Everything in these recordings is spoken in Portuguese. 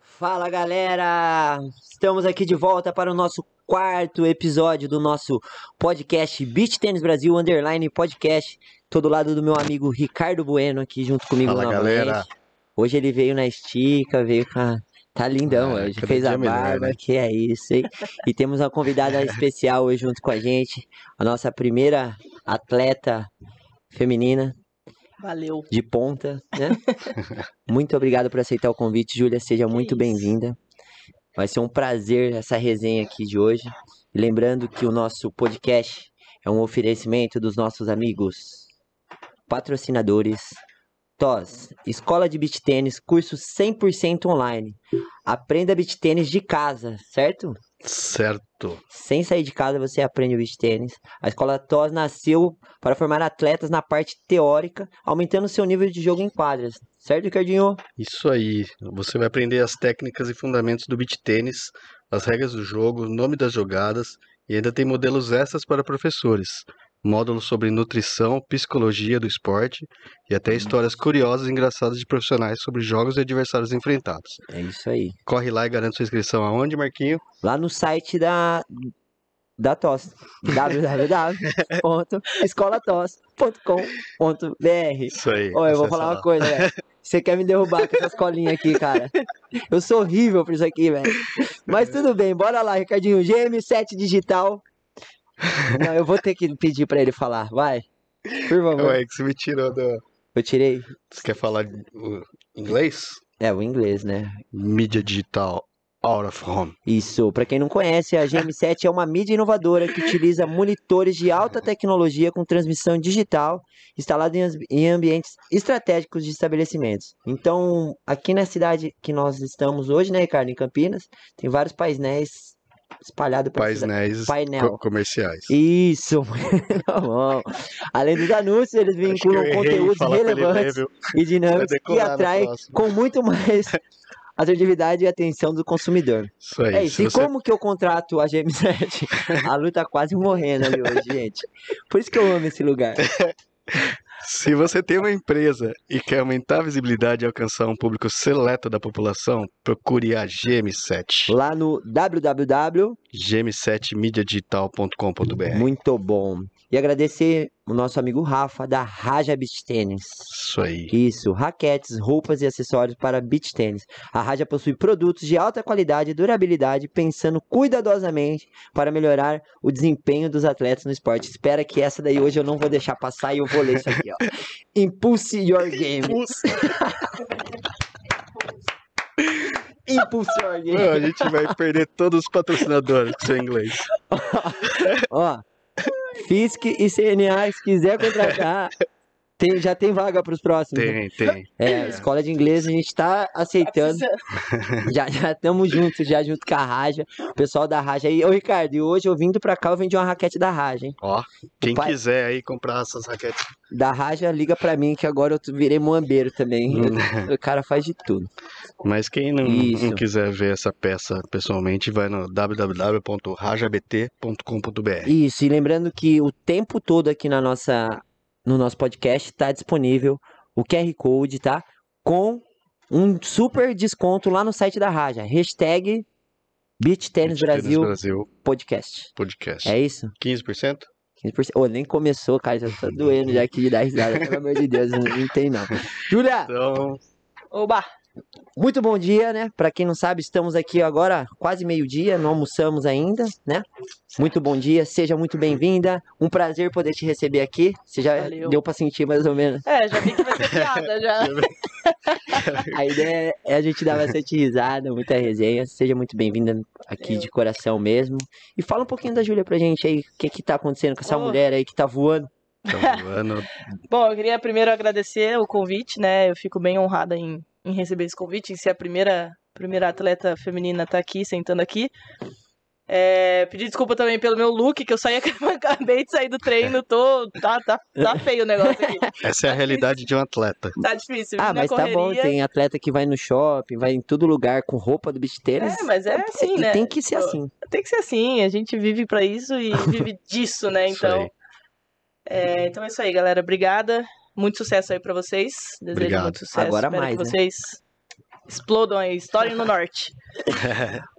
Fala galera! Estamos aqui de volta para o nosso quarto episódio do nosso podcast Beach Tênis Brasil Underline Podcast. Tô do lado do meu amigo Ricardo Bueno aqui junto comigo Fala, novamente. galera. Hoje ele veio na estica, veio com a... Tá lindão Ah, hoje, cada fez a dia melhor, barba, né? que é isso, hein? E temos uma convidada especial hoje junto com a gente, a nossa primeira atleta feminina, Valeu. de ponta, né? muito obrigado por aceitar o convite, Júlia. Seja muito isso. bem-vinda. Vai ser um prazer essa resenha aqui de hoje. Lembrando que o nosso podcast é um oferecimento dos nossos amigos patrocinadores. TOS, Escola de Beach Tênis, curso 100% online. Aprenda beach tênis de casa, certo? Certo. Sem sair de casa você aprende o beach tênis. A escola TOS nasceu para formar atletas na parte teórica, aumentando seu nível de jogo em quadras. Certo, Ricardinho? Isso aí. Você vai aprender as técnicas e fundamentos do beach tênis, as regras do jogo, o nome das jogadas e ainda tem modelos extras para professores. Módulos sobre nutrição, psicologia do esporte e até histórias curiosas e engraçadas de profissionais sobre jogos e adversários enfrentados. É isso aí. Corre lá e garante sua inscrição aonde, Marquinho? Lá no site da da TOS. www.escolatos.com.br Isso é aí. Ó, eu vou acessa falar lá. uma coisa, velho. Você quer me derrubar com essas colinhas aqui, cara. Eu sou horrível por isso aqui, velho. Mas tudo bem, bora lá, Ricardinho. GM7 Digital. Não, eu vou ter que pedir pra ele falar, vai. Por favor. Ué, que você me tirou do... Eu tirei. Você quer falar uh, inglês? É, o inglês, né? Mídia digital, out of home. Isso, para quem não conhece, a GM7 é uma mídia inovadora que utiliza monitores de alta tecnologia com transmissão digital instalado em, as- em ambientes estratégicos de estabelecimentos. Então, aqui na cidade que nós estamos hoje, né, Ricardo, em Campinas, tem vários painéis espalhados pela cidade. Painéis é. Painel. co- comerciais. Isso, tá bom. Além dos anúncios, eles Acho que eu vinculam errei em conteúdos falar pra ele ler, relevantes viu? tá e Vai dinâmicos que decorar no atraem próximo. com muito mais assertividade e atenção do consumidor. Isso aí. É se isso. E você- como que eu contrato a GM7? a Lu tá quase morrendo ali hoje, gente. Por isso que eu amo esse lugar. Se você tem uma empresa e quer aumentar a visibilidade e alcançar um público seleto da população, procure a GM7. Lá no www. gm7mediadigital.com.br. Muito bom. E agradecer o nosso amigo Rafa, da Raja Beach Tênis. Isso aí. Isso, raquetes, roupas e acessórios para beach tênis. A Raja possui produtos de alta qualidade e durabilidade, pensando cuidadosamente para melhorar o desempenho dos atletas no esporte. Espera que essa daí hoje eu não vou deixar passar e eu vou ler isso aqui, ó. Impulse your game. Impulse your game. Não, a gente vai perder todos os patrocinadores com seu inglês. Ó, FISC e CNA, se quiser contratar, tem, já tem vaga para os próximos. né? Tem, tem. É, escola de inglês a gente tá aceitando. Já, já estamos juntos, já junto com a Raja. O pessoal da Raja aí. Ô, Ricardo, e hoje eu vindo pra cá, eu vendi uma raquete da Raja, hein? Ó, quem Pai- quiser aí comprar essas raquetes. Da Raja, liga pra mim, que agora eu t- virei moambeiro também. O cara faz de tudo. Mas quem não, Isso. não quiser ver essa peça pessoalmente, vai no www.rajabt.com.br. Isso, e lembrando que o tempo todo aqui na nossa, no nosso podcast tá disponível o QR Code, tá? Com um super desconto lá no site da Raja. Hashtag Beach Tênis Brasil Brasil Podcast. Podcast. É isso? 15%? 15%. Ô, nem começou, cara. Já tá doendo já aqui de dar risada. Pelo amor de Deus, não, não tem não. Júlia, Então, Oba! muito bom dia, né? Pra quem não sabe, estamos aqui agora quase meio-dia, não almoçamos ainda, né? Muito bom dia, seja muito bem-vinda. Um prazer poder te receber aqui. Você já Valeu. deu pra sentir mais ou menos. É, já vi que vai ser piada já. A ideia é a gente dar bastante risada, muita resenha. Seja muito bem-vinda aqui Eu. de coração mesmo. E fala um pouquinho da Júlia pra gente aí. O que que tá acontecendo com essa Ô. mulher aí que tá voando? tá voando. Bom, eu queria primeiro agradecer o convite, né? Eu fico bem honrada em, em receber esse convite, em ser a primeira, primeira atleta feminina a tá aqui, sentando aqui. É, pedir desculpa também pelo meu look, que eu saí, acabei de sair do treino, tô. Tá, tá, tá feio o negócio aqui. Essa é a realidade de um atleta. Tá difícil. vim Ah, na mas tá bom, correria. tem atleta que vai no shopping, vai em todo lugar com roupa do beach tênis. É, mas é assim, e né? tem que ser Eu- assim. Tem que ser assim, a gente vive pra isso e vive disso, né? Isso Então. aí. É, então é isso aí, galera. Obrigada. Muito sucesso aí pra vocês. Desejo Obrigado. muito sucesso. Agora Espero mais, que né? vocês Explodam aí, estourem no norte.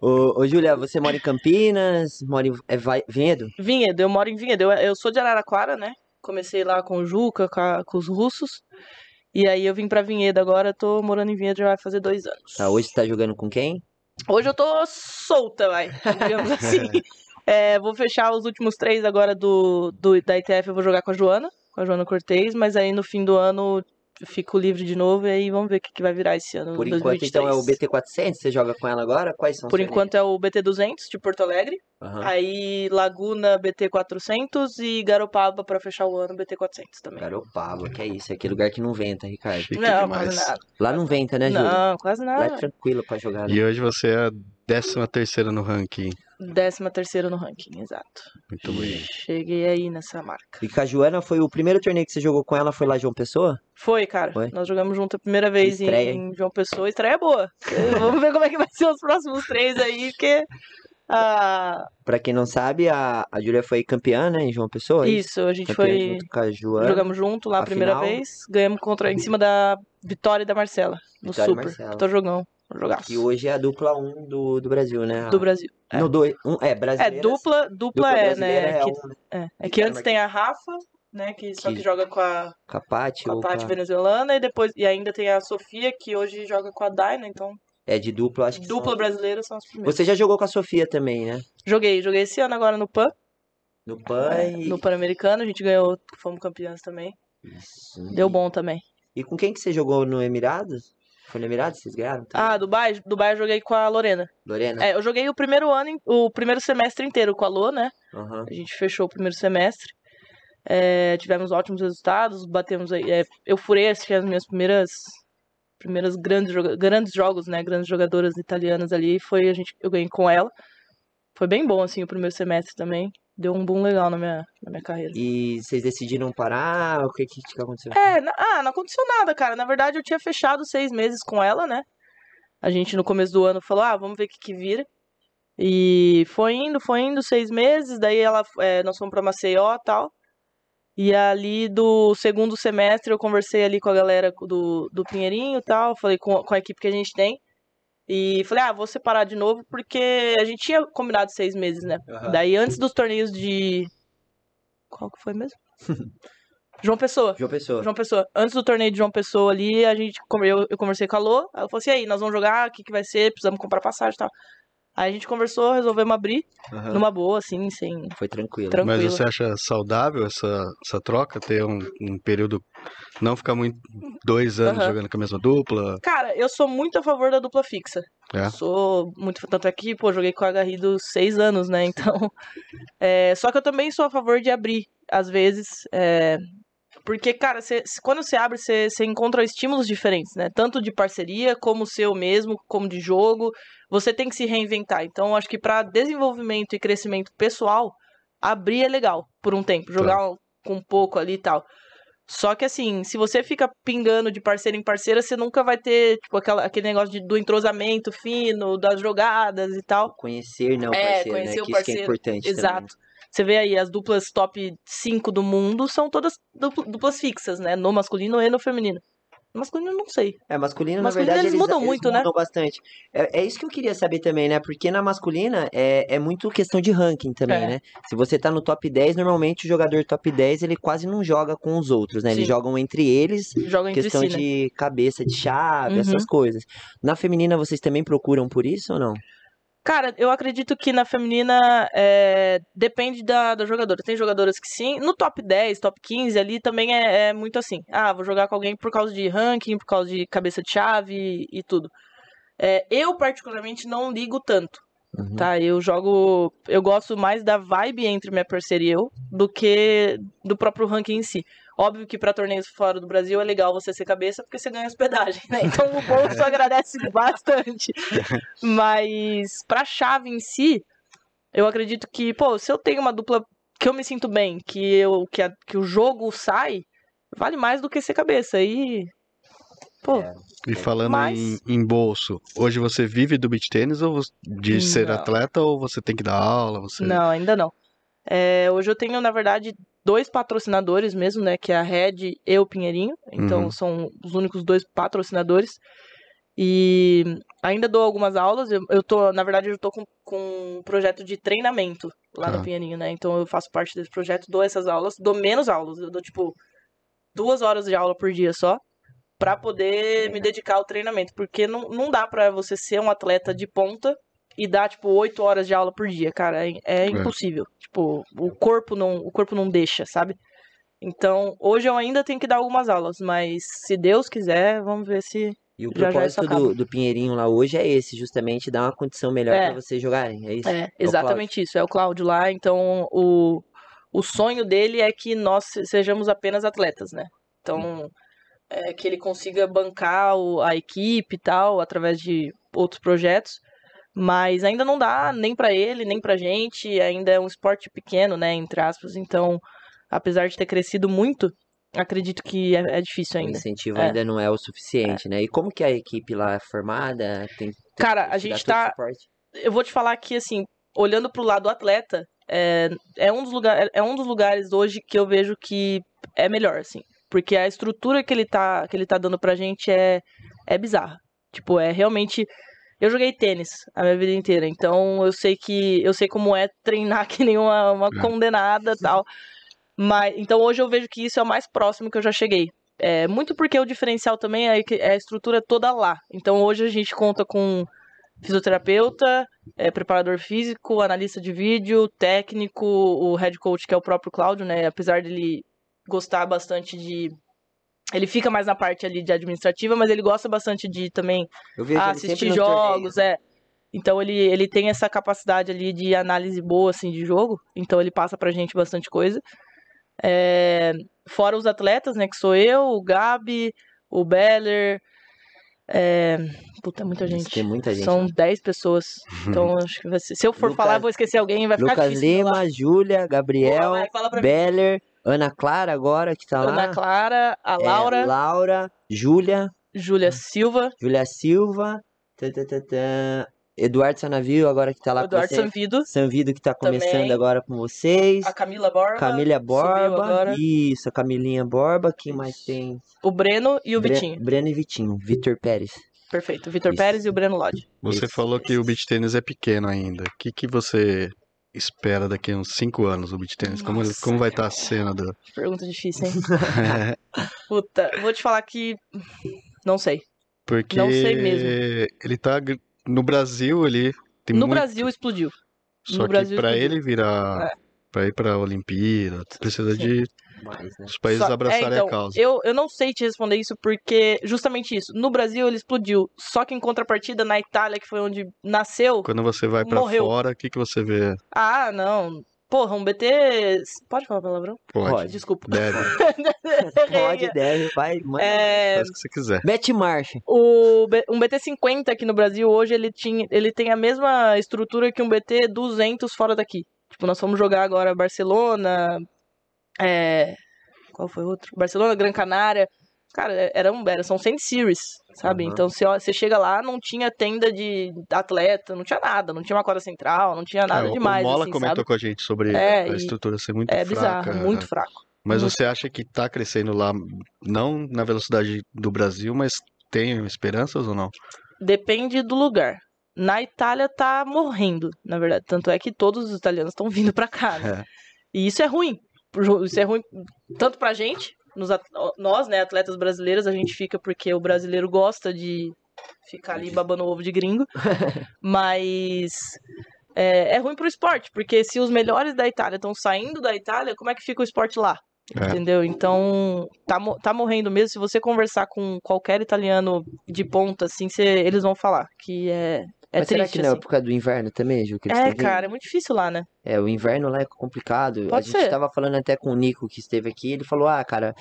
Ô, ô Júlia, você mora em Campinas? Mora em é, Vai- Vinhedo? Vinhedo, eu moro em Vinhedo. Eu, eu sou de Araraquara, né? Comecei lá com o Juca, com, a- com os russos. E aí eu vim pra Vinhedo agora, tô morando em Vinhedo já vai fazer dois anos. Tá, hoje você tá jogando com quem? Hoje eu tô solta, vai, digamos assim. É, vou fechar os últimos três agora do, do- da ITF, eu vou jogar com a Joana, com a Joana Cortez, mas aí no fim do ano eu fico livre de novo e aí vamos ver o que, que vai virar esse ano. Por 2023. enquanto, então, é o BT400? Você joga com ela agora? Quais são Por seus enquanto é o BT200 de Porto Alegre, Aham. aí Laguna BT400 e Garopaba pra fechar o ano BT400 também. Garopaba, que é isso? É aquele lugar que não venta, Ricardo. Chique não, demais. quase nada. Lá não venta, né, Júlia? Hum. Não, quase Lá é nada. tranquilo pra jogar. né? E hoje você é a décima terceira no ranking. Décima terceira no ranking, exato. Muito bem. Cheguei aí nessa marca. E com a Joana foi o primeiro torneio que você jogou com ela, foi lá em João Pessoa? Foi, cara. Foi? Nós jogamos junto a primeira vez em, Estreia, em João Pessoa. Estreia é boa. Vamos ver como é que vai ser os próximos três aí, porque. ah, Pra quem não sabe, a, a Júlia foi campeã, né, em João Pessoa? isso, a gente Campeã foi. junto com a Joana. Jogamos junto lá a A primeira final? vez. Ganhamos contra em cima da Vitória e da Marcela. No Vitória e Super. Marcela. Vitor Jogão. Um Jogaço. Que hoje é a dupla 1 do, do Brasil, né? Do Brasil. é. Não, dois, um, é, É, brasileira. dupla, dupla, dupla é, né? brasileira É É que, um, né? é. É que Vitória antes tem a Rafa, né? Que só que, Que- joga com a, Com a Paty com a ou parte com a- venezuelana e depois. E ainda tem a Sofia, que hoje joga com a Daina, então. É de dupla, acho que dupla são- brasileira são as primeiras. Você já jogou com a Sofia também, né? Joguei, joguei esse ano agora no PAN. No PAN É, e... No Pan-Americano, a gente ganhou, fomos campeãs também. Isso. Deu bom também. E com quem que você jogou no Emirados? Foi no Emirados? Vocês ganharam? também? Ah, Dubai? Dubai eu joguei com a Lorena. Lorena? É, eu joguei o primeiro ano, in- o primeiro semestre inteiro com a Lô, né? Aham. A gente fechou o primeiro semestre. É, tivemos ótimos resultados, batemos aí. é, eu furei acho que as minhas primeiras primeiras grandes, joga- grandes jogos, né? Grandes jogadoras italianas ali. Foi a gente, eu ganhei com ela. Foi bem bom, assim, o primeiro semestre também. Deu um boom legal na minha, na minha carreira. E vocês decidiram parar? O que que, que aconteceu? É, na- ah, não aconteceu nada, cara. Na verdade, eu tinha fechado seis meses com ela, né? A gente no começo do ano falou, ah, vamos ver o que, que vira. E foi indo, foi indo, seis meses, daí ela, é, nós fomos pra Maceió e tal. E ali do segundo semestre eu conversei ali com a galera do, do Pinheirinho e tal, falei com, com a equipe que a gente tem. E falei, ah, vou separar de novo, porque a gente tinha combinado seis meses, né? Aham. Daí antes dos torneios de. Qual que foi mesmo? João Pessoa. João Pessoa. João Pessoa. Antes do torneio de João Pessoa ali, a gente, con- eu, eu conversei com a Lô. Ela falou assim: "E aí, nós vamos jogar, o que, que vai ser? Precisamos comprar passagem e tal. Aí a gente conversou, resolvemos abrir Aham. numa boa, assim, sem. Foi tranquilo. Tran- Mas Tranquilo. você acha saudável essa, essa troca? Ter um, um período. Não ficar muito. Dois anos Aham. jogando com a mesma dupla? Cara, eu sou muito a favor da dupla fixa. É. Sou muito. Tanto é que, pô, joguei com a Garrido seis anos, né? Então. é, só que eu também sou a favor de abrir, às vezes. é, porque, cara, cê- cê- quando você abre, você encontra estímulos diferentes, né? Tanto de parceria, como seu mesmo, como de jogo. Você tem que se reinventar. Então, eu acho que para desenvolvimento e crescimento pessoal, abrir é legal por um tempo. Jogar um- com pouco ali e tal. Só que assim, se você fica pingando de parceira em parceira, você nunca vai ter, tipo, aquela- aquele negócio de- do entrosamento fino, das jogadas e tal. Conhecer, né, o É, parceiro, conhecer né? o que isso que é parceiro. importante também. Exato. Você vê aí, as duplas top 5 do mundo são todas dupl- duplas fixas, né? No masculino e no feminino. No masculino eu não sei. É, masculina, na Masculina, verdade, eles mudam muito, né? mudam bastante. É, é isso que eu queria saber também, né? Porque na masculina é, é muito questão de ranking também, É. né? Se você tá no top 10, normalmente o jogador top 10, ele quase não joga com os outros, né? Eles Sim. jogam entre eles, Jogam entre questão si, né? de cabeça, de chave, Uhum. essas coisas. Na feminina, vocês também procuram por isso ou não? Cara, eu acredito que na feminina é, depende da, da jogadora. Tem jogadoras que sim. No top 10, top 15 ali também é, é muito assim. Ah, vou jogar com alguém por causa de ranking, por causa de cabeça de chave e, e tudo. É, eu, particularmente, não ligo tanto, Uhum. tá? Eu jogo. Eu gosto mais da vibe entre minha parceira e eu do que do próprio ranking em si. Óbvio que pra torneios fora do Brasil é legal você ser cabeça porque você ganha hospedagem, né? Então o bolso agradece bastante. Mas pra chave em si, eu acredito que, pô, se eu tenho uma dupla que eu me sinto bem, que eu que, a- que o jogo sai, vale mais do que ser cabeça. E pô, É. E falando Mas- em, em bolso, hoje você vive do beach tênis ou você- de ser Não. atleta ou você tem que dar aula? Você... não, ainda não. É, hoje eu tenho, na verdade, dois patrocinadores mesmo, né, que é a Red e o Pinheirinho. Então Uhum. são os únicos dois patrocinadores. E ainda dou algumas aulas. Eu, eu tô, na verdade, eu tô com, com um projeto de treinamento lá Tá. no Pinheirinho, né? Então eu faço parte desse projeto, dou essas aulas, dou menos aulas. Eu dou, tipo, duas horas de aula por dia só. Pra poder me dedicar ao treinamento. Porque não, não dá pra você ser um atleta de ponta e dar, tipo, oito horas de aula por dia, cara. É, é impossível. Tipo, o corpo não, o corpo não deixa, sabe? Então, hoje eu ainda tenho que dar algumas aulas, mas se Deus quiser, vamos ver se E o Já, já isso propósito do, acaba. do Pinheirinho lá hoje é esse, justamente dar uma condição melhor É. pra vocês jogarem, é isso? É, o exatamente isso. É o Cláudio lá. Então, o, o sonho dele é que nós se- sejamos apenas atletas, né? Então, é, que ele consiga bancar o- a equipe e tal, através de outros projetos. Mas ainda não dá nem pra ele, nem pra gente. Ainda é um esporte pequeno, né? Entre aspas. Então, apesar de ter crescido muito, acredito que é, é difícil O ainda. incentivo É. ainda não é o suficiente, né? E como que a equipe lá é formada tem tem Cara, que a te dar gente todo tá. suporte? eu vou te falar que, assim, olhando pro lado atleta, é, é, um dos lugar, é um dos lugares hoje que eu vejo que é melhor, assim. Porque a estrutura que ele tá, que ele tá dando pra gente é, é bizarra. Tipo, é realmente. Eu joguei tênis a minha vida inteira, então eu sei que. Eu sei como é treinar que nem uma, uma É. condenada e tal. Mas, então hoje eu vejo que isso é o mais próximo que eu já cheguei. É, muito porque o diferencial também é que é a estrutura toda lá. Então hoje a gente conta com fisioterapeuta, é, preparador físico, analista de vídeo, técnico, o head coach que é o próprio Cláudio, né? Apesar dele gostar bastante de. Ele fica mais na parte ali de administrativa, mas ele gosta bastante de também Eu vejo ele sempre Ah, assistir nos torneios. jogos, é. Então ele, ele tem essa capacidade ali de análise boa assim de jogo, então ele passa pra gente bastante coisa. É, fora os atletas, né, que sou eu, o Gabi, o Beller, é, puta, muita Nossa, gente. Tem muita gente. São lá. 10 pessoas. Então acho que vai ser. Se eu for Lucas- falar, eu vou esquecer alguém, vai ficar Lucas difícil. de falar. Lima, Júlia, Pô, Gabriel, vai, fala pra mim. Beller, Ana Clara agora que tá lá. Ana Clara, a é, Laura, Laura, Hum. Júlia, Júlia Silva, Júlia Silva, tã, tã, tã, tã, Eduardo Sanavio agora que tá lá Eduardo com você. Sanvido, Sanvido que tá começando Também. agora com vocês. a Camila Borba, Camila subiu Borba, agora. isso, a Camilinha Borba, quem mais tem? o Breno e o Bre- Vitinho. Breno e Vitinho, Vitor Pérez. Perfeito. Vitor Isso. Pérez e o Breno Lodge. Você Esse- falou que o beach tênis é pequeno ainda. O que, que você espera daqui a uns 5 anos do beach tênis? Como, Nossa, como vai estar a cena do. Pergunta difícil, hein? Puta, vou te falar que. Não sei. Porque Não sei mesmo. ele tá gr- no Brasil, ele tem no muito, Brasil explodiu. só no que Brasil pra explodiu. ele virar pra ir pra Olimpíada, precisa Sim. de Mais, né? os países Só- é, abraçarem então, a causa. Eu, eu não sei te responder isso porque, justamente isso, no Brasil ele explodiu. Só que em contrapartida, na Itália, que foi onde nasceu. Quando você vai pra Morreu. fora, o que, que você vê? Ah, não. Porra, um BT. Pode falar palavrão? Pode. Desculpa. tipo, Deve, Pode, deve, vai, manda. É, faz o que você quiser. Mete marcha. o, B- um BT50 aqui no Brasil hoje ele, tinha, ele tem a mesma estrutura que um BT200 fora daqui. Tipo, nós fomos jogar agora Barcelona, é, qual foi o outro? Barcelona, Gran Canária. Cara, é- era um, era, são 100 series, sabe? Aham. Então você, ó- você chega lá, não tinha tenda de atleta, não tinha nada, não tinha uma quadra central, não tinha nada É, o- demais. O Mola assim, comentou sabe? com a gente sobre É, a e- estrutura ser muito É bizarro, fraca. muito fraco. Mas muito. você acha que tá crescendo lá, não na velocidade do Brasil, mas tem esperanças ou não? Depende do lugar. Na Itália tá morrendo, na verdade. Tanto é que todos os italianos estão vindo pra cá. né? É. E isso é ruim. Pro- Isso é ruim tanto pra gente, nos at- nós, né, atletas brasileiros, a gente fica porque o brasileiro gosta de ficar ali babando ovo de gringo. Mas é, é ruim pro esporte, porque se os melhores da Itália estão saindo da Itália, como é que fica o esporte lá? É. Entendeu? Então, tá, mo- tá morrendo mesmo. Se você conversar com qualquer italiano de ponta, assim, cê- eles vão falar que é, é Mas será triste. que não é assim. por causa do inverno também, Ju? que eles É, tão vindo? cara, é muito difícil lá, né? É, o inverno lá é complicado. a Pode gente ser. tava falando até com o Nico que esteve aqui, ele falou, ah, cara,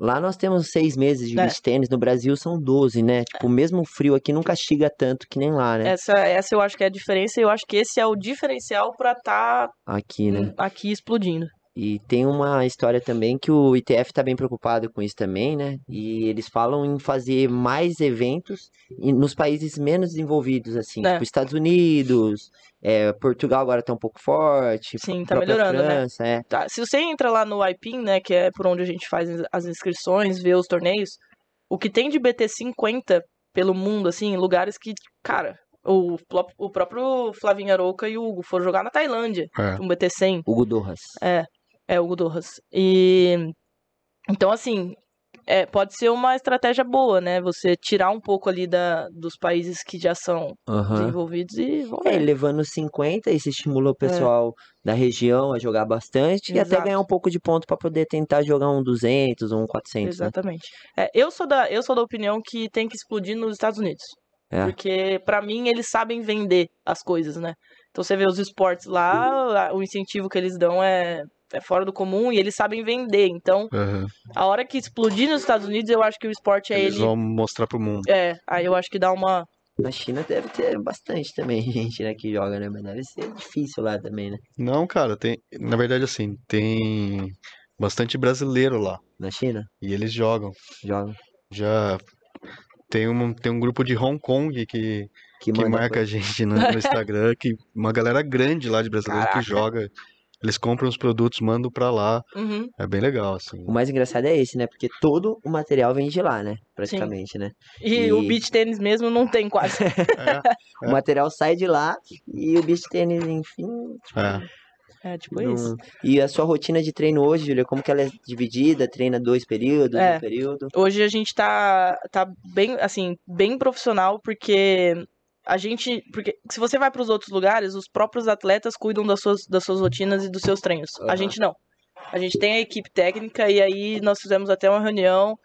lá nós temos seis meses de É. beach tênis, no Brasil são 12, né? Tipo, o mesmo frio aqui nunca chega tanto que nem lá, né? Essa, essa eu acho que é a diferença e eu acho que esse é o diferencial pra tá Aqui, né? aqui explodindo. E tem uma história também que o ITF tá bem preocupado com isso também, né? E eles falam em fazer mais eventos em- nos países menos desenvolvidos, assim, É. tipo Estados Unidos, é, Portugal agora tá um pouco forte, Sim, tá própria melhorando, né? França, é. Tá, se você entra lá no IPIN, né, que é por onde a gente faz as inscrições, vê os torneios, o que tem de BT50 pelo mundo, assim, em lugares que, cara, o, plop- o próprio Flavinho Arouca e o Hugo foram jogar na Tailândia, É. um BT100. Hugo Dorras. É, Hugo Dorras. E. Então, assim, é, pode ser uma estratégia boa, né? Você tirar um pouco ali da, dos países que já são Aham. desenvolvidos e vão É, ver. levando 50, isso estimula o pessoal da região a jogar bastante e até Exato. ganhar um pouco de ponto pra poder tentar jogar um 200, um 400, né? Exatamente. É, eu, sou da, eu sou da opinião que tem que explodir nos Estados Unidos. É. Porque, pra mim, eles sabem vender as coisas, né? Então, você vê os esportes lá, a- o incentivo que eles dão é, é fora do comum e eles sabem vender. Então, É, Aham. a hora que explodir nos Estados Unidos, eu acho que o esporte é Eles ele. vão mostrar pro mundo. É, aí eu acho que dá uma. Na China deve ter bastante também gente, né, que joga, né? Mas deve ser difícil lá também, né? Não, cara, tem. Na verdade, assim, tem bastante brasileiro lá. Na China, E eles jogam. joga. Já tem um, tem um grupo de Hong Kong que, Que, que manda marca a gente no, no Instagram, que uma galera grande lá de brasileiro que Caraca. joga. Eles compram os produtos, mandam pra lá. Uhum. É bem legal, assim. O mais engraçado é esse, né? Porque todo o material vem de lá, né? Praticamente, né? E, E- o beach tênis mesmo não tem quase. É, O material sai de lá e o beach tênis, enfim. tipo, é. É tipo não- isso. E a sua rotina de treino hoje, Júlia, como que ela é dividida? Treina dois períodos, É. um período? Hoje a gente tá, tá bem, assim, bem profissional, porque a gente. Porque se você vai para os outros lugares, os próprios atletas cuidam das suas, das suas rotinas e dos seus treinos. Aham. A gente não. A gente tem a equipe técnica e aí nós fizemos até uma reunião.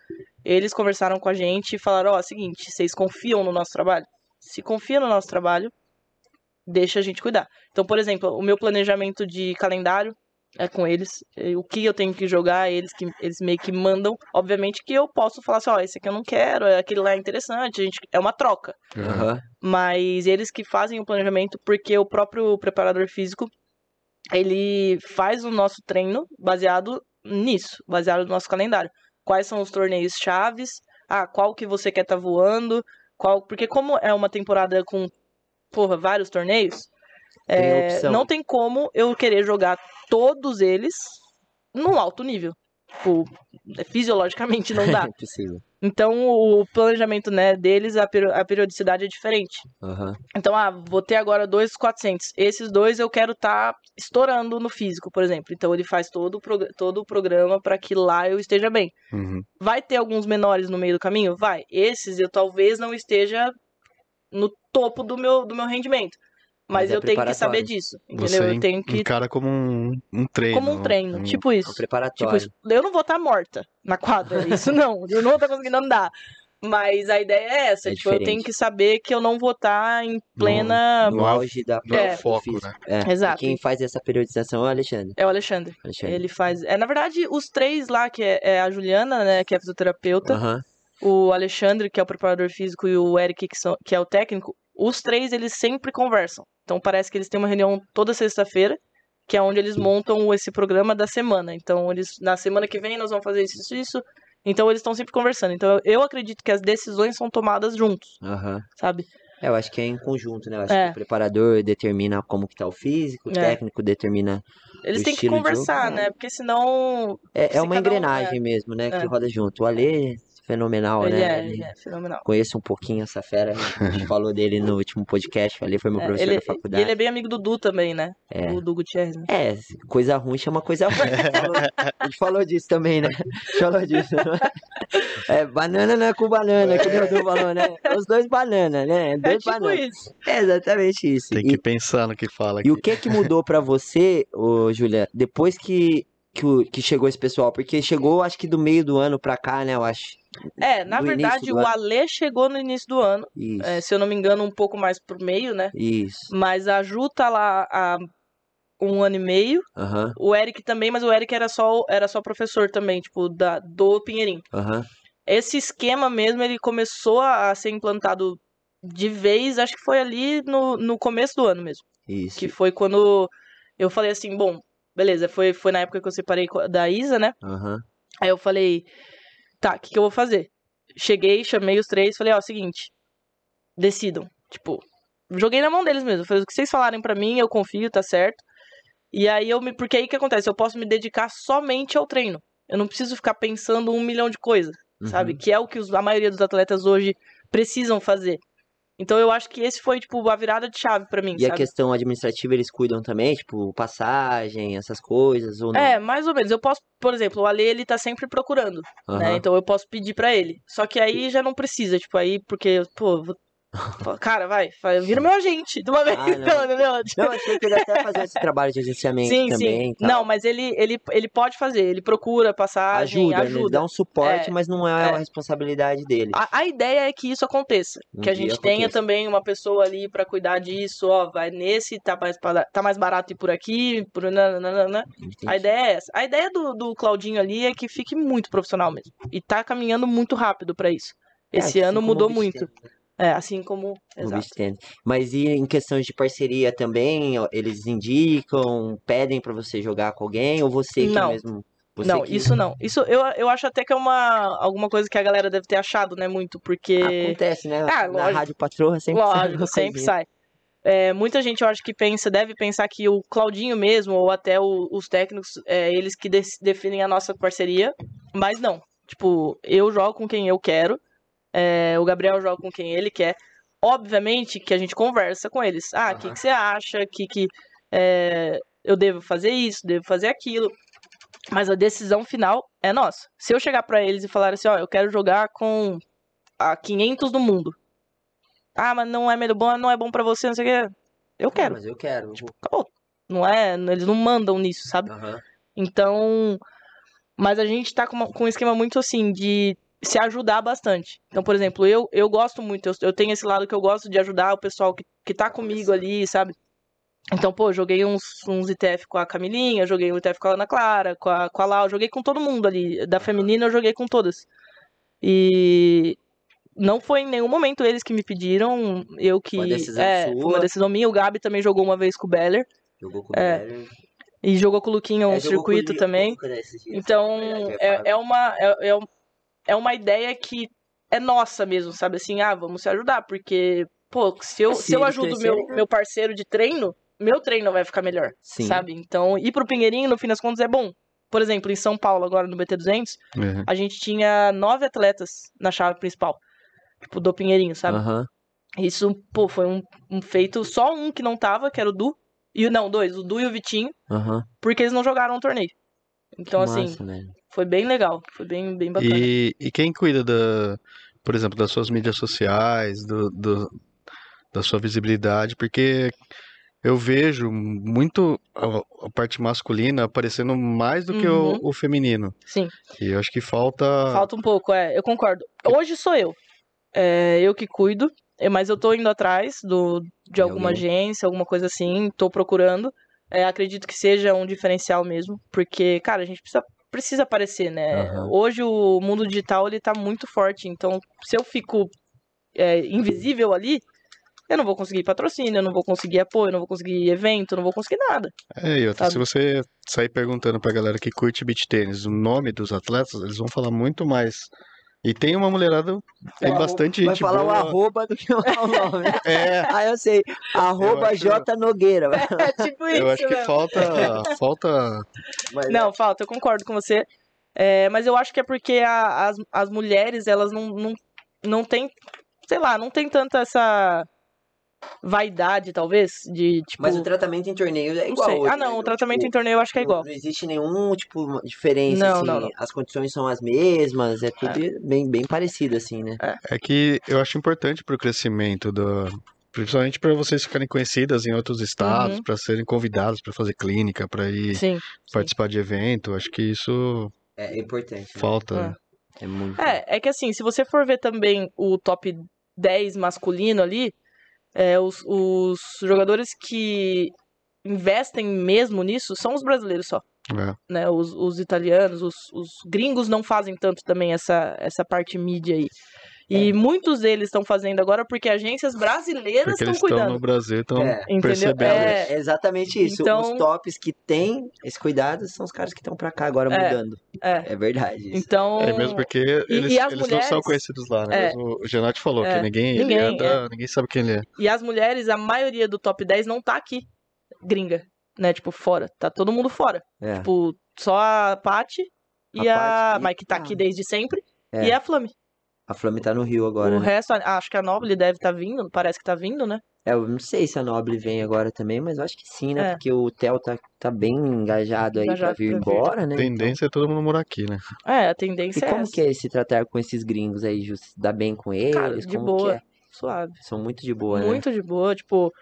Eles conversaram com a gente e falaram: ó, seguinte, vocês confiam no nosso trabalho? Se confia no nosso trabalho, deixa a gente cuidar. Então, por exemplo, o meu planejamento de calendário é com eles. eh, O que eu tenho que jogar, eles que eles meio que mandam. Obviamente que eu posso falar assim, ó, esse aqui eu não quero, é aquele lá é interessante, a gente, é uma troca. Aham. Aham. Mas eles que fazem o planejamento, porque o próprio preparador físico, ele faz o nosso treino baseado nisso, baseado no nosso calendário. Quais são os torneios chaves? Ah, qual que você quer tá voando? Qual, porque como é uma temporada com porra, vários torneios, Tem é, opção. não tem como eu querer jogar todos eles num alto nível. Tipo, fisiologicamente não dá. É possível. Então o planejamento né, deles, a, peri- a periodicidade é diferente. Aham. Então, ah, vou ter agora dois 400. Esses dois eu quero estar estourando no físico, por exemplo. Então ele faz todo o, prog- todo o programa para que lá eu esteja bem. Uhum. Vai ter alguns menores no meio do caminho? Vai. Esses eu talvez não esteja no topo do meu, do meu rendimento. Mas, Mas é eu tenho que saber preparatório. disso. Entendeu? Você eu tenho que. encara como um, um treino. Como um treino. um- Tipo É um isso. Tipo, preparatório. isso, eu não vou estar morta na quadra. Isso não. Eu não vou estar conseguindo andar. Mas a ideia é essa. É tipo, eu tenho diferente. que saber que eu não vou estar em plena. no não é o- auge da não é É. o foco, né? É. E Exato. quem faz essa periodização é o Alexandre. É o Alexandre. Alexandre. Ele faz. É, na verdade, os três lá, que é, é a Juliana, né, que é fisioterapeuta, Aham. o Alexandre, que é o preparador físico, e o Eric, que, são- que é o técnico, os três eles sempre conversam. Então parece que eles têm uma reunião toda sexta-feira, que é onde eles montam esse programa da semana. Então, eles. Na semana que vem nós vamos fazer isso, isso, isso. Então eles estão sempre conversando. Então eu acredito que as decisões são tomadas juntos, Aham. sabe? É, eu acho que é em conjunto, né? Eu acho É. que o preparador determina como que tá o físico, o É. técnico determina. Eles O têm que estilo de conversar, jogo, né? Porque senão. É, é Se uma cada um- engrenagem mesmo, né? É. Que roda junto. O Ale é fenomenal, ele, né? é, Ele- ele é fenomenal. Conheço um pouquinho essa fera. A gente falou dele no último podcast. O Ale foi meu É, professor ele, da e ele faculdade. é bem amigo do Du também, né? É. O Du Gutierrez, né? É, coisa ruim chama coisa ruim. A gente falou, a gente falou disso também, né? A gente falou disso. É, banana não é com banana, que nem o Du falou, né? É Os dois banana, né? É Dois É tipo bananas. isso. É exatamente isso. Tem E- que pensar no que fala aqui. E o que que mudou pra você, ô, Júlia, depois que, que, o- que chegou esse pessoal? Porque chegou, acho que do meio do ano pra cá, né, eu acho. É, na No verdade, início do o ano. Alê chegou no início do ano. Isso, é, se eu não me engano, um pouco mais pro meio, né? isso, Mas a Ju tá lá há um ano e meio. aham, O Eric também, mas o Eric era só, era só professor também, tipo, da, do Pinheirinho. aham, Esse esquema mesmo, ele começou a, a ser implantado de vez, acho que foi ali no, no começo do ano mesmo. isso, Que foi quando eu falei assim, bom, beleza, foi, foi na época que eu separei co- da Isa, né? aham, Aí eu falei, tá, o que, que eu vou fazer? Cheguei, chamei os três, falei, ó, seguinte, decidam. Tipo, joguei na mão deles mesmo. Falei, o que vocês falarem pra mim, eu confio, tá certo. E aí eu me. Porque aí o que acontece? Eu posso me dedicar somente ao treino. Eu não preciso ficar pensando um milhão de coisas, uhum, sabe? Que é o que os- a maioria dos atletas hoje precisam fazer. Então eu acho que esse foi, tipo, a virada de chave pra mim, E a sabe? questão administrativa eles cuidam também, tipo, passagem, essas coisas, ou não? É, mais ou menos. Eu posso, por exemplo, o Ale, ele tá sempre procurando, né? Aham. Então eu posso pedir pra ele. Só que aí já não precisa, tipo, aí, porque, pô, vou- pô, cara, vai, vai, vira meu agente de uma vez, Ah, então, não. entendeu? Não, achei que ele até fazia esse trabalho de agenciamento também. Sim, tá. sim. e tal. Não, mas ele, ele, ele pode fazer, ele procura passagem, ajuda, ajuda. né? Ele dá um suporte, É. mas não é, É. a responsabilidade dele. A, a ideia é que isso aconteça. Um que a dia gente tenha aconteça. também uma pessoa ali pra cuidar disso, ó, vai nesse, tá mais, para- tá mais barato ir por aqui, por nananana. Entendi. A ideia é essa. A ideia do, do Claudinho ali é que fique muito profissional mesmo. E tá caminhando muito rápido pra isso. É, assim Esse ano como o mudou beach muito. É, assim como. O Exato. beach tennis. Mas e em questões de parceria também, ó, eles indicam, pedem pra você jogar com alguém ou você que Não. mesmo? Você não, que- isso não. Isso eu, eu acho até que é uma alguma coisa que a galera deve ter achado, né? Muito, porque. acontece, né? Ah, Na lógico. rádio patroa sempre sai Lógico, alguma sempre coisinha. sai. É, muita gente, eu acho que pensa, deve pensar que o Claudinho mesmo, ou até o- os técnicos, é, eles que des- definem a nossa parceria. Mas não. Tipo, eu jogo com quem eu quero, é, o Gabriel joga com quem ele quer. Obviamente que a gente conversa com eles. Ah, o que, Aham. que você acha? O que, que é, eu devo fazer isso, devo fazer aquilo. Mas a decisão final é nossa. Se eu chegar pra eles e falar assim, ó, eu quero jogar com a 500 do mundo. Ah, mas não é melhor bom, não é bom pra você, não sei o quê. Eu Ah, quero. Tipo, mas eu quero. Acabou. Não é, eles não mandam nisso, sabe? Aham. Então, mas a gente tá com, uma- com um esquema muito assim de se ajudar bastante. Então, por exemplo, eu, eu gosto muito, eu, eu tenho esse lado que eu gosto de ajudar o pessoal que, que tá comigo ali, sabe? Então, pô, joguei uns, uns ITF com a Camilinha, joguei um ITF com a Ana Clara, com a, com a Lau, joguei com todo mundo ali. Da feminina eu joguei com todas. E não foi em nenhum momento eles que me pediram, eu que. Uma decisão é, foi uma sua. decisão minha. O Gabi também jogou uma vez com o Beller. Jogou com o É. Guilherme. E jogou com o Luquinha um É, jogou com o circuito Li- também. Luca desses dias. Então, verdade, eu ia falar. é, é uma, é, é um- é uma ideia que é nossa mesmo, sabe? Assim, ah, vamos se ajudar, porque, pô, se eu, Se se eu eles ajudo meu, crescerem, né? meu parceiro de treino, meu treino vai ficar melhor, Sim. sabe? Então, ir pro Pinheirinho, no fim das contas, é bom. Por exemplo, em São Paulo, agora no BT200, É. a gente tinha nove atletas na chave principal, tipo, do Pinheirinho, sabe? Aham. Isso, pô, foi um, um feito, só um que não tava, que era o Du, e o- não, dois, o Du e o Vitinho, Aham. porque eles não jogaram o torneio. Então, Massa, assim, velho. foi bem legal, foi bem, bem bacana. E, e quem cuida da, por exemplo, das suas mídias sociais, do, do- da sua visibilidade? Porque eu vejo muito a, a parte masculina aparecendo mais do que o- Uhum. o, feminino. Sim, E eu acho que falta. falta um pouco, é, eu concordo. Hoje sou eu. É, eu que cuido, é, mas eu tô indo atrás do, de De alguma alguém. agência, alguma coisa assim, tô procurando. É, acredito que seja um diferencial mesmo, porque, cara, a gente precisa, precisa aparecer, né? Aham. Hoje o mundo digital, ele tá muito forte, então se eu fico é, invisível ali, eu não vou conseguir patrocínio, eu não vou conseguir apoio, eu não vou conseguir evento, eu não vou conseguir nada. É, e outra, sabe? se você sair perguntando pra galera que curte beach tênis o nome dos atletas, eles vão falar muito mais. E tem uma mulherada, tem bastante É, Vai gente falar o boa. arroba do que o nome. É, ah, eu sei. Arroba acho- J Nogueira. É tipo isso, é. eu acho que mesmo. falta, falta Mas- Não, falta, eu concordo com você. É, mas eu acho que é porque a- as, as mulheres, elas não, não, não têm, sei lá, não tem tanta essa vaidade, talvez, de, tipo... Mas o tratamento em torneio é não igual. sei. hoje, ah, não, né? o tratamento Tipo, em torneio eu acho que é não- igual. Não existe nenhum, tipo, diferença, Não, assim. não, não. As condições são as mesmas, é tudo bem, bem parecido, assim, né? É que eu acho importante para o crescimento do, principalmente para vocês ficarem conhecidas em outros estados, Uhum. para serem convidados para fazer clínica, para ir Sim. participar de evento. Acho que isso É importante. né? falta. né? É muito. É, é que assim, se você for ver também o top 10 masculino ali, é, os, os jogadores que investem mesmo nisso são os brasileiros só. É. né, os, os italianos, os, os gringos não fazem tanto também essa, essa parte mídia aí. É. E muitos deles estão fazendo agora porque agências brasileiras Porque estão eles estão cuidando. no Brasil, então É. Entendeu? percebendo É, É, é exatamente isso. Então- Os tops que têm esse cuidado são os caras que estão pra cá agora É, mudando. é. É verdade. Isso. Então. é mesmo porque eles, e as eles não são mulheres? conhecidos lá, né? É. Mesmo o Genati falou É. que ninguém, ele Ninguém, anda, ninguém sabe quem ele é. E as mulheres, a maioria do top 10 não tá aqui, gringa, né? Tipo, fora. Tá todo mundo fora. É. Tipo, só a Paty e A a, Paty e- Mike tá ah. aqui desde sempre. É. E a Flame. A Flame tá no Rio agora. o né? resto, a- acho que a Noble deve estar vindo, parece que tá vindo, né? É, eu não sei se a Nobre vem agora também, mas eu acho que sim, né? É. Porque o Theo tá, tá bem engajado aí pra Engajado vir pra vir. embora, né? Então- Tendência é todo mundo morar aqui, né? É, a E tendência é como essa. que é se tratar com esses gringos aí, Ju? Se dá bem com eles? Cara, de como boa. que é? Suave. São muito de boa, né? Muito de boa, tipo,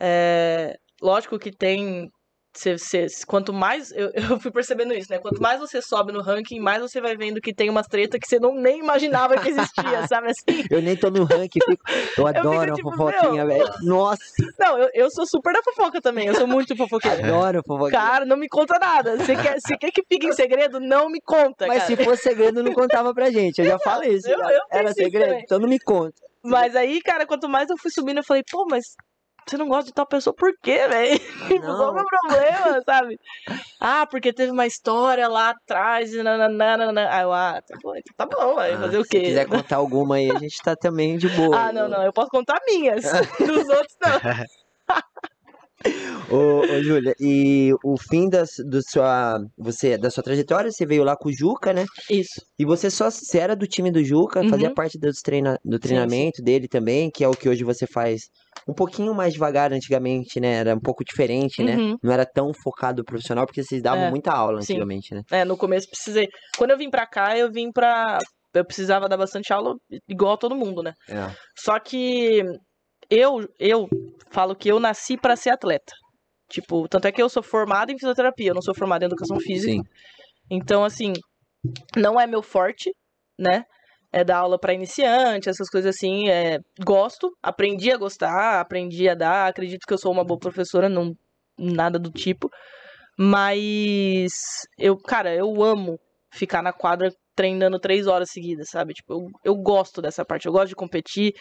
é, lógico que tem. cê- cê- quanto mais. Eu, eu fui percebendo isso, né? Quanto mais você sobe no ranking, mais você vai vendo que tem umas treta que você não nem imaginava que existia, sabe assim? Eu nem tô no ranking, fico... eu adoro tipo, a fofoquinha, velho. Nossa, Não, eu, eu sou super da fofoca também, eu sou muito fofoqueira. adoro a fofoquinha. Cara, não me conta nada. Você quer, você quer que fique em segredo? Não me conta. Mas cara. se fosse segredo, não contava pra gente. Eu já falei isso. eu- cara. eu Era pensei segredo? também. Então não me conta. Mas aí, cara, quanto mais eu fui subindo, eu falei, pô, mas você não gosta de tal pessoa, por quê, velho? Tipo, qual que é o problema, sabe? Ah, porque teve uma história lá atrás, e nananana. Aí eu, ah, tá bom, então tá bom, vai Ah, fazer o se quê? quiser contar alguma aí, a gente tá também de boa. Ah, não, não, eu posso contar minhas, dos outros não. Ô, ô Júlia, e o fim da, s- do sua, você, da sua trajetória, você veio lá com o Juca, né? Isso, E você só você era do time do Juca, fazia Uhum. parte dos treina, do treinamento dele também, que é o que hoje você faz um pouquinho mais devagar antigamente, né? Era um pouco diferente, né? Uhum. Não era tão focado no profissional, porque vocês davam É, muita aula sim. antigamente, né? É, no começo precisei. Quando eu vim pra cá, eu vim pra. Eu precisava dar bastante aula, igual a todo mundo, né? É. Só que eu, eu falo que eu nasci pra ser atleta. Tipo, tanto é que eu sou formada em fisioterapia, eu não sou formada em educação física. Sim. Então, assim, não é meu forte, né? É dar aula pra iniciante, essas coisas assim. é, gosto, aprendi a gostar, aprendi a dar. Acredito que eu sou uma boa professora, não nada do tipo. Mas eu, cara, eu amo ficar na quadra treinando três horas seguidas, sabe? Tipo, eu, eu gosto dessa parte, eu gosto de competir.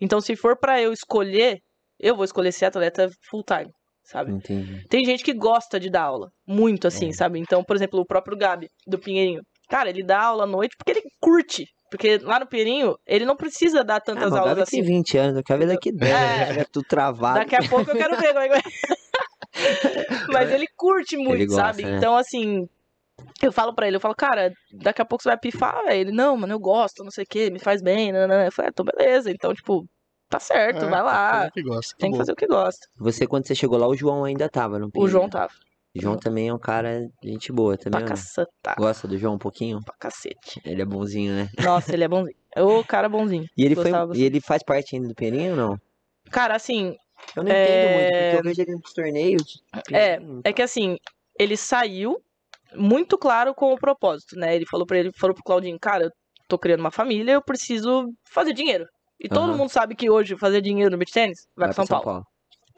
Então, se for pra eu escolher, eu vou escolher ser atleta full time, sabe? Entendi. Tem gente que gosta de dar aula, muito assim, É. sabe? Então, por exemplo, o próprio Gabi, do Pinheirinho. Cara, ele dá aula à noite porque ele curte. Porque lá no Pinheirinho, ele não precisa dar Ah, tantas mas aulas agora tem assim. 20 anos, eu quero ver daqui 10, É. né? Já tudo travado. Daqui a pouco eu quero ver como é que vai. Mas ele curte muito, Ele gosta, sabe? né? Então, assim, eu falo pra ele, eu falo, cara, daqui a pouco você vai pifar, velho. Ele, não, mano, eu gosto, não sei o que, me faz bem, nananã. Eu falei, ah, então beleza. Então, tipo, tá certo, É, vai lá. Fazer o que gosta. Tem que Bom, fazer o que gosta. Você, quando você chegou lá, o João ainda tava no O Pinheiro. João tava. João também é um cara, gente boa também. Pra ou não? caceta, pra Gosta do João um pouquinho? cacete. Ele é bonzinho, né? Nossa, ele é bonzinho. Ô, cara bonzinho. E ele, foi, Gostava e bastante. ele faz parte ainda do Pinheirinho ou não? Cara, assim, Eu não entendo muito, É. porque eu vejo ele nos torneios. É, Pinheirinho. é que assim, ele saiu muito claro com o propósito, né? Ele falou pra ele, falou pro Claudinho, cara, eu tô criando uma família, eu preciso fazer dinheiro. E todo Aham. mundo sabe que hoje fazer dinheiro no beach tennis vai, pra São, Paulo.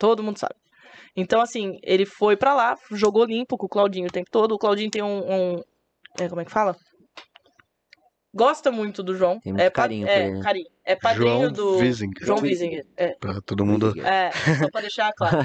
Todo mundo sabe. Então, assim, ele foi pra lá, jogou limpo com o Claudinho o tempo todo. O Claudinho tem um. um- é, como é que fala? Gosta muito do João. Tem muito é pa- carinho por é, ele, né? carinho. É padrinho João do. Visinger. João Wiesinger. É, Pra todo mundo. é, só pra deixar claro.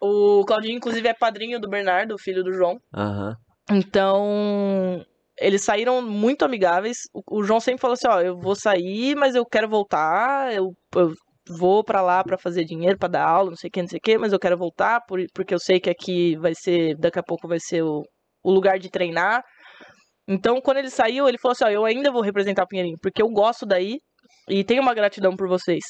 O Claudinho, inclusive, é padrinho do Bernardo, filho do João. Aham. Então, eles saíram muito amigáveis. O, o João sempre falou assim: ó, eu vou sair, mas eu quero voltar. Eu, eu vou pra lá pra fazer dinheiro, pra dar aula, não sei o que, não sei o que, mas eu quero voltar por- porque eu sei que aqui vai ser, daqui a pouco vai ser o, o lugar de treinar. Então, quando ele saiu, ele falou assim: ó, eu ainda vou representar o Pinheirinho, porque eu gosto daí e tenho uma gratidão por vocês.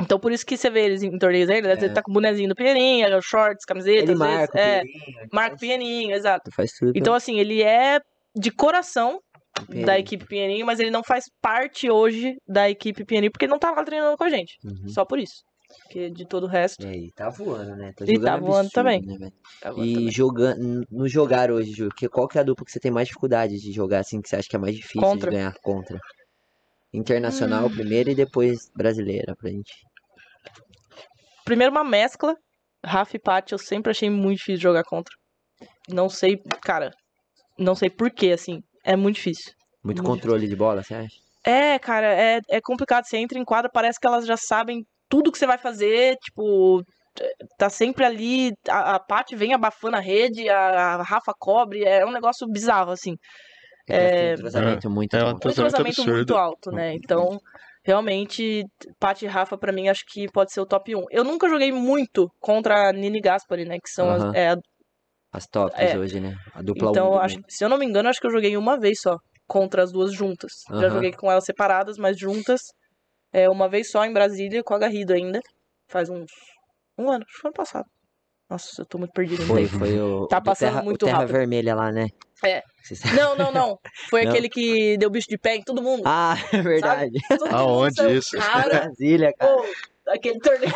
Então, por isso que você vê eles em torneios aí, ele É. tá com o bonezinho do Pinheirinho, é, shorts, camiseta, Ele às vezes, marca, é, o Pinheirinho, marca o faz, Pinheirinho, exato. faz tudo. Então, assim, ele é de coração pelo Pinheirinho. da equipe Pinheirinho, mas ele não faz parte hoje da equipe Pinheirinho, porque ele não tá lá treinando com a gente. Uhum. Só por isso. Porque de todo o resto. E aí, tá voando, né? Tá E jogando tá voando absurdo, também. né, velho? tá bom e também. jogando, no jogar hoje, Ju, que, qual que é a dupla que você tem mais dificuldade de jogar, assim, que você acha que é mais difícil Contra. Hum. de ganhar contra? Internacional primeiro e depois brasileira pra gente. Primeiro, uma mescla. Rafa e Paty, eu sempre achei muito difícil jogar contra. Não sei, cara. Não sei porquê, assim. É muito difícil. Muito Muito controle de bola, você acha? É, cara, é, é complicado. Você entra em quadra, parece que elas já sabem tudo que você vai fazer. Tipo, é, tá sempre ali. A, a Paty vem abafando a rede, a, a Rafa cobre. É um negócio bizarro, assim. É, que elas têm É. um entrosamento muito É, bom. Um Entrosamento entrosamento absurdo. muito alto, né? Então, realmente, Paty e Rafa, pra mim, acho que pode ser o top 1. Eu nunca joguei muito contra a Nini Gaspari, né? Que são as- Aham. é, As tops É. hoje, né? A dupla 1 então, do acho, mundo. se eu não me engano, acho que eu joguei uma vez só contra as duas juntas. Já Aham. joguei com elas separadas, mas juntas. É, uma vez só em Brasília, com a Garrido ainda. Faz uns. Um ano, acho que foi ano passado. Nossa, eu tô muito perdido. no Foi, tempo. foi o. Tá do passando terra, o muito terra rápido. vermelha lá, né? É. Vocês- Não, não, não. Foi Não. aquele que deu bicho de pé em todo mundo. Ah, é verdade. Todo mundo Aonde saiu isso? Cara, Brasília, cara. Pô, aquele torneio.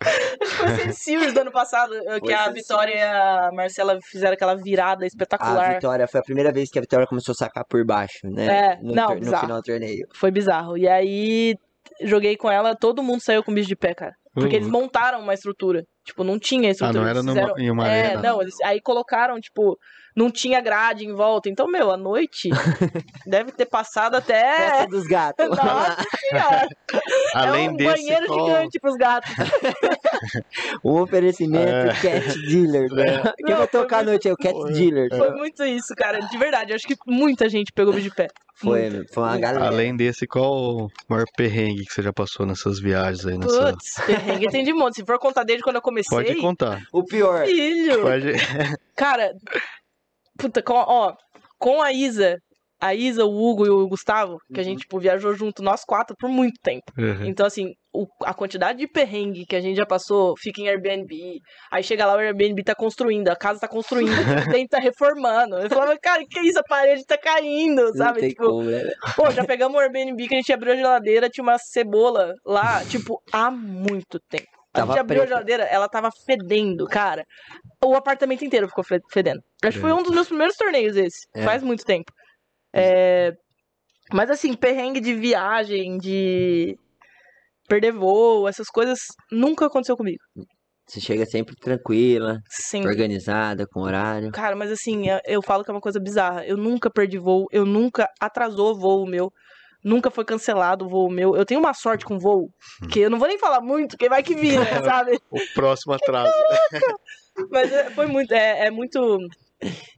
Acho que foi Sensílios do ano passado, que Foi a Sensílios. Vitória e a Marcela fizeram aquela virada A espetacular. Vitória foi a primeira vez que a Vitória começou a sacar por baixo, né? É, no, não, tor- no bizarro. final do torneio. Foi bizarro. E aí, joguei com ela, todo mundo saiu com bicho de pé, cara. Porque eles montaram uma estrutura. Tipo, não tinha Uhum. Ah, estrutura. não era eles numa, né? fizeram- em uma É, arena. não, eles- aí colocaram, tipo, não tinha grade em volta. Então, meu, à noite deve ter passado até. Festa dos gatos. É. Nossa senhora! Além é um desse, banheiro qual- gigante pros gatos. um oferecimento É. cat dealer. né? É. Quem Não, vai foi tocar a muito- noite é o cat dealer. Foi muito isso, cara. De verdade, eu acho que muita gente pegou bicho de pé. Foi, Muito. foi uma muito. galera. Além desse, qual o maior perrengue que você já passou nessas viagens aí? Nessa... Putz, perrengue tem de monte. Se for contar desde quando eu comecei, Pode contar. O pior. filho. Pode... Cara, puta, com, ó, com a Isa, a Isa, o Hugo e o Gustavo, Uhum. que a gente, tipo, viajou junto, nós quatro, por muito tempo. É. Uhum. Então, assim, o- a quantidade de perrengue que a gente já passou, fica em Airbnb, aí chega lá, o Airbnb tá construindo, a casa tá construindo, o dentro tá reformando. Eu falava, cara, que isso, a parede tá caindo, Não sabe? tem Tipo, como, né? Pô, já pegamos um Airbnb que a gente abriu a geladeira, tinha uma cebola lá, tipo, há muito tempo. A Tava gente abriu a preta. geladeira, ela tava fedendo, cara. O apartamento inteiro ficou fe- fedendo. Acho que foi um dos meus primeiros torneios esse. É. Faz muito tempo. É, Mas assim, perrengue de viagem, de perder voo, essas coisas nunca aconteceu comigo. Você chega sempre tranquila, Sempre. organizada, com horário. Cara, mas assim, eu- eu falo que é uma coisa bizarra. Eu nunca perdi voo, eu nunca atrasou voo meu, nunca foi cancelado o voo meu. Eu tenho uma sorte com voo, Hum. que eu não vou nem falar muito, porque vai que vira, sabe? O próximo atraso. Mas é- foi muito, é, é muito,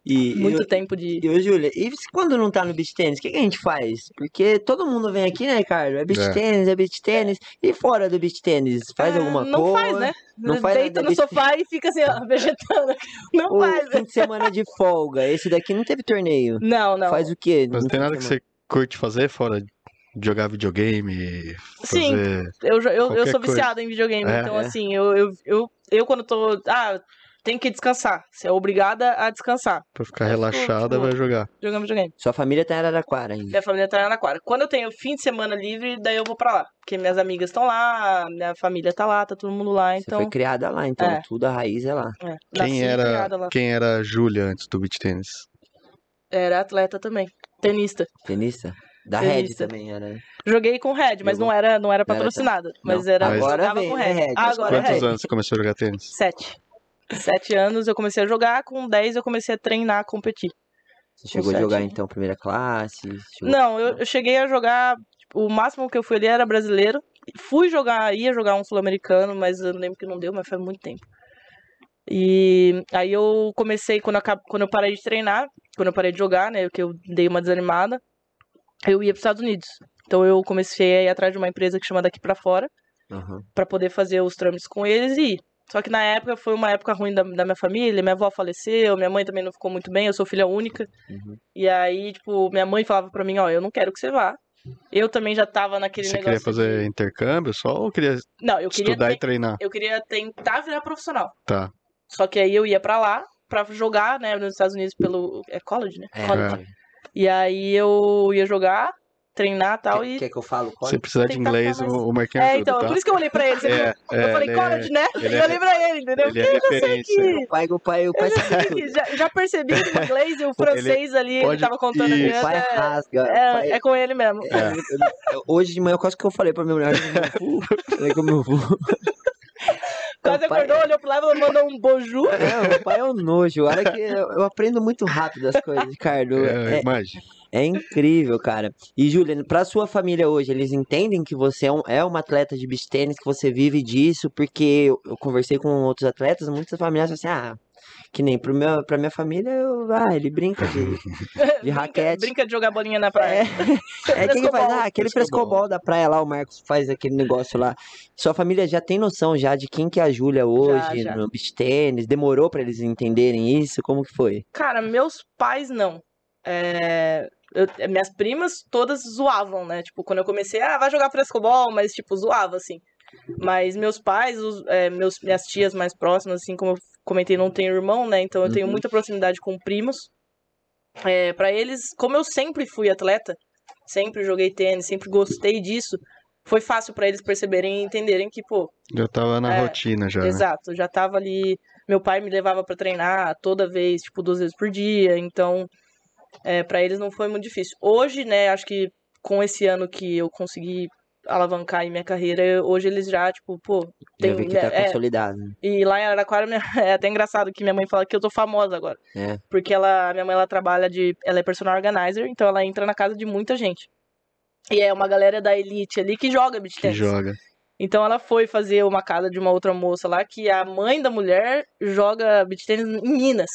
E, muito e, tempo de. e, ô, Júlia, e se quando não tá no beach tênis, o que, que a gente faz? Porque todo mundo vem aqui, né, Ricardo? É beach É. tênis, é beach tênis. E fora do beach tênis, faz É, alguma não coisa? faz, né? não faz Deita nada no disso. sofá e fica assim, ó, vegetando. Não Ou faz. né? fim de semana de folga. Esse daqui não teve torneio. Não, não. Faz o quê? Mas no não tem fim nada de que semana? você curte fazer fora de jogar videogame? Sim. Fazer... Eu, já- eu, eu Qualquer sou coisa. viciada em videogame, É, então é. assim, eu, eu, eu, eu quando tô. Ah, tenho que descansar. Você é obrigada a descansar. Pra ficar Mas, relaxada, tipo, vai jogar. Jogando videogame. Sua família tá em Araraquara ainda. Minha família tá em Araraquara. Quando eu tenho fim de semana livre, daí eu vou pra lá. Porque minhas amigas estão lá, minha família tá lá, tá todo mundo lá, Você então. foi criada lá, então É. tudo a raiz é lá. é, nasci Quem e era, criada lá. quem era a Júlia antes do beat tênis? Era atleta também. Tenista. Tenista? Da Red Tenista. também era. né? Joguei com Red, mas Jogou. não era, não era Não era patrocinada. Não, Mas era. mas- Agora jogava vem, com né, Red. Red? Agora é Quantos Red. Quantos anos você começou a jogar tênis? Sete. Sete anos eu comecei a jogar, com 10 eu comecei a treinar, a competir. Você chegou a sete. jogar, então, primeira classe? Chegou... Não, eu, eu cheguei a jogar. tipo, O máximo que eu fui ali era brasileiro. Fui jogar, ia jogar um sul-americano, mas eu lembro que não deu, mas faz muito tempo. E aí eu comecei, quando eu, acab- quando eu parei de treinar, quando eu parei de jogar, né, que eu dei uma desanimada, eu ia para os Estados Unidos. Então eu comecei a ir atrás de uma empresa que chama Daqui Pra Fora, Aham. pra poder fazer os trâmites com eles e ir. Só que na época foi uma época ruim da, da minha família, minha avó faleceu, minha mãe também não ficou muito bem, eu sou filha única. Uhum. E aí, tipo, minha mãe falava pra mim, ó, eu não quero que você vá. Eu também já tava naquele Você negócio. queria fazer de- intercâmbio só ou queria Não, eu queria, estudar e ten- treinar? eu queria tentar virar profissional. Tá. Só que aí eu ia pra lá pra jogar, né, nos Estados Unidos pelo. É college, né? É, College. E aí eu ia jogar, treinar tal, quer, e. quer que é eu falo? Se Código? precisar de Tentar inglês, ficar mais- o, o Marquinhos É, ajuda, então, tá? por isso que eu olhei pra ele, você viu? É, é, eu falei, ele é- college, né? ele e é- eu olhei pra ele, entendeu? ele é referência. O pai, o pai, o pai sabe Sim, tudo. Já, já percebi que o inglês e o francês ali, ele pode- tava contando Isso. ali. O pai rasga. o pai- É, é com ele mesmo. É. Eu- Hoje de manhã, quase que eu falei pra minha mulher. "Meu avô", Falei com meu avô. Quase é O pai- acordou, olhou pro lado, mandou um bonjour. É, o pai é um nojo. Olha que eu eu aprendo muito rápido as coisas, Ricardo. É, É, imagina. é incrível, cara. E, Júlia, pra sua família hoje, eles entendem que você é, um, é uma atleta de beach tênis, que você vive disso? Porque eu, eu conversei com outros atletas, muitas familiares falam assim, ah... Que nem pro meu, pra minha família, eu, ah, ele brinca de, de Brinca, raquete. brinca de jogar bolinha na É, praia. é quem faz, Frescobol. ah, aquele Frescobol. frescobol da praia lá, o Marcos faz aquele negócio lá. Sua família já tem noção já de quem que é a Júlia hoje já. no beach tênis? Demorou pra eles entenderem isso? Como que foi? Cara, meus pais não. É, eu- minhas primas todas zoavam, né? Tipo, quando eu comecei, ah, vai jogar frescobol, mas, tipo, zoava, assim. Mas meus pais, os, é, meus, minhas tias mais próximas, assim, como eu comentei, não tenho irmão, né? Então eu tenho Uhum. muita proximidade com primos. É, para eles, como eu sempre fui atleta, sempre joguei tênis, sempre gostei disso, foi fácil pra eles perceberem e entenderem que, pô, Já tava na É, rotina já, né? Exato, eu já tava ali. Meu pai me levava pra treinar toda vez, tipo, duas vezes por dia. Então, é, para eles não foi muito difícil. Hoje, né, acho que com esse ano que eu consegui alavancar em minha carreira, eu- hoje eles já, tipo, pô. Já Tem, vê que né, tá é. consolidado. né? E lá em Araraquara minha- é até engraçado que minha mãe fala que eu tô famosa agora. É. Porque ela, minha mãe, ela trabalha de. Ela é personal organizer, então ela entra na casa de muita gente. E é uma galera da elite ali que joga beat Que tennis. joga. Então ela foi fazer uma casa de uma outra moça lá que a mãe da mulher joga beach tênis em Minas.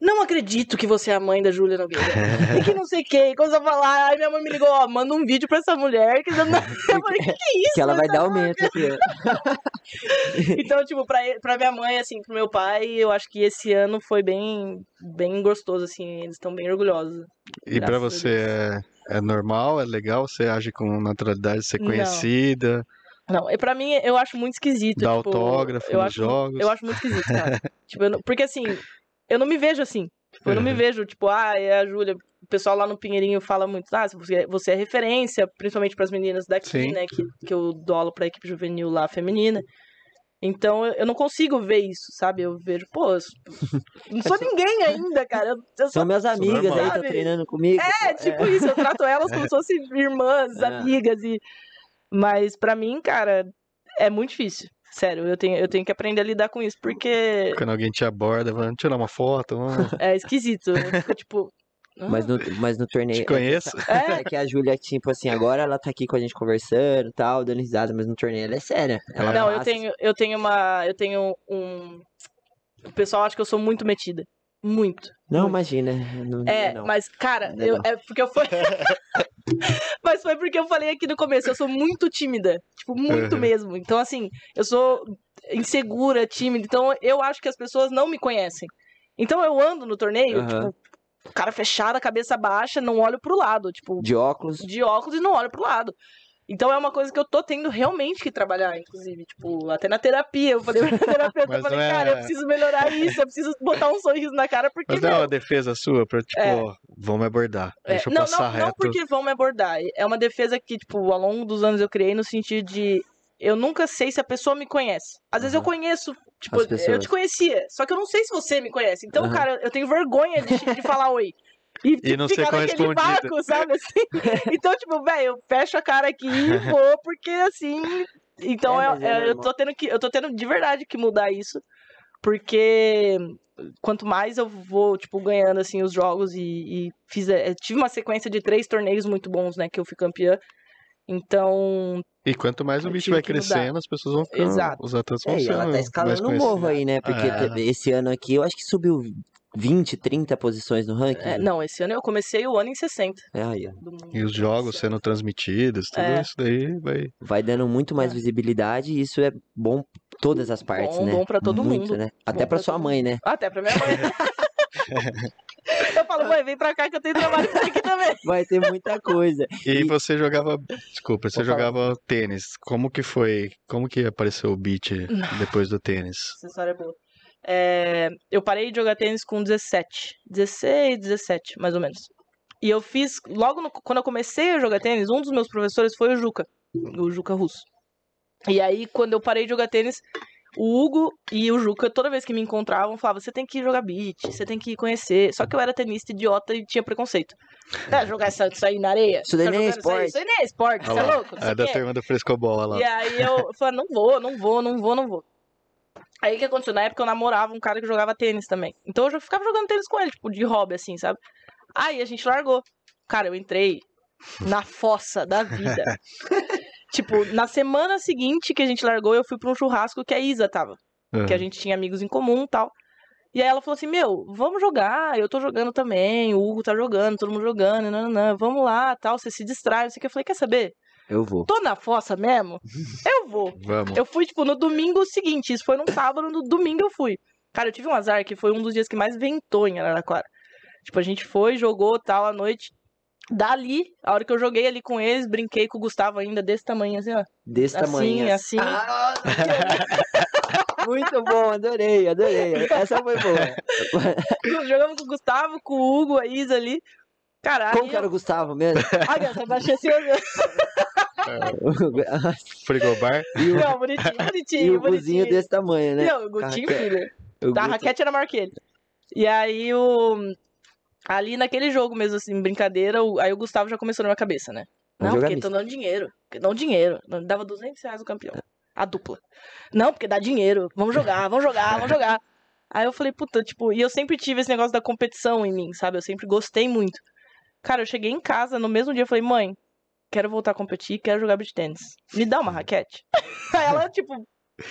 Não acredito que você é a mãe da Júlia Nogueira. E que não sei o que, começou a falar. Aí minha mãe me ligou, ó, manda um vídeo pra essa mulher. Que eu não- eu falei, que que é isso? que ela né? vai dar aumento aqui. Então, tipo, pra, e- pra minha mãe, assim, pro meu pai, eu acho que esse ano foi bem, bem gostoso, assim. Eles estão bem orgulhosos. E pra Graças a você é, é normal, é legal? Você age com naturalidade, ser Não. conhecida, Não, e pra mim eu acho muito esquisito. dar tipo, autógrafo eu nos acho, jogos? Eu acho muito esquisito, cara. tipo, eu não- porque assim, eu não me vejo assim. Tipo, eu não me Uhum. vejo, tipo, ah, é a Júlia. O pessoal lá no Pinheirinho fala muito, ah, você é- você é referência, principalmente pras meninas daqui, Sim. né? Que, que eu dou aula pra equipe juvenil lá feminina. Então eu, eu não consigo ver isso, sabe? Eu vejo, pô, eu sou- não sou ninguém ainda, cara. Eu, eu sou São minhas amigas aí, estão Sabe? treinando comigo. é, tipo isso, eu trato elas como se fossem irmãs, É. amigas e mas pra mim, cara, é muito difícil. Sério, eu tenho, eu tenho que aprender a lidar com isso porque Quando alguém te aborda, falando, tirar uma foto, vamos, é esquisito. Eu fico, tipo, "Ah, Mas no, mas no torneio. te conheço. é, É que a Júlia, tipo assim, agora ela tá aqui com a gente conversando e tal, dando risada, mas no torneio ela é séria. Ela não, eu passa- tenho, eu tenho uma, eu tenho um o pessoal acha que eu sou muito metida. Muito. Não, imagina. Não, É, não. mas, cara, Não é eu- não. é porque eu fui. mas foi porque eu falei aqui no começo, eu sou muito tímida. Tipo, muito Uhum. mesmo. Então, assim, eu sou insegura, tímida. Então, eu acho que as pessoas não me conhecem. Então, eu ando no torneio, Aham. tipo, cara fechado, cabeça baixa, não olho pro lado. Tipo, De óculos. de óculos e não olho pro lado. Então é uma coisa que eu tô tendo realmente que trabalhar, inclusive, tipo, até na terapia, eu falei pra terapeuta, Mas eu falei, não é- cara, eu preciso melhorar isso, eu preciso botar um sorriso na cara, porque Mas não é uma defesa sua pra, tipo, É. ó, vão me abordar, é, deixa eu não, passar não, reto. não porque vão me abordar. É uma defesa que, tipo, ao longo dos anos eu criei no sentido de eu nunca sei se a pessoa me conhece. Às vezes eu Aham. conheço, tipo, As eu pessoas. te conhecia, só que eu não sei se você me conhece. Então, Aham. cara, eu tenho vergonha de, de falar oi. E, tipo, não ser ficar naquele correspondida. vácuo, sabe? assim? Então, tipo, velho, eu fecho a cara aqui e vou, porque assim. Então, É, eu- mas é eu- eu normal. tô tendo que. Eu tô tendo de verdade que mudar isso. Porque quanto mais eu vou, tipo, ganhando, assim, os jogos e, e fiz, eh, tive uma sequência de três torneios muito bons, né, que eu fui campeã. Então, E quanto mais o Eu bicho tive vai que mudar. crescendo, as pessoas vão ficando, Exato. os atletas vão É, e sendo ela tá mais escalando o conhecidos. morro aí, né? Porque É. te- esse ano aqui eu acho que subiu 20, 30 posições no ranking. é, não, esse ano eu comecei o ano em 60 É, aí, ó. do mundo. E os jogos sendo transmitidos, tudo É. isso daí vai... vai dando muito mais É. visibilidade e isso é bom todas as partes, Bom, né? bom pra todo muito, mundo. né? Até pra pra sua todo mãe, né? Até pra minha mãe. eu falo, mãe, vem pra cá que eu tenho trabalho pra aqui também. Vai ter muita coisa. E E- você jogava, desculpa, você Vou falar. jogava tênis. Como que foi? Como que apareceu o beat depois do tênis? Essa história é boa. É, eu parei de jogar tênis com 17. 16, 17, mais ou menos. E eu fiz, logo no- quando eu comecei a jogar tênis, um dos meus professores foi o Juca, o Juca Russo. E aí, quando eu parei de jogar tênis, o Hugo e o Juca, toda vez que me encontravam, falavam: você tem que jogar beat, você tem que conhecer. Só que eu era tenista idiota e tinha preconceito. Ah, jogar essa- isso aí na areia? Isso daí Tá nem é jogando aí? Isso aí nem é esporte, você Olha é lá, louco? não sei É o da quê." turma do Frescobol, olha lá. E é aí eu falei, não vou, não vou, não vou, não vou. Aí o que aconteceu? Na época eu namorava um cara que jogava tênis também. Então eu já ficava jogando tênis com ele, tipo, de hobby, assim, sabe? Aí a gente largou. Cara, eu entrei na fossa da vida. tipo, na semana seguinte que a gente largou, eu fui pra um churrasco que a Isa tava que a Uhum. gente tinha amigos em comum e tal. E aí ela falou assim: Meu, vamos jogar, eu tô jogando também, o Hugo tá jogando, todo mundo jogando, e nananã, vamos lá, tal, você se distrai, não sei o que. Eu falei: Quer saber? Eu vou. Tô na fossa mesmo? Eu vou. Vamos. Eu fui, tipo, no domingo seguinte. Isso foi num sábado, no domingo eu fui. Cara, eu tive um azar que foi um dos dias que mais ventou em Araraquara. Tipo, a gente foi, jogou tal à noite. Dali, a hora que eu joguei ali com eles, brinquei com o Gustavo ainda desse tamanho, assim, ó. Desse assim, tamanho. assim. Ah, muito bom, adorei, adorei. Essa foi boa. Jogamos com o Gustavo, com o Hugo, a Isa ali. Caralho. Como que era o Gustavo mesmo? Ai, cara, baixei assim, olhando. É, Frigobar. Não, bonitinho, ah, e bonitinho, o Guzinho bonitinho. desse tamanho, né? Não, o Gutinho, Raquete. filho. O Tá, a Guto- raquete era maior que ele. E aí o. Ali naquele jogo mesmo, assim, brincadeira, o- aí o Gustavo já começou na minha cabeça, né? Vamos Não, jogar porque estão dando dinheiro. Porque dão dinheiro. Dava 200 reais o campeão. A dupla. Não, porque dá dinheiro. Vamos jogar, vamos jogar, vamos jogar. Aí eu falei, puta, tipo, e eu sempre tive esse negócio da competição em mim, sabe? Eu sempre gostei muito. Cara, eu cheguei em casa no mesmo dia e falei, mãe, quero voltar a competir, quero jogar beat tênis. Me dá uma raquete. aí ela, tipo,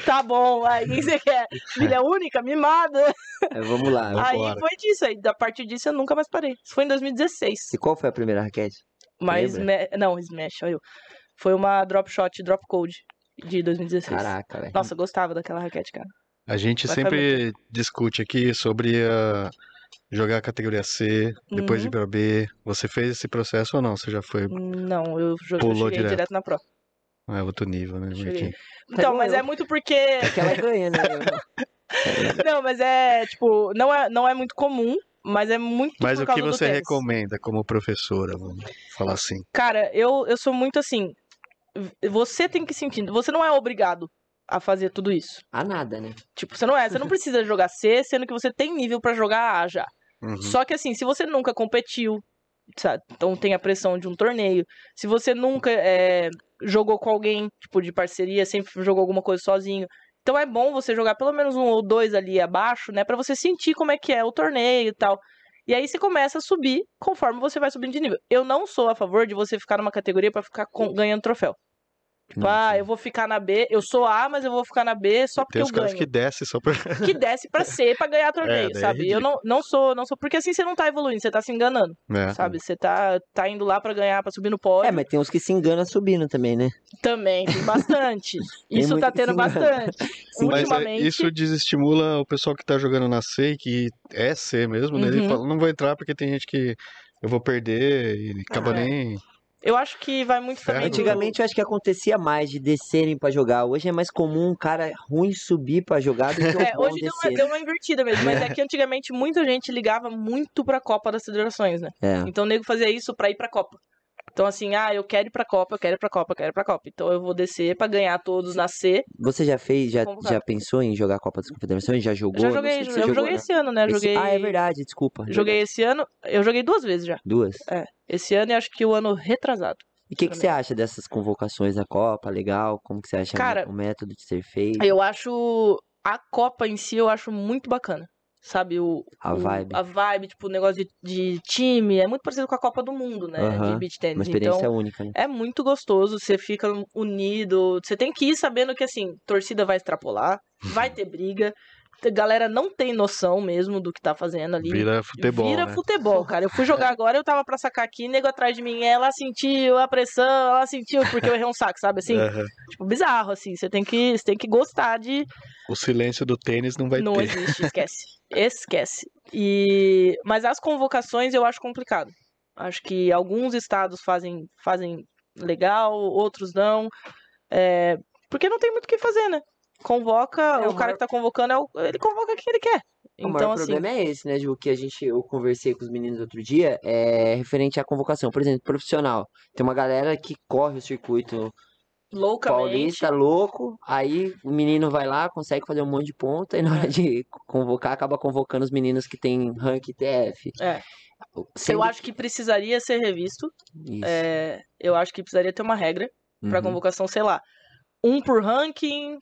tá bom, aí o que você quer? Filha única, mimada. É, vamos lá. Aí Vambora. foi disso, aí a partir disso eu nunca mais parei. Isso foi em 2016. E qual foi a primeira raquete? Mas. Sma- Não, Smash, olha eu. Foi uma drop shot, drop code de 2016. Caraca, velho. Nossa, eu gostava daquela raquete, cara. A gente Vai sempre discute aqui sobre ah, jogar a categoria C, depois Uhum. ir pra B. Você fez esse processo ou não? Você já foi Não, eu joguei eu Pulou cheguei direto. direto. na Pro. a outro nível, né? Cheguei. Miquinho? Então, bom, mas eu- é muito porque. É que ela ganha, né? não, mas é, tipo, não é, não é muito comum, mas é muito. Mas por o que causa do você tênis. recomenda como professora? Vamos falar assim. Cara, eu, eu sou muito assim. Você tem que ir sentindo. Você não é obrigado a fazer tudo isso. A nada, né? Tipo, você não é, você não precisa jogar C, sendo que você tem nível pra jogar A já. Uhum. Só que assim, se você nunca competiu, sabe? então tem a pressão de um torneio. Se você nunca é, jogou com alguém, tipo, de parceria, sempre jogou alguma coisa sozinho. Então é bom você jogar pelo menos um ou dois ali abaixo, né? Pra você sentir como é que é o torneio e tal. E aí você começa a subir conforme você vai subindo de nível. Eu não sou a favor de você ficar numa categoria pra ficar com- ganhando troféu. Tipo, Não, ah, sim. eu vou ficar na B, eu sou A, mas eu vou ficar na B só porque Tem eu os caras ganho que descem só pra. que desce pra C pra ganhar É, torneio, daí é sabe? eu não, não sou, não sou. Porque assim você não tá evoluindo, você tá se enganando, né? sabe? Você tá, tá indo lá pra ganhar, pra subir no pódio. É, mas tem uns que se enganam subindo também, né? Também tem bastante. Tem Isso muito tá que se tendo engana. bastante. Mas é, Ultimamente. isso desestimula o pessoal que tá jogando na C e que é C mesmo, né? Uhum. Ele fala, não vou entrar porque tem gente que eu vou perder e acaba Ah, é. nem. Eu acho que vai muito Ferro. também. do- Antigamente eu acho que acontecia mais de descerem pra jogar. Hoje é mais comum um cara ruim subir pra jogar do que um É, bom hoje deu uma, descer. deu uma invertida mesmo, mas é que antigamente muita gente ligava muito pra Copa das Federações, né? É. Então o nego fazia isso pra ir pra Copa. Então assim, ah, eu quero ir pra Copa, eu quero ir pra Copa, eu quero ir pra Copa. Então eu vou descer pra ganhar todos na C. Você já fez, já, Convocado. já pensou em jogar a Copa das Confederações? Já jogou? é Eu já Não joguei, sei se eu você jogou, joguei né? esse ano, né? Eu Esse- Joguei... Ah, é verdade, desculpa. Joguei esse ano, eu joguei duas vezes já. Duas. Esse ano e acho que o ano retrasado. E o que, que você acha dessas convocações da Copa? Legal? Como que você acha Cara, o método de ser feito? Eu acho a Copa em si eu acho muito bacana. Sabe, o, A o- vibe. a vibe, tipo, o negócio de, de time, é muito parecido com a Copa do Mundo, né? Aham, De beach Uma tennis. experiência Então, única, né? é muito gostoso, você fica unido, você tem que ir sabendo que, assim, torcida vai extrapolar, vai ter briga, a galera não tem noção mesmo do que tá fazendo ali. Vira futebol. Vira né? futebol, cara. Eu fui É. jogar agora, eu tava pra sacar aqui, nego atrás de mim, ela sentiu a pressão, ela sentiu porque eu errei um saco, sabe? Assim, É. Aham. tipo, bizarro, assim. Você tem que, você tem que gostar de... O silêncio do tênis não vai não é. ter. existe, esquece. Esquece. E... Mas as convocações eu acho complicado. Acho que alguns estados fazem, fazem legal, outros não. É, Porque não tem muito o que fazer, né? Convoca, o o cara maior- que tá convocando, é o- ele convoca quem ele quer. O Então, maior assim... problema é esse, né, Ju? Que a gente, eu conversei com os meninos outro dia, é referente à convocação. Por exemplo, profissional. Tem uma galera que corre o circuito é Loucamente. paulista, louco, aí o menino vai lá, consegue fazer um monte de ponta, e na É. hora de convocar, acaba convocando os meninos que tem rank TF. É. Sendo Eu acho que precisaria ser revisto. isso. É, eu acho que precisaria ter uma regra pra Uhum. convocação, sei lá, um por ranking,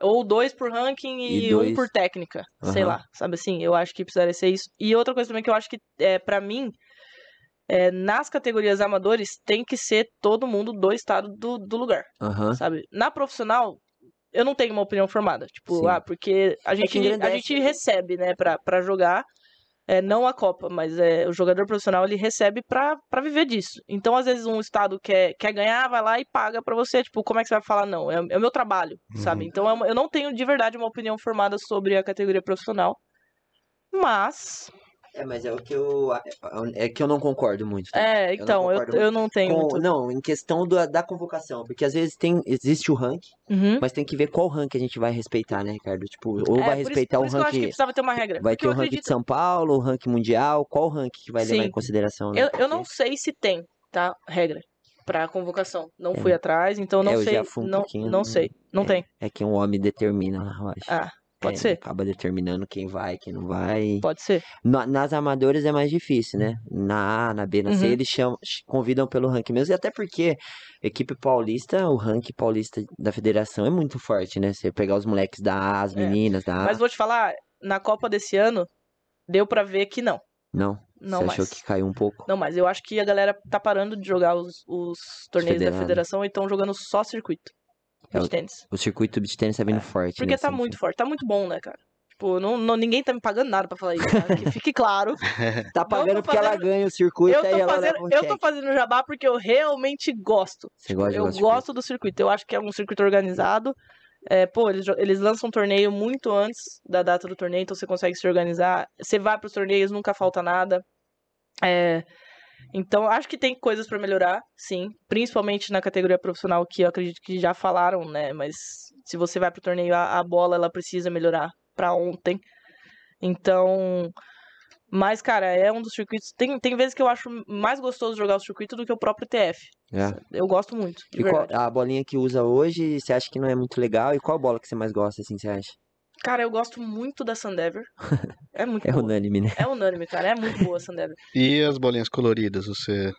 ou dois por ranking e, E dois. um por técnica. Sei Aham. lá, sabe assim? Eu acho que precisaria ser isso. E outra coisa também que eu acho que, é, para mim, é, nas categorias amadores, tem que ser todo mundo do estado do, do lugar, Aham. sabe? Na profissional. Eu não tenho uma opinião formada. Tipo, Sim. ah, porque a gente, a engrandece, gente né? recebe, né, pra, pra jogar é, não a Copa, mas é, o jogador profissional ele recebe pra pra viver disso. Então, às vezes, um estado quer, quer ganhar, vai lá e paga pra você. Tipo, como é que você vai falar não? É, é o meu trabalho, Uhum. sabe? Então, é uma- eu não tenho de verdade uma opinião formada sobre a categoria profissional, mas É, mas é o que eu. É que eu não concordo muito. tá? É, não então, eu, concordo eu não tenho Com- muito. não, em questão da, da convocação, porque às vezes tem, existe o ranking, Uhum. mas tem que ver qual ranking a gente vai respeitar, né, Ricardo? Tipo, ou É, vai por isso- respeitar por o isso que eu acho que ranking. precisava ter uma regra. Vai porque ter o eu ranking acredito, de São Paulo, o ranking mundial, qual o ranking que vai levar Sim. em consideração, né? Eu, eu não sei se tem, tá? Regra pra convocação. Não fui atrás, então não É, eu sei. já fui um não, pouquinho, não não- sei. Não é. tem. É que um homem determina, eu acho. Ah, pode É, ser. Acaba determinando quem vai, quem não vai. Pode ser. Na- nas amadoras é mais difícil, né? Na A, na B, na C, Uhum. eles chamam, ch- convidam pelo ranking mesmo. E até porque equipe paulista, o ranking paulista da federação é muito forte, né? Você pegar os moleques da A, as É. meninas da A. Mas vou te falar, na Copa desse ano, deu pra ver que não. Não, Não você mais. achou que caiu um pouco? Não mais. Eu acho que a galera tá parando de jogar os, os torneios da Federado. federação e estão jogando só circuito É, de o- tênis. O circuito de tênis tá vindo É, forte. Porque nesse tá sentido. muito forte. Tá muito bom, né, cara? Tipo, não, não- ninguém tá me pagando nada pra falar isso. Tá? Que fique claro. Tá tô pagando porque ela fazendo- ganha o circuito Eu aí tô, ela fazendo, leva um eu cheque. tô fazendo jabá porque eu realmente gosto. Você gosta de Eu jogar circuito? gosto do circuito. Eu acho que é um circuito organizado. É, pô, eles, jo- eles lançam um torneio muito antes da data do torneio, então você consegue se organizar. Você vai pros torneios, nunca falta nada. É, então, acho que tem coisas pra melhorar, sim. Principalmente na categoria profissional, que eu acredito que já falaram, né? Mas se você vai pro torneio, a, a bola ela precisa melhorar pra ontem. Então. Mas, cara, é um dos circuitos. Tem, tem vezes que eu acho mais gostoso jogar o circuito do que o próprio TF. É. Eu gosto muito. de E qual- verdade. a bolinha que usa hoje, você acha que não é muito legal? E qual bola que você mais gosta, assim, você acha? Cara, eu gosto muito da Sandever. É muito É boa. unânime, né? É unânime, cara. É muito boa a Sandever. E as bolinhas coloridas, você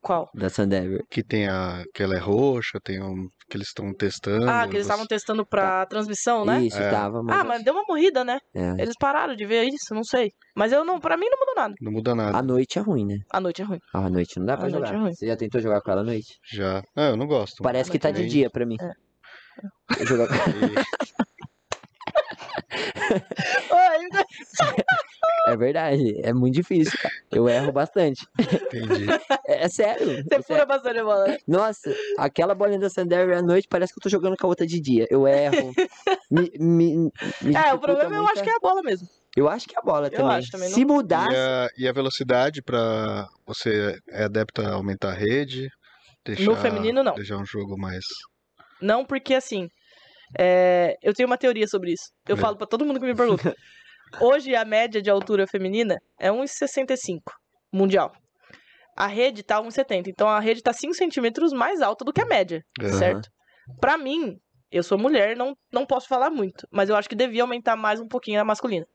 Qual? Da Sandever. que tem a que ela é roxa, tem um que eles estão testando. Ah, que eles você- estavam testando pra transmissão, né? Isso, É. tava, Tá. mas... ah, mas deu uma morrida, né? é. Eles pararam de ver isso, não sei. Mas eu não, pra mim não mudou nada. Não muda nada. A noite é ruim, né? A noite é ruim. Ah, A noite não dá A pra noite jogar. é ruim. Você já tentou jogar com ela à noite? Já. Ah, eu não gosto. Parece que tá de também. dia pra mim. É. Jogar com- E- Oi, É verdade, é muito difícil, cara. Eu erro bastante. Entendi. É, é sério. você é sério. fura bastante a bola. né? Nossa, aquela bolinha da Sandever à noite parece que eu tô jogando com a outra de dia. Eu erro. me, me, me É, dificulta o problema eu muito acho a- que é a bola mesmo. Eu acho que é a bola Eu também. acho também, Se mudar, E a, e a velocidade pra você é adepto a aumentar a rede? Deixar, feminino, não. Deixar um jogo mais. Não porque assim. é, eu tenho uma teoria sobre isso. Eu É. falo pra todo mundo que me pergunta. Hoje a média de altura feminina é 1,65 mundial. A rede tá 1,70. Então a rede tá 5 centímetros mais alta do que a média, Aham. certo? Pra mim, eu sou mulher, não, não posso falar muito. Mas eu acho que devia aumentar mais um pouquinho a masculina.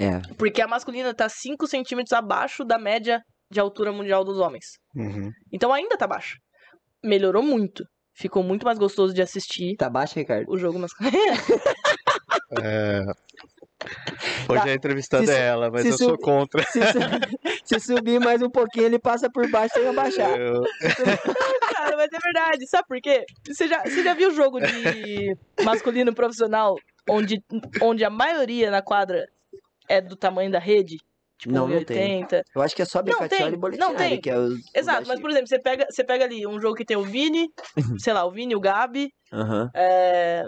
É. Porque a masculina tá 5 centímetros abaixo da média de altura mundial dos homens. Uhum. Então ainda tá baixo. Melhorou muito. Ficou muito mais gostoso de assistir tá baixo, Ricardo. o jogo masculino. É... Hoje Tá. a entrevistada Se su- é ela, mas se eu sou su- contra. Se, su- se subir mais um pouquinho, ele passa por baixo sem É. abaixar. Eu- Cara, mas é verdade. Sabe por quê? Você já, você já viu jogo de masculino profissional onde, onde a maioria na quadra é do tamanho da rede? Tipo, Não, não 80. Eu acho que é só Becatiola e tem, Boletinari, não tem. que é os... os Exato, mas baixinhos. por exemplo, você pega, você pega ali um jogo que tem o Vini, Uhum. sei lá, o Vini, o Gabi, Aham. é,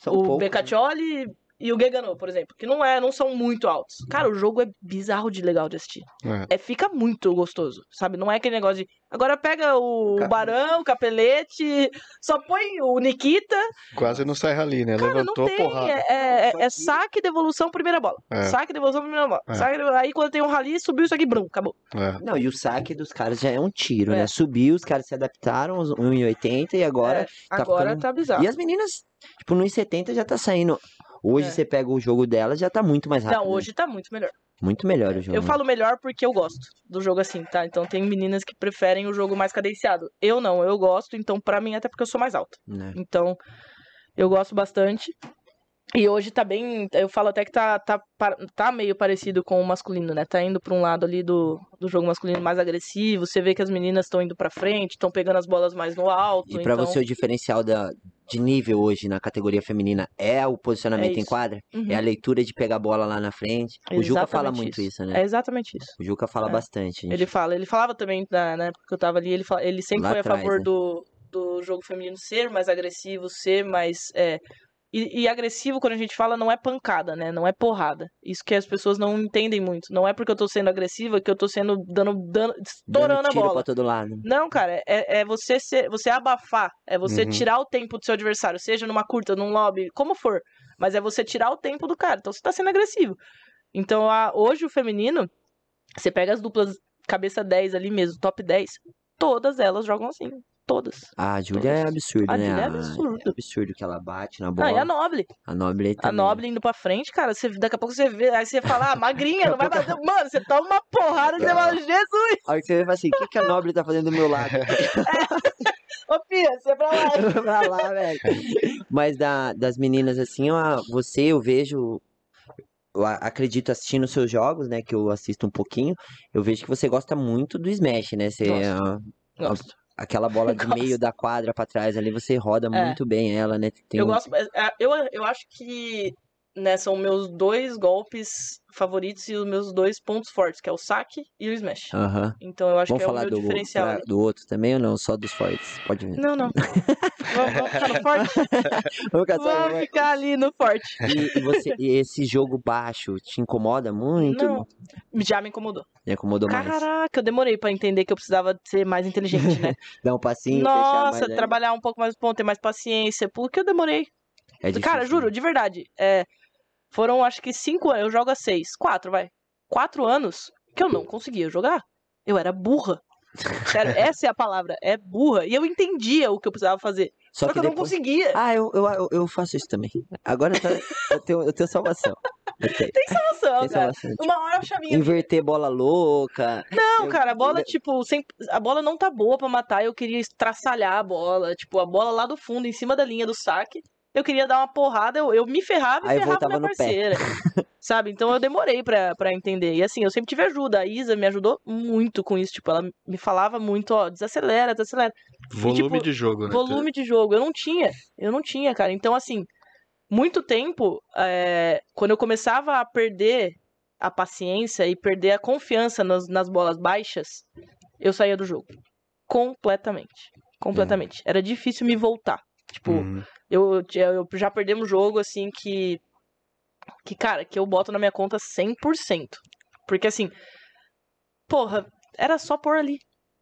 São o poucos, né? Becaccioli e o Gegano, por exemplo, que não, é, não são muito altos. Cara, o jogo é bizarro de legal de assistir. É. É, fica muito gostoso, sabe? Não é aquele negócio de. Agora pega o Capelete. Barão, o Capelete, só põe o Nikita. Quase não sai rali, né? Cara, Levantou, não tem. porrada. É, é, é- Só é que- saque, devolução, primeira bola. É. Saque, devolução, primeira bola. É. Saque, devolu- aí quando tem um rally, subiu isso aqui, brum, acabou. É. Não, e o saque dos caras já é um tiro, É. né? Subiu, os caras se adaptaram aos 1,80 e agora... Tá Agora ficando- tá bizarro. E as meninas, tipo, no 1,70 já tá saindo. Hoje É. você pega o jogo delas, já tá muito mais rápido. Não, né? hoje tá muito melhor. Muito melhor o jogo. Eu falo melhor porque eu gosto do jogo assim, tá? Então tem meninas que preferem o jogo mais cadenciado. Eu não, eu gosto, então pra mim até porque eu sou mais alta. né? Então eu gosto bastante. E hoje tá bem, eu falo até que tá, tá, par- tá meio parecido com o masculino, né? Tá indo pra um lado ali do, do jogo masculino mais agressivo. Você vê que as meninas estão indo pra frente, estão pegando as bolas mais no alto. E pra então... você o diferencial da, de nível hoje na categoria feminina é o É posicionamento em isso. quadra? Uhum. É a leitura de pegar a bola lá na frente? O Juca fala Exatamente muito isso, É né? exatamente isso. O Juca fala É. bastante. né? gente. Ele fala, ele falava também na, na época que eu tava ali, ele, fala- ele sempre Lá foi a atrás, favor né? do, do jogo feminino ser mais agressivo, ser mais é, E, e agressivo, quando a gente fala, não é pancada, né? Não é porrada. Isso que as pessoas não entendem muito. Não é porque eu tô sendo agressiva que eu tô sendo dando, dando estourando Dando a tiro bola. pra todo lado. Não, cara, é, é você ser- você abafar, é você Uhum. tirar o tempo do seu adversário, seja numa curta, num lobby, como for. Mas é você tirar o tempo do cara. Então você tá sendo agressivo. Então a- hoje o feminino, você pega as duplas cabeça 10 ali mesmo, top 10, todas elas jogam assim. Todas. A Júlia é absurdo, A né? Júlia é A- absurdo. É absurdo que ela bate na Ah, e bola. a Noble. A Noble A também. Noble indo pra frente, cara, você, daqui a pouco você vê, aí você fala, ah, magrinha, não vai bater. Mano, você toma uma porrada e você fala, Jesus! A hora que você vê, fala assim, o que, que a Noble tá fazendo do meu lado? Ô, Pia, você é pra lá. pra lá, velho. Mas da- das meninas, assim, eu, a- você eu vejo. Eu a- acredito assistindo seus jogos, né? Que eu assisto um pouquinho. Eu vejo que você gosta muito do Smash, né? Você, Gosto. É. a- aquela bola de Gosto. meio da quadra pra trás ali, você roda É. muito bem ela, né? Tem Eu um- gosto. é, é, Eu, eu acho que né, são meus dois golpes favoritos e os meus dois pontos fortes, que é o saque e o smash. Aham. Então eu acho Ah, Vamos que é o falar meu do, diferencial. pra- ali. do outro também ou não? Só dos fortes? Pode ver. Não, não. vamos, vamos ficar no forte. Vamos caçar é uma Vamos bola. ficar ali no forte. E, e você- e esse jogo baixo te incomoda muito? Não, já me incomodou. Me incomodou mais. Caraca, eu demorei pra entender que eu precisava ser mais inteligente, né? Dá um passinho, fechar mais né? Nossa, ali. trabalhar um pouco mais o ponto, ter mais paciência. Porque eu demorei É difícil, Cara, né? juro, de verdade. é, foram acho que cinco anos. Eu jogo há seis. Quatro, vai. Quatro anos que eu não conseguia jogar. Eu era burra. Sério, essa é a palavra. É burra. E eu entendia o que eu precisava fazer. Só, que, eu não depois- conseguia. Ah, eu, eu, eu- eu faço isso também. Agora eu, tô- eu tenho, eu tenho salvação. Ok, Nossa, tenho Então, cara. salvação. Uma hora a chavinha. Inverter bola louca. Não, eu- cara, a bola, tipo, sem... a bola não tá boa pra matar. Eu queria estraçalhar a bola. Tipo, a bola lá do fundo, em cima da linha do saque. Eu queria dar uma porrada, eu, eu me ferrava e Aí ferrava voltava minha no pé. parceira. sabe? Então eu demorei pra, pra entender. E assim, eu sempre tive ajuda. A Isa me ajudou muito com isso. Tipo, ela me falava muito, ó, desacelera, desacelera. Volume tipo, de jogo, né? Volume de jogo. Eu não tinha. Eu não tinha, cara. Então, assim, muito tempo, é, quando eu começava a perder a paciência e perder a confiança nas, nas bolas baixas, eu saía do jogo. Completamente. Completamente. Era difícil me voltar. Tipo, Uhum. eu, eu- eu já perdemos um jogo, assim, que. Que, cara, que eu boto na minha conta 100%. Porque, assim. Porra, era só pôr ali.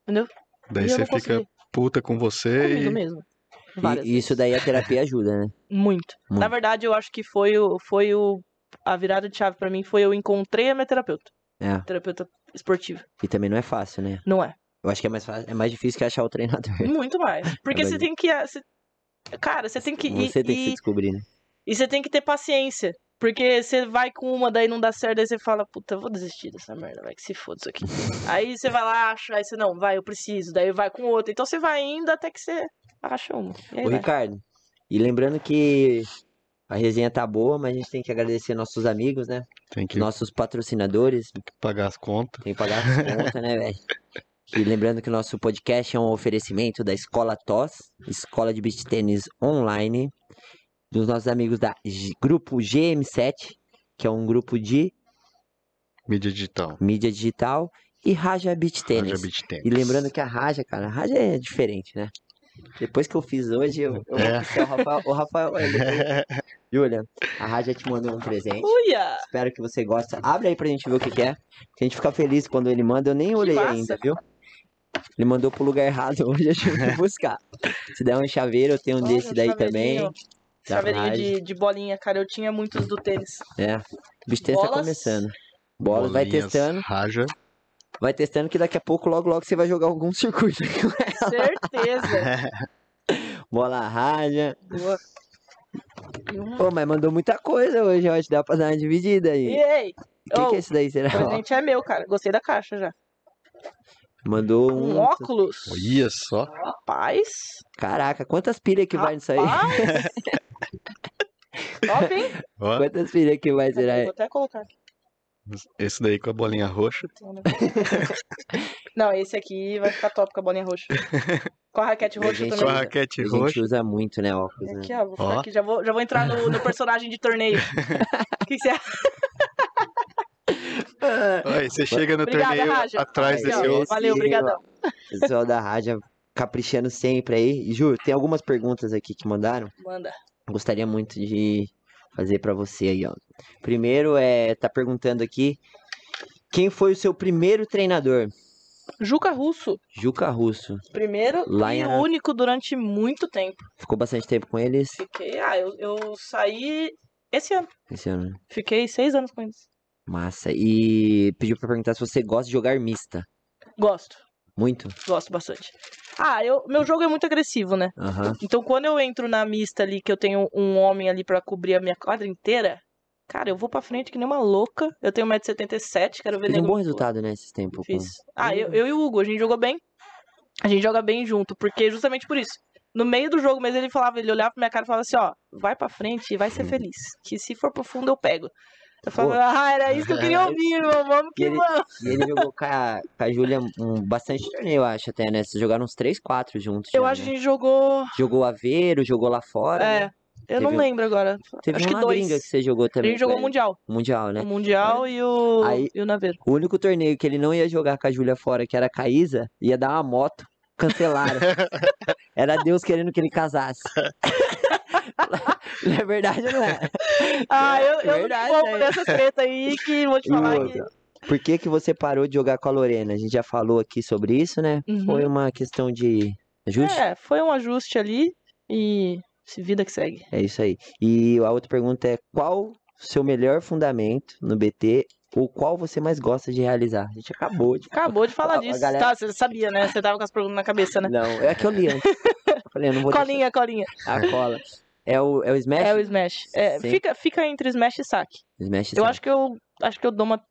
Daí e eu você não Tá fica consegui. puta com você Comigo e mesmo. E- é Várias E, isso vezes. daí a terapia ajuda, né? Muito. Muito. Na verdade, eu acho que foi o, foi o a virada de chave pra mim foi eu encontrei a minha terapeuta, É. terapeuta esportiva. E também não é fácil, né? Não é. Eu acho que é mais, fácil, é mais difícil que achar o treinador. Muito mais, porque É você tem que ah, você- cara, você tem que ir- Você tem que se ir- descobrir, né? e você tem que ter paciência. Porque você vai com uma, daí não dá certo, aí você fala, puta, eu vou desistir dessa merda, vai que se foda isso aqui. aí você vai lá, acha, aí você não, vai, eu preciso, daí vai com outra. Então você vai indo até que você acha uma. E aí Ô, vai. Ricardo, e lembrando que a resenha tá boa, mas a gente tem que agradecer nossos amigos, né? tem que Nossos patrocinadores, pagar as contas. Tem que pagar as contas, né, velho? E lembrando que o nosso podcast é um oferecimento da Escola TOS, Escola de Beach Tênis Online, dos nossos amigos da G- Grupo GM7, que é um grupo de Mídia digital. mídia digital, e Raja Beach Rádio Tênis. Beat Tennis. E lembrando que a Raja, cara, a Raja é diferente, né? Depois que eu fiz hoje, eu, eu vou É. piscar o Rafael. O Rafael, olha, Júlia, a Raja te mandou um presente. Uia! Espero que você goste. Abre aí pra gente ver o que, que é. A gente fica feliz quando ele manda. Eu nem olhei massa. ainda, viu? Ele mandou pro lugar errado hoje, eu tive que buscar. Se der um chaveiro, eu tenho um Olha, desse daí também. chaveirinho. Da Chaveirinho Nike. de, de bolinha, cara. Eu tinha muitos do tênis. É. O bicho tá Bolas. começando. Bola, vai Bolinhas, testando. Raja. Vai testando que daqui a pouco, logo, logo, você vai jogar algum circuito. Certeza. Bola raja. Boa. E um uma- Pô, mas mandou muita coisa hoje, ó. Acho que dá pra dar uma dividida E aí. aí? O que, Oh, que é isso daí, será? O presente é meu, cara. Gostei da caixa já. Mandou Um um... óculos. Olha só. Rapaz. Caraca, quantas pilhas que vai nisso aí? Rapaz. Top, hein? Ó, Quantas pilhas que vai, será? Vou até colocar aqui. esse daí com a bolinha roxa. então, né? Não, esse aqui vai ficar top com a bolinha roxa. Com a raquete roxa Gente, Com a também. raquete A gente roxa. usa muito, né, óculos, né? Aqui, ó, vou ficar Ó. aqui. Já vou, já vou entrar no, no personagem de torneio. O que, que você acha? Ah, Aí, você chega no Obrigada, torneio Raja. atrás Aí, Aqui, ó. desse outro. Valeu, obrigadão. Pessoal da Rádio caprichando sempre aí. E, Ju, tem algumas perguntas aqui que mandaram. Manda. gostaria muito de fazer pra você aí, ó. Primeiro é tá perguntando aqui quem foi o seu primeiro treinador? Juca Russo, Juca Russo. primeiro Lá e em- único durante muito tempo. Ficou bastante tempo com eles Fiquei, ah, eu, eu saí esse ano. esse ano. Fiquei seis anos com eles. Massa. E pediu pra perguntar se você gosta de jogar mista. Gosto, Muito? gosto bastante. Ah, eu, meu jogo é muito agressivo, né? Aham. Então quando eu entro na mista ali, que eu tenho um homem ali pra cobrir a minha quadra inteira, cara, eu vou pra frente que nem uma louca. Eu tenho 1,77m, quero ver Fez um nego bom me- resultado, né, esses tempos. com- Fiz. Ah, eu, eu e o Hugo, a gente jogou bem. A gente joga bem junto, porque justamente por isso. No meio do jogo, mas ele falava, ele olhava pra minha cara e falava assim, ó, vai pra frente e vai Hum. ser feliz. Que se for pro fundo, eu pego. Eu falava, ah, era isso que eu queria Era ouvir, irmão. Vamos E que ele- vamos. E ele jogou com a, com a Júlia um, bastante torneio, eu acho, até, né? Vocês jogaram uns 3, 4 juntos. Eu já, acho que né? a gente jogou. Jogou Aveiro, jogou lá fora. É. né? Eu não Teve um- lembro agora. Teve acho um que na dois. gringa que você jogou A também. gente jogou o né? Mundial. Mundial, né? O Mundial e o. Aí- E o Naveiro. O único torneio que ele não ia jogar com a Júlia fora, que era com a Isa, ia dar uma moto. Cancelaram. era Deus querendo que ele casasse. não é verdade ou não é? Ah, eu, eu verdade, não né? vou dessas tretas aí que vou te E o falar que. outro? Por que, que você parou de jogar com a Lorena? A gente já falou aqui sobre isso, né? Uhum. Foi uma questão de ajuste? É, foi um ajuste ali e. se Vida que segue. É isso aí. E a outra pergunta é qual o seu melhor fundamento no BT ou qual você mais gosta de realizar? A gente acabou de Acabou de falar A- a disso. galera- Tá, você sabia, né? Você tava com as perguntas na cabeça, né? Não, é a que eu li antes. Eu falei, eu não vou Colinha, colinha. deixar a cola. É o, é o Smash? É o Smash. É, Sim. fica, fica entre Smash e saque. Smash Eu sabe? acho que eu acho que eu dou uma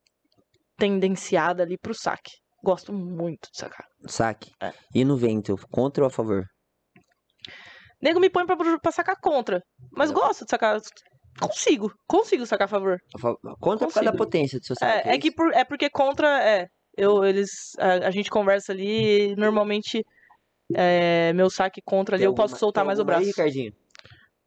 tendenciada ali pro saque. Gosto muito de sacar. Saque. É. E no vento, contra ou a favor? Nego me põe pra, pra sacar contra. Mas É. gosto de sacar. Consigo. Consigo sacar a favor. A fa- Contra por causa da Consigo. potência do seu saque. É, é que isso? por- é porque contra. É, eu, eles. A, a gente conversa ali e normalmente. é, meu saque contra ali, Tem eu posso alguma- soltar tem mais o alguma braço. Aí, é Ricardinho,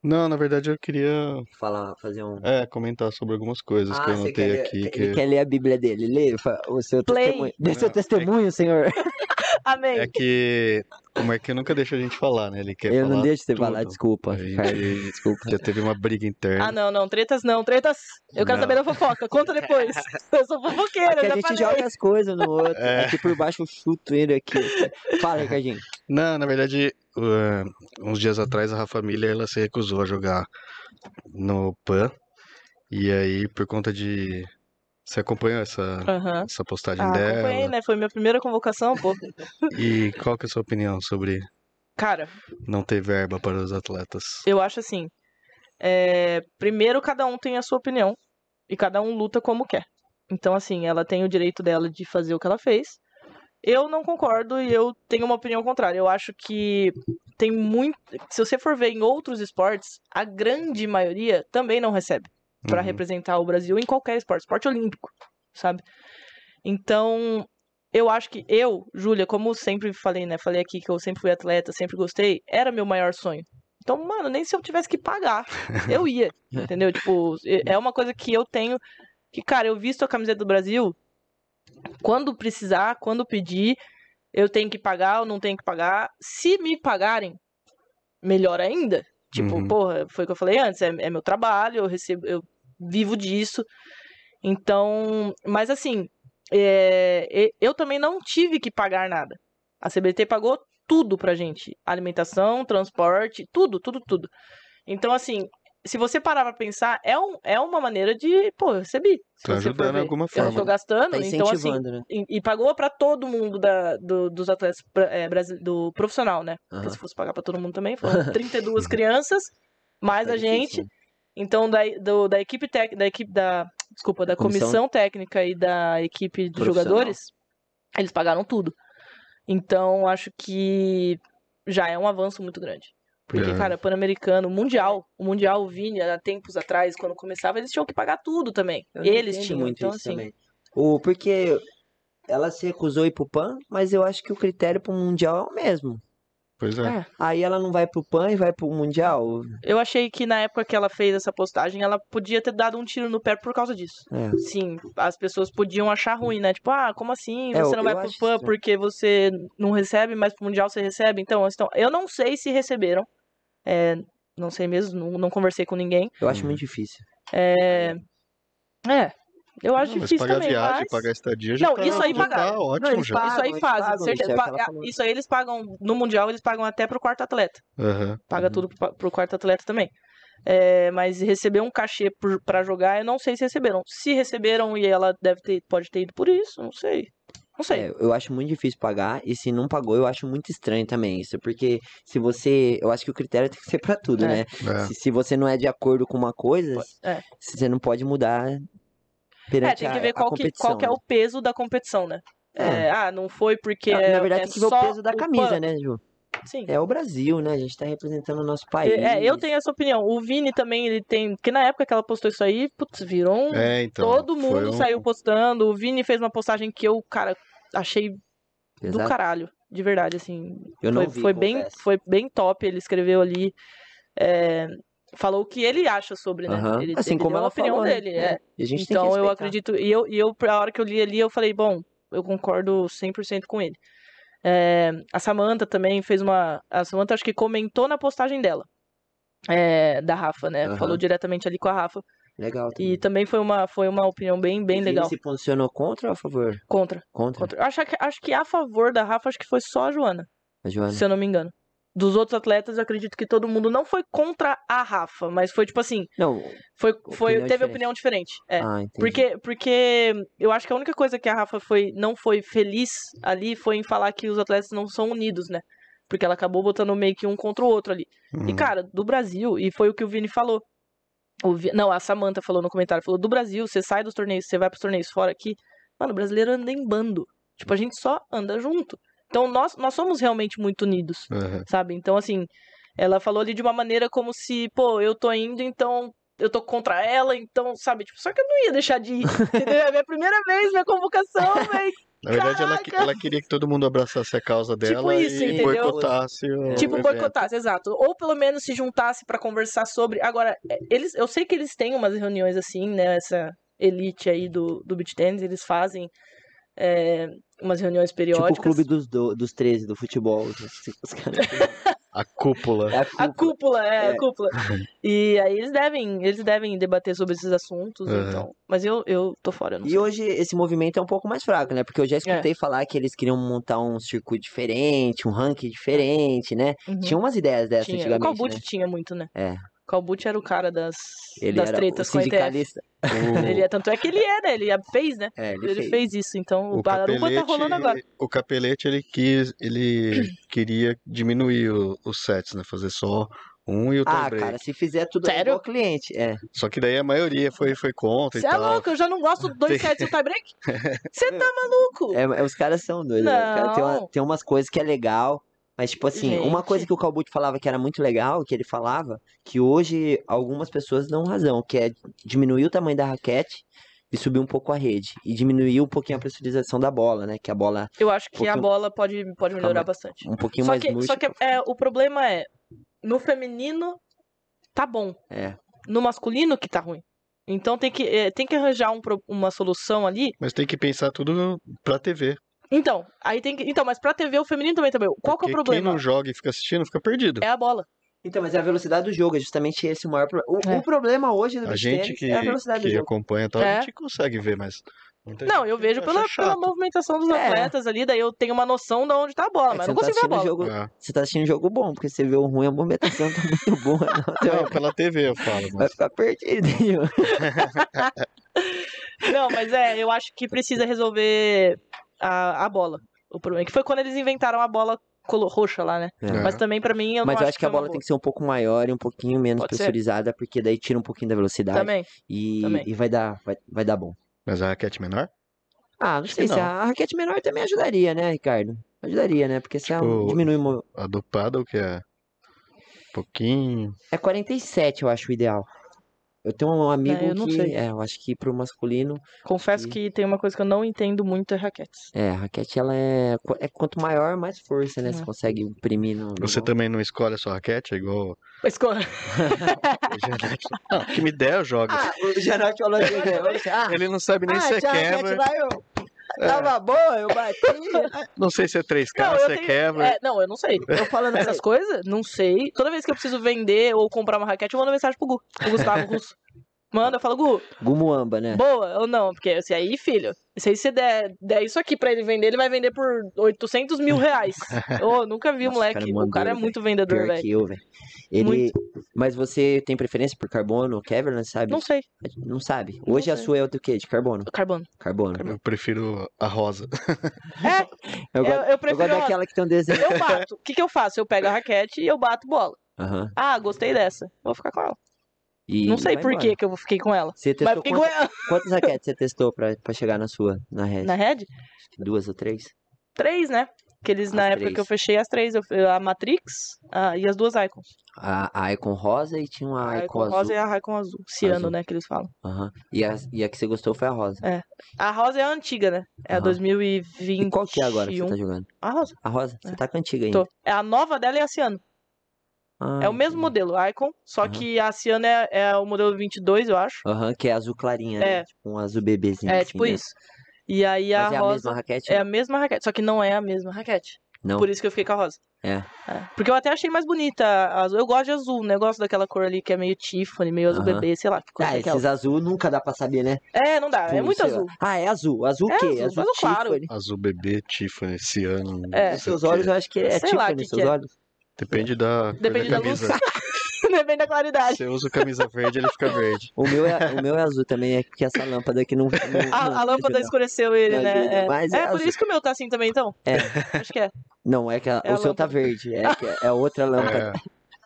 Não, na verdade eu queria falar, fazer um. Ah, é, comentar sobre algumas coisas Ah, que eu você anotei quer ler- aqui. Ele Que... é quer ler a Bíblia dele. Lê fa- o seu Play. testemunho. Dê seu Não, é- testemunho, senhor. Amém. É que o Marquinhos nunca deixa a gente falar, né? Ele quer Eu falar. não deixo você tudo. falar, desculpa, A gente- Ricardinho, desculpa. Já teve uma briga interna. Ah, não, não. Tretas não. Tretas. Eu quero Não. saber da fofoca. Conta depois. Eu sou fofoqueira, Aqui já É a gente falei. joga as coisas no outro. É. Aqui por baixo eu chuto ele aqui. Fala, Ricardinho. Tá Não, na verdade, uh, uns dias atrás a Rafa Miller ela se recusou a jogar no PAN. E aí, por conta de. Você acompanhou essa, Aham. essa postagem Ah, acompanhei, dela? né? Foi minha primeira convocação, pô. E qual que é a sua opinião sobre Cara, não ter verba para os atletas? eu acho assim. é, Primeiro, cada um tem a sua opinião. E cada um luta como quer. Então, assim, ela tem o direito dela de fazer o que ela fez. Eu não concordo e eu tenho uma opinião contrária. Eu acho que tem muito. Se você for ver em outros esportes, a grande maioria também não recebe. Pra Uhum. representar o Brasil em qualquer esporte, esporte olímpico, sabe? Então, eu acho que eu, Júlia, como sempre falei, né? Falei aqui que eu sempre fui atleta, sempre gostei, era meu maior sonho. Então, mano, nem se eu tivesse que pagar, eu ia, entendeu? Tipo, é uma coisa que eu tenho que, cara, eu visto a camiseta do Brasil quando precisar, quando pedir, eu tenho que pagar ou não tenho que pagar. Se me pagarem, melhor ainda. Tipo, Uhum. porra, foi o que eu falei antes, é, é meu trabalho, eu recebo, eu vivo disso. Então, mas assim, é, e- eu também não tive que pagar nada. A CBT pagou tudo pra gente: alimentação, transporte, tudo, tudo, tudo. Então, assim, se você parar pra pensar, é, um, é uma maneira de, pô, eu recebi. Se Tá você for ajudando de ver. alguma Eu forma, estou né? gastando, Tá então assim, incentivando, né? e, e pagou pra todo mundo da, do- dos atletas pra- é, brasi- do profissional, né? Porque Aham. se fosse pagar pra todo mundo também, foram 32 crianças, mais Tá a gente. difícil, né? Então, da, do- da equipe técnica, da equipe da. Desculpa, da comissão, Comissão técnica e da equipe de Profissional. jogadores, eles pagaram tudo. Então, acho que já é um avanço muito grande. Porque, É. cara, Pan-Americano, Mundial, o Mundial, o Vini, há tempos atrás, quando começava, eles tinham que pagar tudo também. Eu não eles entendo tinham, muito então isso assim. também. O, porque ela se recusou a ir pro PAN, mas eu acho que o critério pro Mundial é o mesmo. Pois é. Aí ela não vai pro PAN e vai pro Mundial. Eu achei que na época que ela fez essa postagem, ela podia ter dado um tiro no pé por causa disso. É. Sim, as pessoas podiam achar ruim, né? Tipo, ah, como assim? É, Você eu- não vai eu pro acho PAN estranho. porque você não recebe, mas pro Mundial você recebe. Então, então eu não sei se receberam. É, Não sei mesmo, não, não conversei com ninguém. Eu acho muito difícil. É. É. Eu acho Não, mas difícil pagar também, viagem, mas- pagar estadia já Não, tá, isso aí já tá pagaram. ótimo eles já. pagam. isso aí eles fazem, pagam, certeza. isso é o que Pa- ela falou. Isso aí eles pagam, no Mundial eles pagam até pro quarto atleta. Aham. Paga Uhum. tudo pro, pa- pro quarto atleta também. É, mas receber um cachê por- pra jogar, eu não sei se receberam. Se receberam e ela deve ter, pode ter ido por isso, não sei. Não sei. É, eu acho muito difícil pagar, e se não pagou, eu acho muito estranho também isso, porque se você. Eu acho que o critério tem que ser pra tudo, É. né? É. Se, se você não é de acordo com uma coisa, é. você não pode mudar É, perante tem que a- ver a qual que, qual competição, que é né? o peso da competição, né? É. É, ah, não foi porque. Na- Na verdade, é tem que ver o só peso da camisa, pano. né, Ju? Sim. É o Brasil, né? A gente tá representando o nosso país. É, eu tenho essa opinião. O Vini também, ele tem. Porque na época que ela postou isso aí, putz, virou um. É, então. Todo foi mundo um- saiu postando. O Vini fez uma postagem que eu, cara, achei do Exato. caralho. De verdade, assim. Eu não foi, vi, foi bem, confesso. foi bem top. Ele escreveu ali. é, falou o que ele acha sobre, né? Aham. Ele, Assim ele como deu a ela opinião falou, né? dele. É. é. E a gente tem que Então eu respeitar. acredito. E eu, e eu, pra hora que eu li ali, eu falei, bom, eu concordo 100% com ele. É, a Samantha também fez uma. A Samantha acho que comentou na postagem dela. é, da Rafa, né? Aham. Falou diretamente ali com a Rafa. Legal. E também foi uma, foi uma opinião bem, bem E legal. Ele se posicionou contra ou a favor? Contra. Contra, contra. Eu Acho, que, acho que a favor da Rafa, acho que foi só a Joana, a Joana. se eu não me engano. Dos outros atletas, eu acredito que todo mundo não foi contra a Rafa, mas foi tipo assim, Não. foi, foi Opinião teve diferente. opinião diferente. É. Ah, entendi. Porque, porque eu acho que a única coisa que a Rafa foi, não foi feliz ali foi em falar que os atletas não são unidos, né? Porque ela acabou botando meio que um contra o outro ali. E, Uhum. cara, do Brasil, e foi o que o Vini falou. O Vi- Não, a Samantha falou no comentário, falou, do Brasil, você sai dos torneios, você vai pros torneios fora aqui. Mano, o brasileiro anda em bando. Tipo, a gente só anda junto. Então, nós, nós somos realmente muito unidos Aham. sabe? Então, assim, ela falou ali de uma maneira como se, pô, eu tô indo, então eu tô contra ela, então, sabe? Tipo, só que eu não ia deixar de ir, entendeu? É a minha primeira vez, minha convocação, velho. Na verdade, ela, Caraca! ela queria que todo mundo abraçasse a causa dela Tipo isso, e entendeu? boicotasse o Tipo, É evento. boicotasse, exato. Ou pelo menos se juntasse pra conversar sobre. Agora, é, eles, eu sei que eles têm umas reuniões assim, né? Essa elite aí do, do beach tennis, eles fazem é, umas reuniões Tipo periódicas. o clube dos, do, dos 13 do futebol. né, Os caras- A cúpula. É a A culpa. cúpula, é, É. a cúpula. E aí eles devem, eles devem debater sobre esses assuntos, Aham. então. Mas eu, eu tô fora, eu não sei. E hoje esse movimento é um pouco mais fraco, né? Porque eu É. já escutei falar que eles queriam montar um circuito diferente, um ranking diferente, né? Uhum. Tinha umas ideias dessas Tinha. O antigamente, Calbut né? tinha muito, né? É. O Calbut era o cara das, Ele das era tretas o com a ETF. sindicalista. O- Ele é, tanto é que ele é, né? Ele a- fez, né? É, ele, Ele fez. fez isso, então o Barumba tá rolando agora. o Capelete, ele quis, ele queria diminuir o- os sets, né? Fazer só um e o tie Ah, break. cara, se fizer tudo aí, Sério? igual cliente. É. Só que daí a maioria foi, foi contra Você e é tal. louco, eu já não gosto do dois Tem- sets e o tie-break? Você tá maluco? É, é, os caras são doidos. né? Cara, tem, uma- Não. tem umas coisas que é legal, mas tipo assim, uma coisa Gente. que o Calbut falava que era muito legal, que ele falava, que hoje algumas pessoas dão razão, que é diminuir o tamanho da raquete e subir um pouco a rede. E diminuir um pouquinho a pressurização da bola, né? Que a bola Eu acho que a Pouquinho- bola pode, pode melhorar Calma. bastante. um pouquinho Só mais que, murcha. só que é, o problema é, no feminino tá bom. É. No masculino que tá ruim. Então tem que, é, tem que arranjar um pro- uma solução ali. Mas tem que pensar tudo pra TV. Então, aí tem que. Então, mas pra TV o feminino também tá bem. Qual que Porque é o Quem problema? não joga e fica assistindo, fica perdido. É a bola. Então, mas é a velocidade do jogo, é justamente esse o maior problema. O, É. o problema hoje do A beach gente tennis que, é a velocidade do que jogo. acompanha e tal, É. a gente consegue ver, mas. muita Não, gente eu vejo acha pela, pela chato. movimentação dos É. atletas ali, daí eu tenho uma noção de onde tá a bola, É que mas você não não tá consigo ver a assistindo bola. jogo, Ah. você tá assistindo jogo bom, porque você vê o ruim, a movimentação tá muito boa. Não, Não, é pela TV eu falo, vai mas. ficar perdido. hein, mano? Não, mas é, eu acho que precisa resolver a, a bola. O problema é que foi quando eles inventaram a bola colo- roxa lá, né? É. Mas também pra mim eu Mas não eu acho que a foi uma bola boa. tem que ser um pouco maior e um pouquinho menos Pode ser. pressurizada, porque daí tira um pouquinho da velocidade Também. e, também. e vai dar vai, vai dar bom. Mas a raquete menor? Ah, não Acho sei que se não. a raquete menor também ajudaria, né, Ricardo? Ajudaria, né? Porque se ela Tipo- diminui mo- A do paddle que é. Pouquinho. é 47, eu acho o ideal. Eu tenho um amigo eu não que sei. é, eu acho que pro masculino, Confesso que tem uma coisa que eu não entendo muito é raquetes. é, a raquete ela é, qu- é quanto maior, mais força, né? Você É. consegue imprimir no, no Você tá- golpe. também não escolhe a sua raquete, é igual. Mas co- a Janete. não, o que me der, eu jogo. Ah, o Janote falou assim, né? Ah, Ele não sabe nem ah, se é tinha a raquete quebra. É. lá, eu- Tava boa, eu bati. Não sei se é 3K, Não, eu se é tenho- quebra. É, não, eu não sei. Eu falando Essas essas coisas, não sei. Toda vez que eu preciso vender ou comprar uma raquete, eu mando mensagem pro Gu. O Gustavo Russo. Manda, eu falo, Gu, Gumuamba, né? boa ou não? Porque assim, aí, filho, se aí você der, der isso aqui pra ele vender, ele vai vender por 800 mil reais. Ô, nunca vi o Nossa, moleque. cara, o mandou, cara é velho. muito vendedor, Pior velho. que eu, velho. Ele... Mas você tem preferência por carbono ou Kevlar, sabe? Não sei, Não sabe. Hoje a sei. sua é do quê? De carbono? carbono. Carbono. Eu prefiro a rosa. Eu, É, eu, gosto, eu eu prefiro. gosto rosa. daquela que tem um desenho. Eu bato. O que, que eu faço? Eu pego a raquete e eu bato bola. Aham. Ah, gostei dessa. Vou ficar com ela. E não sei vai por embora. que que eu fiquei com ela. Você Mas testou fiquei com quantas, ela. quantas raquetes você testou pra, pra chegar na sua, na rede? Na head? Duas ou três? Três, né? Que eles, As na época três. que eu fechei, as três. eu- a Matrix a- e as duas Icons. A, a Icon Rosa e tinha uma a Icon, Icon rosa é azul. e a Icon azul. Ciano, Azul. né? Que eles falam. Aham. E, a, e a que você gostou foi a Rosa. A rosa é a antiga, né? É a Aham. 2021. E qual que é agora que você tá jogando? A rosa. A Rosa? Você tá com a antiga ainda. Tô. É a nova dela e a Ciano. Ah, é o mesmo entendi. modelo, a Icon. Só Aham. que a Ciano é, é o modelo 22, eu acho. Aham, que é azul clarinha, né? É. Tipo um azul bebezinho. é, assim, tipo né? isso. E aí a Mas é a rosa. mesma raquete? É a mesma raquete, só que não é a mesma raquete. Não. Por isso que eu fiquei com a rosa. É. Porque eu até achei mais bonita a azul. Eu gosto de azul, né? Eu gosto daquela cor ali que é meio Tiffany, meio azul Aham. bebê, sei lá. Que cor Ah, que é aquela. esses azul nunca dá pra saber, né? É, não dá. é Putz, muito sei lá. azul. Ah, é azul. Azul o É quê? azul, Azul, azul claro. Tiffany. Azul bebê, Tiffany, ciano. não É. sei Seus o quê. olhos, eu acho que é Sei lá Tiffany, que seus que é. olhos. Depende da, cor Depende da luz. camisa. Depende da claridade. Se eu uso camisa verde, ele fica verde. O meu, é, o meu é azul também, é porque essa lâmpada aqui não. não- não A, a lâmpada ajuda. escureceu ele, Não ajuda, né? É, né? mas é É, por azul. isso que o meu tá assim também, então. É. Acho que é. Não, é que a- É a o seu tá verde. É, que é- é outra lâmpada. É,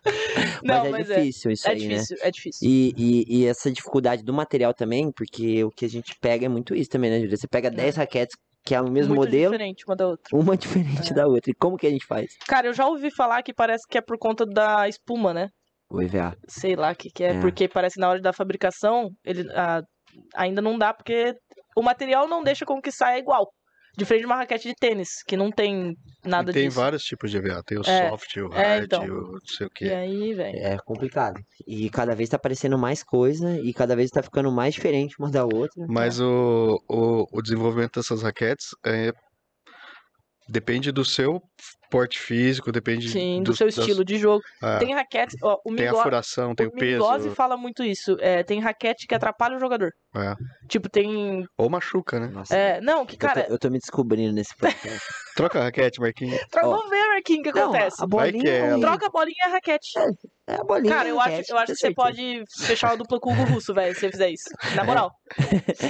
Não, mas, mas é é. difícil isso É aí, né? difícil, é difícil. E, e, e essa dificuldade do material também, porque o que a gente pega é muito isso também, né, Júlia? Você pega 10 raquetes que é o mesmo É. Muito modelo, diferente É. uma da outra. uma diferente da outra. E como que a gente faz? Cara, eu já ouvi falar que parece que é por conta da espuma, né? O EVA. Sei lá o que, que é, É. Porque parece que na hora da fabricação, ele ah, ainda não dá, porque o material não deixa com que saia igual. Diferente de uma raquete de tênis, que não tem nada e tem disso. vários tipos de EVA. Tem o É, soft, o é, hard, então. o não sei o E quê. aí, velho. É complicado. E cada vez tá aparecendo mais coisa e cada vez tá ficando mais diferente uma da outra. Mas o, o, o desenvolvimento dessas raquetes é, depende do seu porte físico, depende Sim, do dos- seu das- estilo de jogo. Ah, tem, Tem raquete, ó, o a Migó, furação, tem o, peso. né? Mingozzi fala muito isso. É, tem raquete que atrapalha o jogador. É. Tipo, tem. Ou machuca, né? Nossa, é, não, que eu tô- eu, cara. tô, me descobrindo nesse podcast. Troca a raquete, Marquinhos. Troca ó. o Verkin, o que Não, acontece? a Vai bolinha. que é é ela. um- Troca a bolinha e a raquete. É a bolinha. Cara, eu é acho, raquete, eu acho que você certeza. pode fechar a dupla com o Hugo Russo, velho, se você fizer isso. É. Na moral.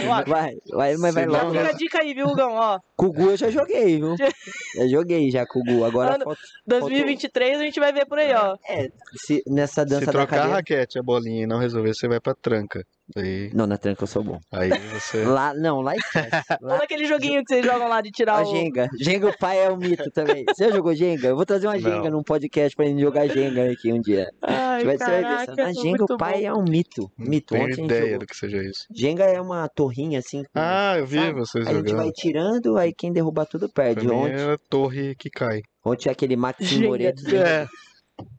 Eu acho. Vai, vai, mas vai Se Já não, né? logo. fica a dica aí, viu, Hugão? Ó, Com o Gu eu já joguei, viu? Já joguei já com o Gu. Agora Mano, falta- 2023 a gente vai ver por aí, ó. É, se- nessa dança Se da trocar a cadeira. raquete, a bolinha e não resolver, você vai pra tranca. Aí, Não, na tranca eu sou bom. aí você. Lá, não, lá esquece. Ou Lá, naquele joguinho que vocês jogam lá de tirar a o. Jenga. Jenga, o pai é um mito também. Você já jogou Jenga? Eu vou trazer uma Não. Jenga num podcast pra gente jogar Jenga aqui um dia. Ai, Vai ser caraca, Na tô Jenga, muito o pai bom. é um mito. Mito. Tenho Ontem a gente ideia jogou. do que seja isso. Jenga é uma torrinha assim. com- Ah, eu vi sabe? vocês a gente jogando. vai tirando, aí quem derrubar tudo Pra perde. mim ontem, é a torre que cai. ontem aquele né? Maxim Jenga. Moreto. É,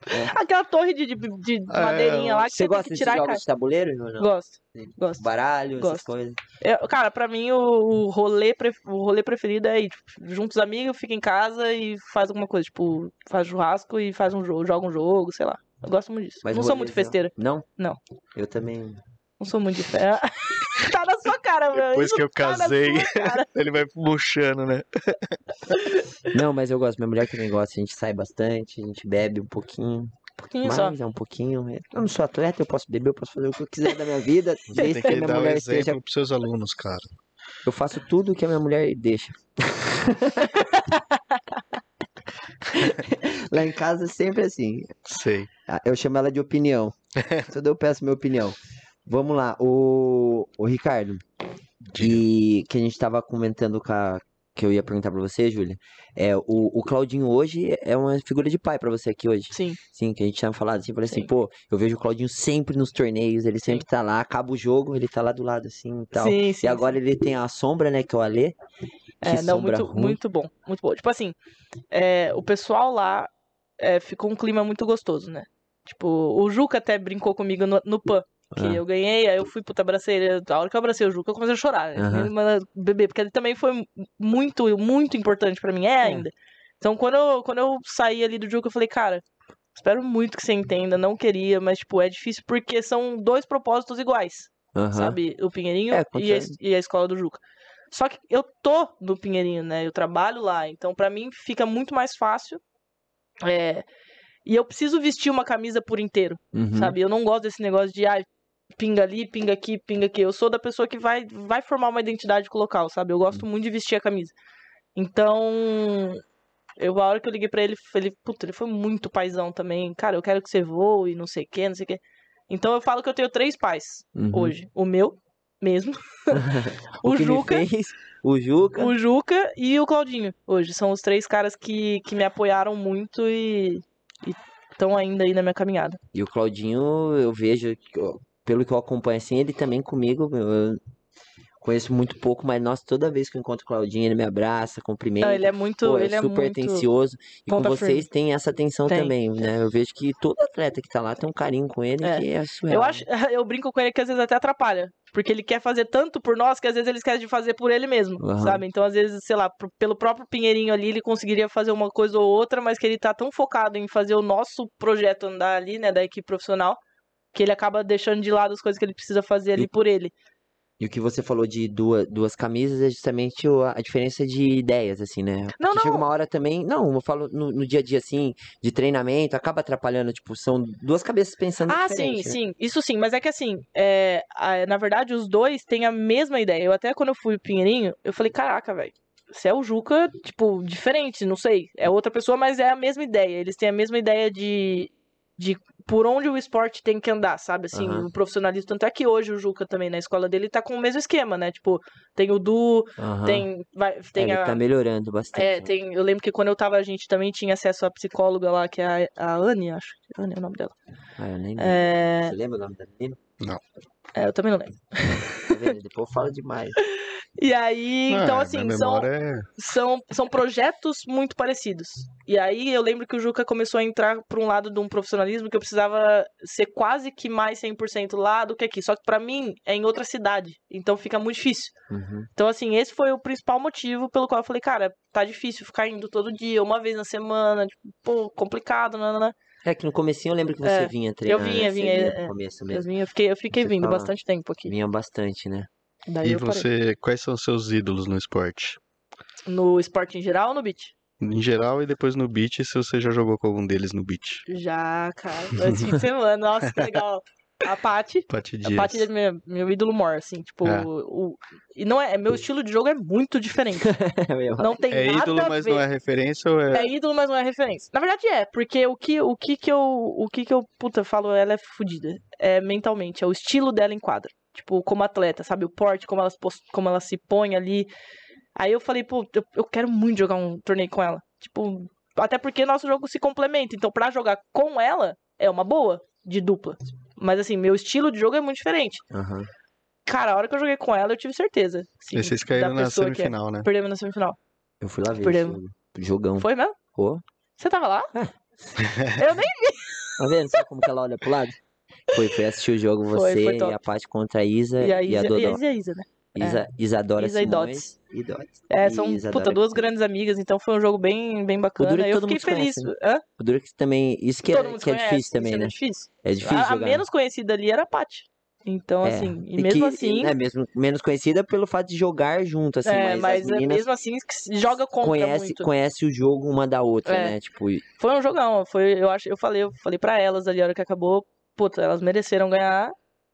é- Aquela torre de, de- de É, madeirinha lá que Você você tem gosta que de tirar e cai. jogos de tabuleiro? Não, não. Gosto. Gosto. Baralho, essas Gosto. coisas. Eu- cara, pra mim o, o rolê, pref- o rolê preferido é ir, tipo, juntos amigos, fica em casa e faz alguma coisa, tipo, faz churrasco e faz um jogo, joga um jogo, sei lá. Eu gosto muito disso. Mas não sou muito rolê, festeira, Não? Não. Eu também. não sou muito de fe... Tá na sua cara, meu. Depois isso que eu tá na casei. sua cara. ele vai murchando, né? Não, mas eu gosto. Minha mulher também gosta. A gente sai bastante, a gente bebe um pouquinho. Um pouquinho mas só. é um pouquinho. Eu não sou atleta, eu posso beber, eu posso fazer o que eu quiser da minha vida. Você Desde tem que a que minha um dar um o mulher esteja. exemplo pros seus alunos, cara. Eu faço tudo que a minha mulher deixa. Lá em casa é sempre assim. Sei. Ah, Eu chamo ela de opinião. Tudo eu peço minha opinião. Vamos lá, o, o Ricardo. E que a gente tava comentando com a- que eu ia perguntar pra você, Júlia. É, o, o Claudinho hoje é uma figura de pai pra você aqui hoje. Sim. Sim, que a gente tinha falado assim, falei assim, Sim. pô, eu vejo o Claudinho sempre nos torneios, ele sempre tá lá, acaba o jogo, ele tá lá do lado assim e tal. Sim, sim. E agora ele tem a sombra, né, que é o Alê. Que É, não, sombra muito, ruim. muito bom, muito bom. Tipo assim, é, o pessoal lá é, ficou um clima muito gostoso, né? Tipo, o Juca até brincou comigo no, no PAN. que Ah. eu ganhei, aí eu fui, puta, abracei ele. A hora que eu abracei o Juca, eu comecei a chorar, né? Aham. Ele manda beber, porque ele também foi muito, muito importante pra mim, é ainda. Então, quando eu, quando eu saí ali do Juca, eu falei, cara, espero muito que você entenda, não queria, mas, tipo, é difícil porque são dois propósitos iguais, Aham. sabe? O Pinheirinho É, e, a, acontece. es- e a escola do Juca. Só que eu tô no Pinheirinho, né? Eu trabalho lá, então pra mim fica muito mais fácil. É, e eu preciso vestir uma camisa por inteiro Uhum. sabe? Eu não gosto desse negócio de ah, pinga ali, pinga aqui, pinga aqui. Eu sou da pessoa que vai, vai formar uma identidade com o local, sabe? Eu Uhum. gosto muito de vestir a camisa. Então, eu a hora que eu liguei pra ele, ele, puta, ele foi muito paizão também. Cara, eu quero que você voe, não sei o que, não sei o que. Então eu falo que eu tenho três pais Uhum. hoje. O meu mesmo, o, que me Juca, fez, o Juca. o Juca e o Claudinho hoje. São os três caras que, que me apoiaram muito e estão ainda aí na minha caminhada. E o Claudinho, eu vejo, que, ó, pelo que eu acompanho assim, ele também comigo. Eu eu conheço muito pouco, mas nossa, toda vez que eu encontro o Claudinho, ele me abraça, cumprimenta. Não, ele é muito. Pô, ele é super muito... atencioso. E com ponta vocês tem essa atenção Tem. também, né? Eu vejo que todo atleta que tá lá tem um carinho com ele É. que é surreal. Eu acho, eu brinco com ele que às vezes até atrapalha. Porque ele quer fazer tanto por nós que às vezes ele esquece de fazer por ele mesmo, Aham. sabe? Então, às vezes, sei lá, pro- pelo próprio Pinheirinho ali, ele conseguiria fazer uma coisa ou outra, mas que ele tá tão focado em fazer o nosso projeto andar ali, né, da equipe profissional, que ele acaba deixando de lado as coisas que ele precisa fazer ali E- por ele. E o que você falou de duas, duas camisas é justamente o- a diferença de ideias, assim, né? Porque Não, não. chega uma hora também. Não, eu falo no, no dia a dia, assim, de treinamento, acaba atrapalhando, tipo, são duas cabeças pensando Ah, sim, diferente. né? sim. Isso sim, mas é que assim, é, a- na verdade, os dois têm a mesma ideia. Eu até quando eu fui Pinheirinho, eu falei, caraca, velho, você é o Juca, tipo, diferente, não sei. É outra pessoa, mas é a mesma ideia. Eles têm a mesma ideia de, de por onde o esporte tem que andar, sabe? Assim, Aham. o profissionalismo. Tanto é que hoje o Juca também, na escola dele, tá com o mesmo esquema, né? Tipo, tem o Du, Aham. tem, vai- É, tem ele a. tá melhorando bastante. É, né? tem, eu lembro que quando eu tava, a gente também tinha acesso à psicóloga lá, que é a, a Anne, acho que Anne é o nome dela. Ah, eu nem lembro. É, Você lembra o nome da menina? é, eu também não lembro. Tá vendo? Depois fala demais. E aí, então Ah, assim, minha são, memória é... são, são projetos muito parecidos. E aí eu lembro que o Juca começou a entrar por um lado de um profissionalismo que eu precisava ser quase que mais 100% lá do que aqui. Só que pra mim é em outra cidade, então fica muito difícil. Uhum. Então assim, esse foi o principal motivo pelo qual eu falei, cara, tá difícil ficar indo todo dia, uma vez na semana, tipo, pô, complicado, né, nananã. É que no comecinho eu lembro que você É, vinha treinar. vinha, né? Você vinha, é. no começo Eu, mesmo. vim- eu fiquei, eu fiquei Você vindo fala. bastante tempo aqui. Vinha bastante, né? Daí E eu parei. você, quais são os seus ídolos no esporte? No esporte em geral ou no beat? Em geral e depois no beat, se você já jogou com algum deles no beat. Já, cara. Esse fim de semana, nossa, que legal. A Paty. Pati A Dias. Paty é meu, meu ídolo mor, assim, tipo, É. o, e não é, meu estilo de jogo é muito diferente. Eu- Não tem É nada ídolo, a mas ver. não é referência ou é... É ídolo, mas não é referência. Na verdade é, porque o que o que, que eu o que que eu puta falo, ela é fodida. É mentalmente, é o estilo dela em quadra. Tipo, como atleta, sabe, o porte, como ela, se pos- como ela se põe ali. Aí eu falei, pô, eu, eu quero muito jogar um torneio com ela. Tipo, até porque nosso jogo se complementa, então pra jogar com ela é uma boa de dupla. Mas assim, meu estilo de jogo é muito diferente. Aham. Cara, a hora que eu joguei com ela, eu tive certeza. Sim, E vocês da caíram na pessoa que é. semifinal, né? Perdemos na semifinal. Eu fui lá ver. Por esse exemplo. jogo. Jogão. Foi mesmo? Pô. Você tava lá? Tá vendo só como que ela olha pro lado? Foi, foi assistir o jogo Foi, você foi e top. a parte contra a Isa E É, e a a, Isa, e a Dodó. Isa, e a Isa né? Isa, Isadora Isa e Simões e Dots. É, E são Isadora puta, duas Simões. grandes amigas, então foi um jogo bem, bem O duro bacana. é que Eu todo fiquei mundo se feliz. conhece, Hã? O duro que também. Isso que, é, Todo mundo se que é conhece, difícil isso também, é né? difícil. É difícil a, a jogar. né? menos conhecida ali era a Paty. Então, É, assim, e E mesmo que- assim. É mesmo, menos conhecida pelo fato de jogar junto, assim. é, mas, mas as é meninas mesmo assim que se joga contra conhece, muito. conhece o jogo uma da outra, É. né? Tipo, e- Foi um jogão, foi, eu acho, eu falei, eu falei para elas ali a hora que acabou, puta, elas mereceram ganhar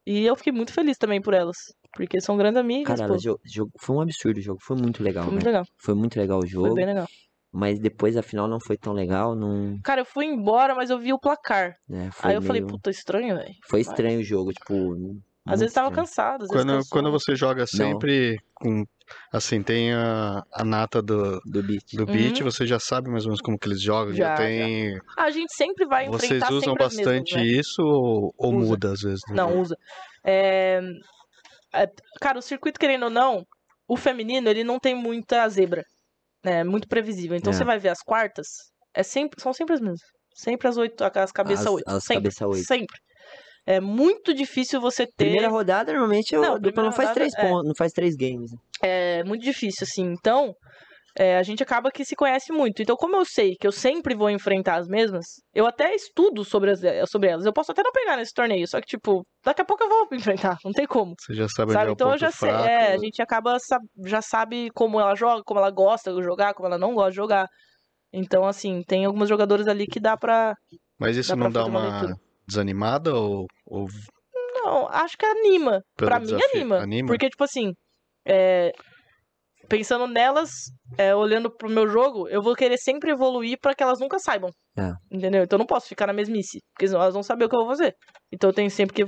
e eu fiquei muito feliz também por elas, porque são grandes amigas, cara, pô. ela jo- jo- foi um absurdo o jogo. Foi muito legal, tipo, Foi né? muito legal, Foi muito legal o foi jogo. bem legal. Mas depois, afinal, não foi tão legal. Não, Cara, eu fui embora, mas eu vi o placar. né, foi Aí eu falei, meio- puta, estranho, velho. Foi Vai. estranho o jogo, tipo. Às muito vezes tava estranho. cansado, às vezes Quando, cansou. quando você joga sempre com... Assim, tem a, a nata do, do beat. do beat, você já sabe mais ou menos como que eles jogam, já, Uhum. Já, já. tem... Ah, A gente sempre vai Vocês enfrentar usam sempre as mesmas, bastante Uhum. né? isso ou, ou Usa. muda às vezes? né? no Não, jogo? usa. É, é, Cara, o circuito, querendo ou não, o feminino, ele não tem muita zebra. né? É muito previsível. Então É. você vai ver as quartas, é sempre... são sempre as mesmas. Sempre as oito, as cabeça As- oito. as sempre, cabeça oito. Sempre. É muito difícil você ter. Primeira rodada, normalmente, Não, o dupla primeira não faz rodada, três é. pontos, não faz três games. né? É muito difícil, assim. Então, é, a gente acaba que se conhece muito. Então, como eu sei que eu sempre vou enfrentar as mesmas, eu até estudo sobre, as, eh, sobre elas. Eu posso até não pegar nesse torneio, só que, tipo, daqui a pouco eu vou enfrentar. Não tem como. Você já sabe, onde Sabe? é o Então eu ponto já sei. fraco. É, a gente acaba sa- já sabe como ela joga, como ela gosta de jogar, como ela não gosta de jogar. Então, assim, tem alguns jogadores ali que dá pra. Mas isso dá pra não dá fazer uma uma leitura. tipo assim, é, Então, é, É, Então, assim, é um É. assim, é tipo assim, É. é né? Ah, assim, Ah, Tá tá É, né? tá É um né? É é Então, então É, então, Hum, né? né? tipo,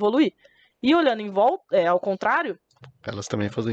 um né? Tá tá É, Então. eh,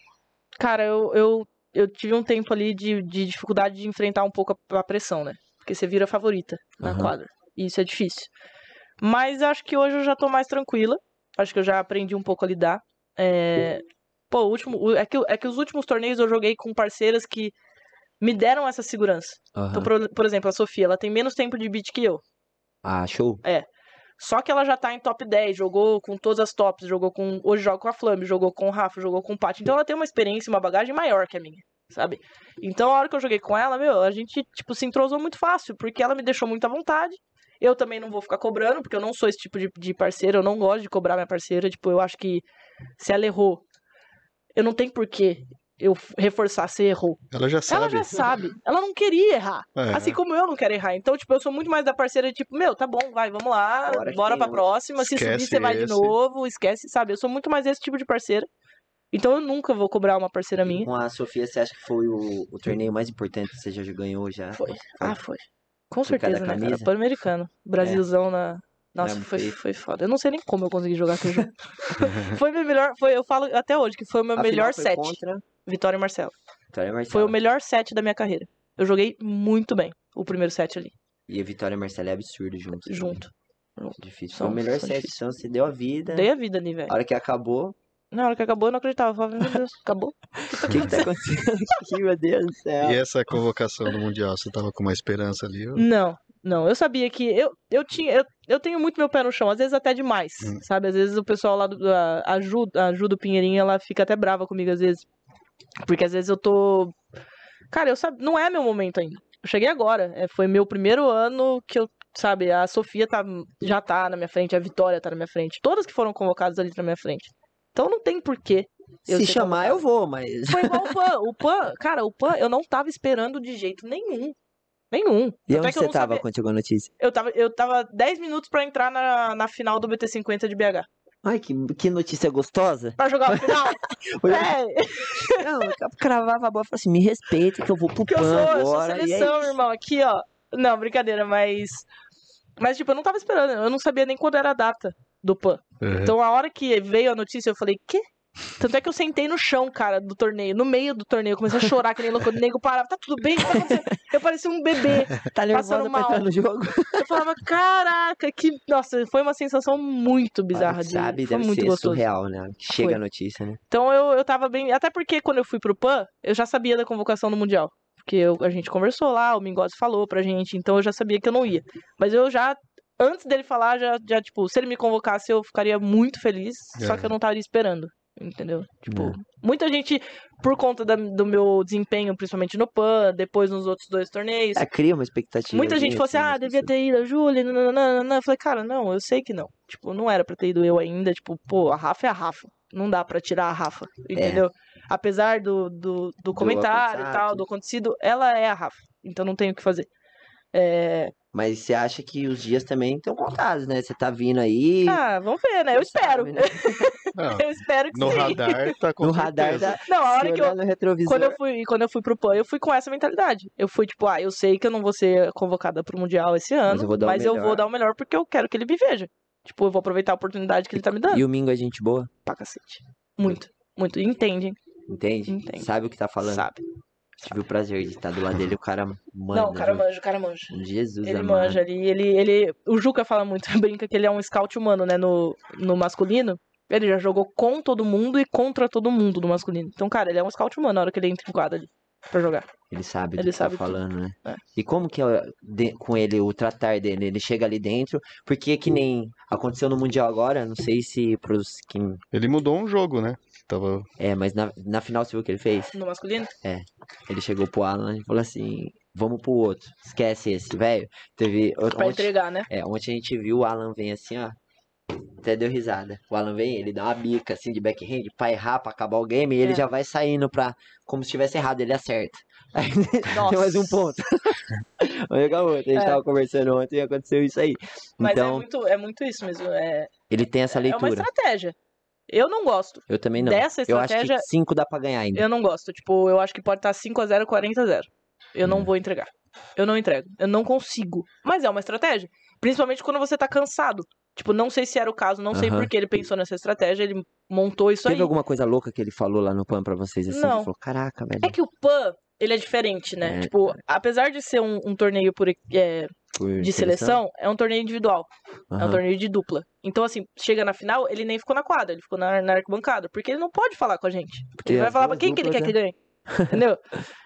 Ah, É um né? é tipo, Ah. Ah, Vitória É. um, assim. tá eh, tipo, é é um tipo, É, É, um né? é um É, Então, tá então Então, tipo, tipo Assim Então, tipo, tá tipo Então, Ah, né, Vitória e Marcelo. Marcela. Foi o melhor set da minha carreira. Eu joguei muito bem o primeiro set ali, E a Vitória e Marcela é absurdo junto. também. junto. Difícil. São- Foi o melhor são set, difíceis. então você deu a vida. Dei a vida ali, velho. A hora que acabou, Na hora que acabou, eu não acreditava. Eu falava, meu Deus, acabou. o que, que tá acontecendo aqui, meu Deus do céu? E essa convocação do Mundial, você tava com uma esperança ali? Eu- Não, não. Eu sabia que. Eu, eu, tinha, eu, eu tenho muito meu pé no chão, às vezes até demais, Hum. sabe? Às vezes o pessoal lá do, da a Ju, a Ju do Pinheirinho, ela fica até brava comigo, às vezes. Porque às vezes eu tô. Cara, eu sabe, não é meu momento ainda. Eu cheguei agora. é, foi meu primeiro ano que eu. Sabe, a Sofia tá, já tá na minha frente, a Vitória tá na minha frente. Todas que foram convocadas ali tá na minha frente. Então não tem porquê. Eu Se sei chamar, como- eu vou, mas. Foi igual o Pan. O Pan, cara, o Pan eu não tava esperando de jeito nenhum. Nenhum. E Até onde que eu você não tava sabia- quando chegou a notícia? Eu tava, eu tava 10 minutos pra entrar na, na final do BT50 de BH. Ai, que, que notícia gostosa. Pra jogar a final. é, Não, eu cravava a bola e falava assim: me respeita que eu vou pro que eu sou, PAN eu sou agora. e é seleção, isso. irmão. Aqui, ó. Não, brincadeira, mas. Mas, tipo, eu não tava esperando. Eu não sabia nem quando era a data do PAN. Uhum. Então, a hora que veio a notícia, eu falei, quê? Tanto é que eu sentei no chão, cara, do torneio. No meio do torneio, eu comecei a chorar que nem louco. O nego parava, tá tudo bem? O que tá acontecendo? Eu parecia um bebê. tá nervosa passando pra entrar mal. no jogo. Eu falava, caraca, que. Nossa, foi uma sensação muito bizarra. De... Sabe, foi deve muito ser gostoso. surreal, né? Chega Foi. a notícia, né? Então eu, eu tava bem. Até porque quando eu fui pro PAN, eu já sabia da convocação do Mundial. Porque eu- a gente conversou lá, o Mingozzi falou pra gente, então eu já sabia que eu não ia. Mas eu já, antes dele falar, já, já tipo, se ele me convocasse, eu ficaria muito feliz. Só É. que eu não estaria esperando. Entendeu? Tipo, É. muita gente, por conta da- do meu desempenho, principalmente no PAN, depois nos outros dois torneios, Ah, cria uma expectativa. né? Muita gente falou assim, ah, devia ter ido a Júlia, nananana. Eu falei, cara, não, eu sei que não. Tipo, não era pra ter ido eu ainda. Tipo, pô, a Rafa é a Rafa. Não dá pra tirar a Rafa, É. entendeu? Apesar do, do, do comentário e acontecido. tal, do acontecido, ela é a Rafa. Então não tem o que fazer. É, Mas você acha que os dias também estão contados, né? Você tá vindo aí. Ah, vamos ver, né? Eu quem espero. sabe, né? Não, Eu espero que Ah, no sim. radar tá com No radar certeza. da. Não, a se hora que eu, olhar no retrovisor. Quando eu, fui, quando eu fui pro PAN, eu fui com essa mentalidade. Eu fui tipo, ah, eu sei que eu não vou ser convocada pro Mundial esse ano, mas eu vou dar, o eu melhor. vou dar o melhor porque eu quero que ele me veja. Tipo, eu vou aproveitar a oportunidade que ele tá me dando. E o Mingo é gente boa, Pra cacete. Muito, muito. E Entendem, entende? Entende. Sabe o que tá falando. sabe? Tive o prazer de estar do lado dele, o cara manja. não, o cara manja, o cara manja. Jesus Ele amado. manja ali, ele, ele. O Juca fala muito, brinca que ele é um scout humano, né? No, no masculino. Ele já jogou com todo mundo e contra todo mundo no masculino. Então, cara, ele é um scout humano na hora que ele entra em quadra ali pra jogar. Ele sabe do Ele que sabe tá tudo. falando, né? É. E como que é de- com ele, o tratar dele? Ele chega ali dentro, porque é que nem aconteceu no Mundial agora, não sei se pros quem... Ele mudou um jogo, né? Tava... É, mas na, na final você viu o que ele fez? No masculino? Ele chegou pro Alan e falou assim, vamos pro outro, esquece esse, velho. Teve... Pra ontem- entregar, né? É, ontem a gente viu o Alan vem assim, ó. Até deu risada. O Alan vem, ele dá uma bica assim de backhand pra errar, pra acabar o game, e ele É. já vai saindo pra. Como se tivesse errado, ele acerta. Aí Nossa. tem mais um ponto. Olha com a outra. A gente É. tava conversando ontem e aconteceu isso aí. Mas é, então, muito, é muito isso mesmo. É, ele tem essa é uma leitura. estratégia. Eu não gosto. eu também não. Dessa eu acho estratégia- que 5 dá pra ganhar ainda. Eu não gosto. Tipo, eu acho que pode estar 5x0, 40x0. Eu Hum. não vou entregar. Eu não entrego. Eu não consigo. Mas é uma estratégia. Principalmente quando você tá cansado. Tipo, não sei se era o caso, não sei Aham. por que ele pensou nessa estratégia, ele montou isso Teve aí. alguma coisa louca que ele falou lá no PAN pra vocês assim? Não. Ele falou, caraca, velho. É que o PAN, ele é diferente, né? É. Tipo, apesar de ser um, um torneio por, é, por de seleção, é um torneio individual. É um Aham. torneio de dupla. Então, assim, chega na final, ele nem ficou na quadra, ele ficou na, na arquibancada. Porque ele não pode falar com a gente. Porque ele E vai as falar pra duas quem que ele quer duplas, que ganhe. Entendeu?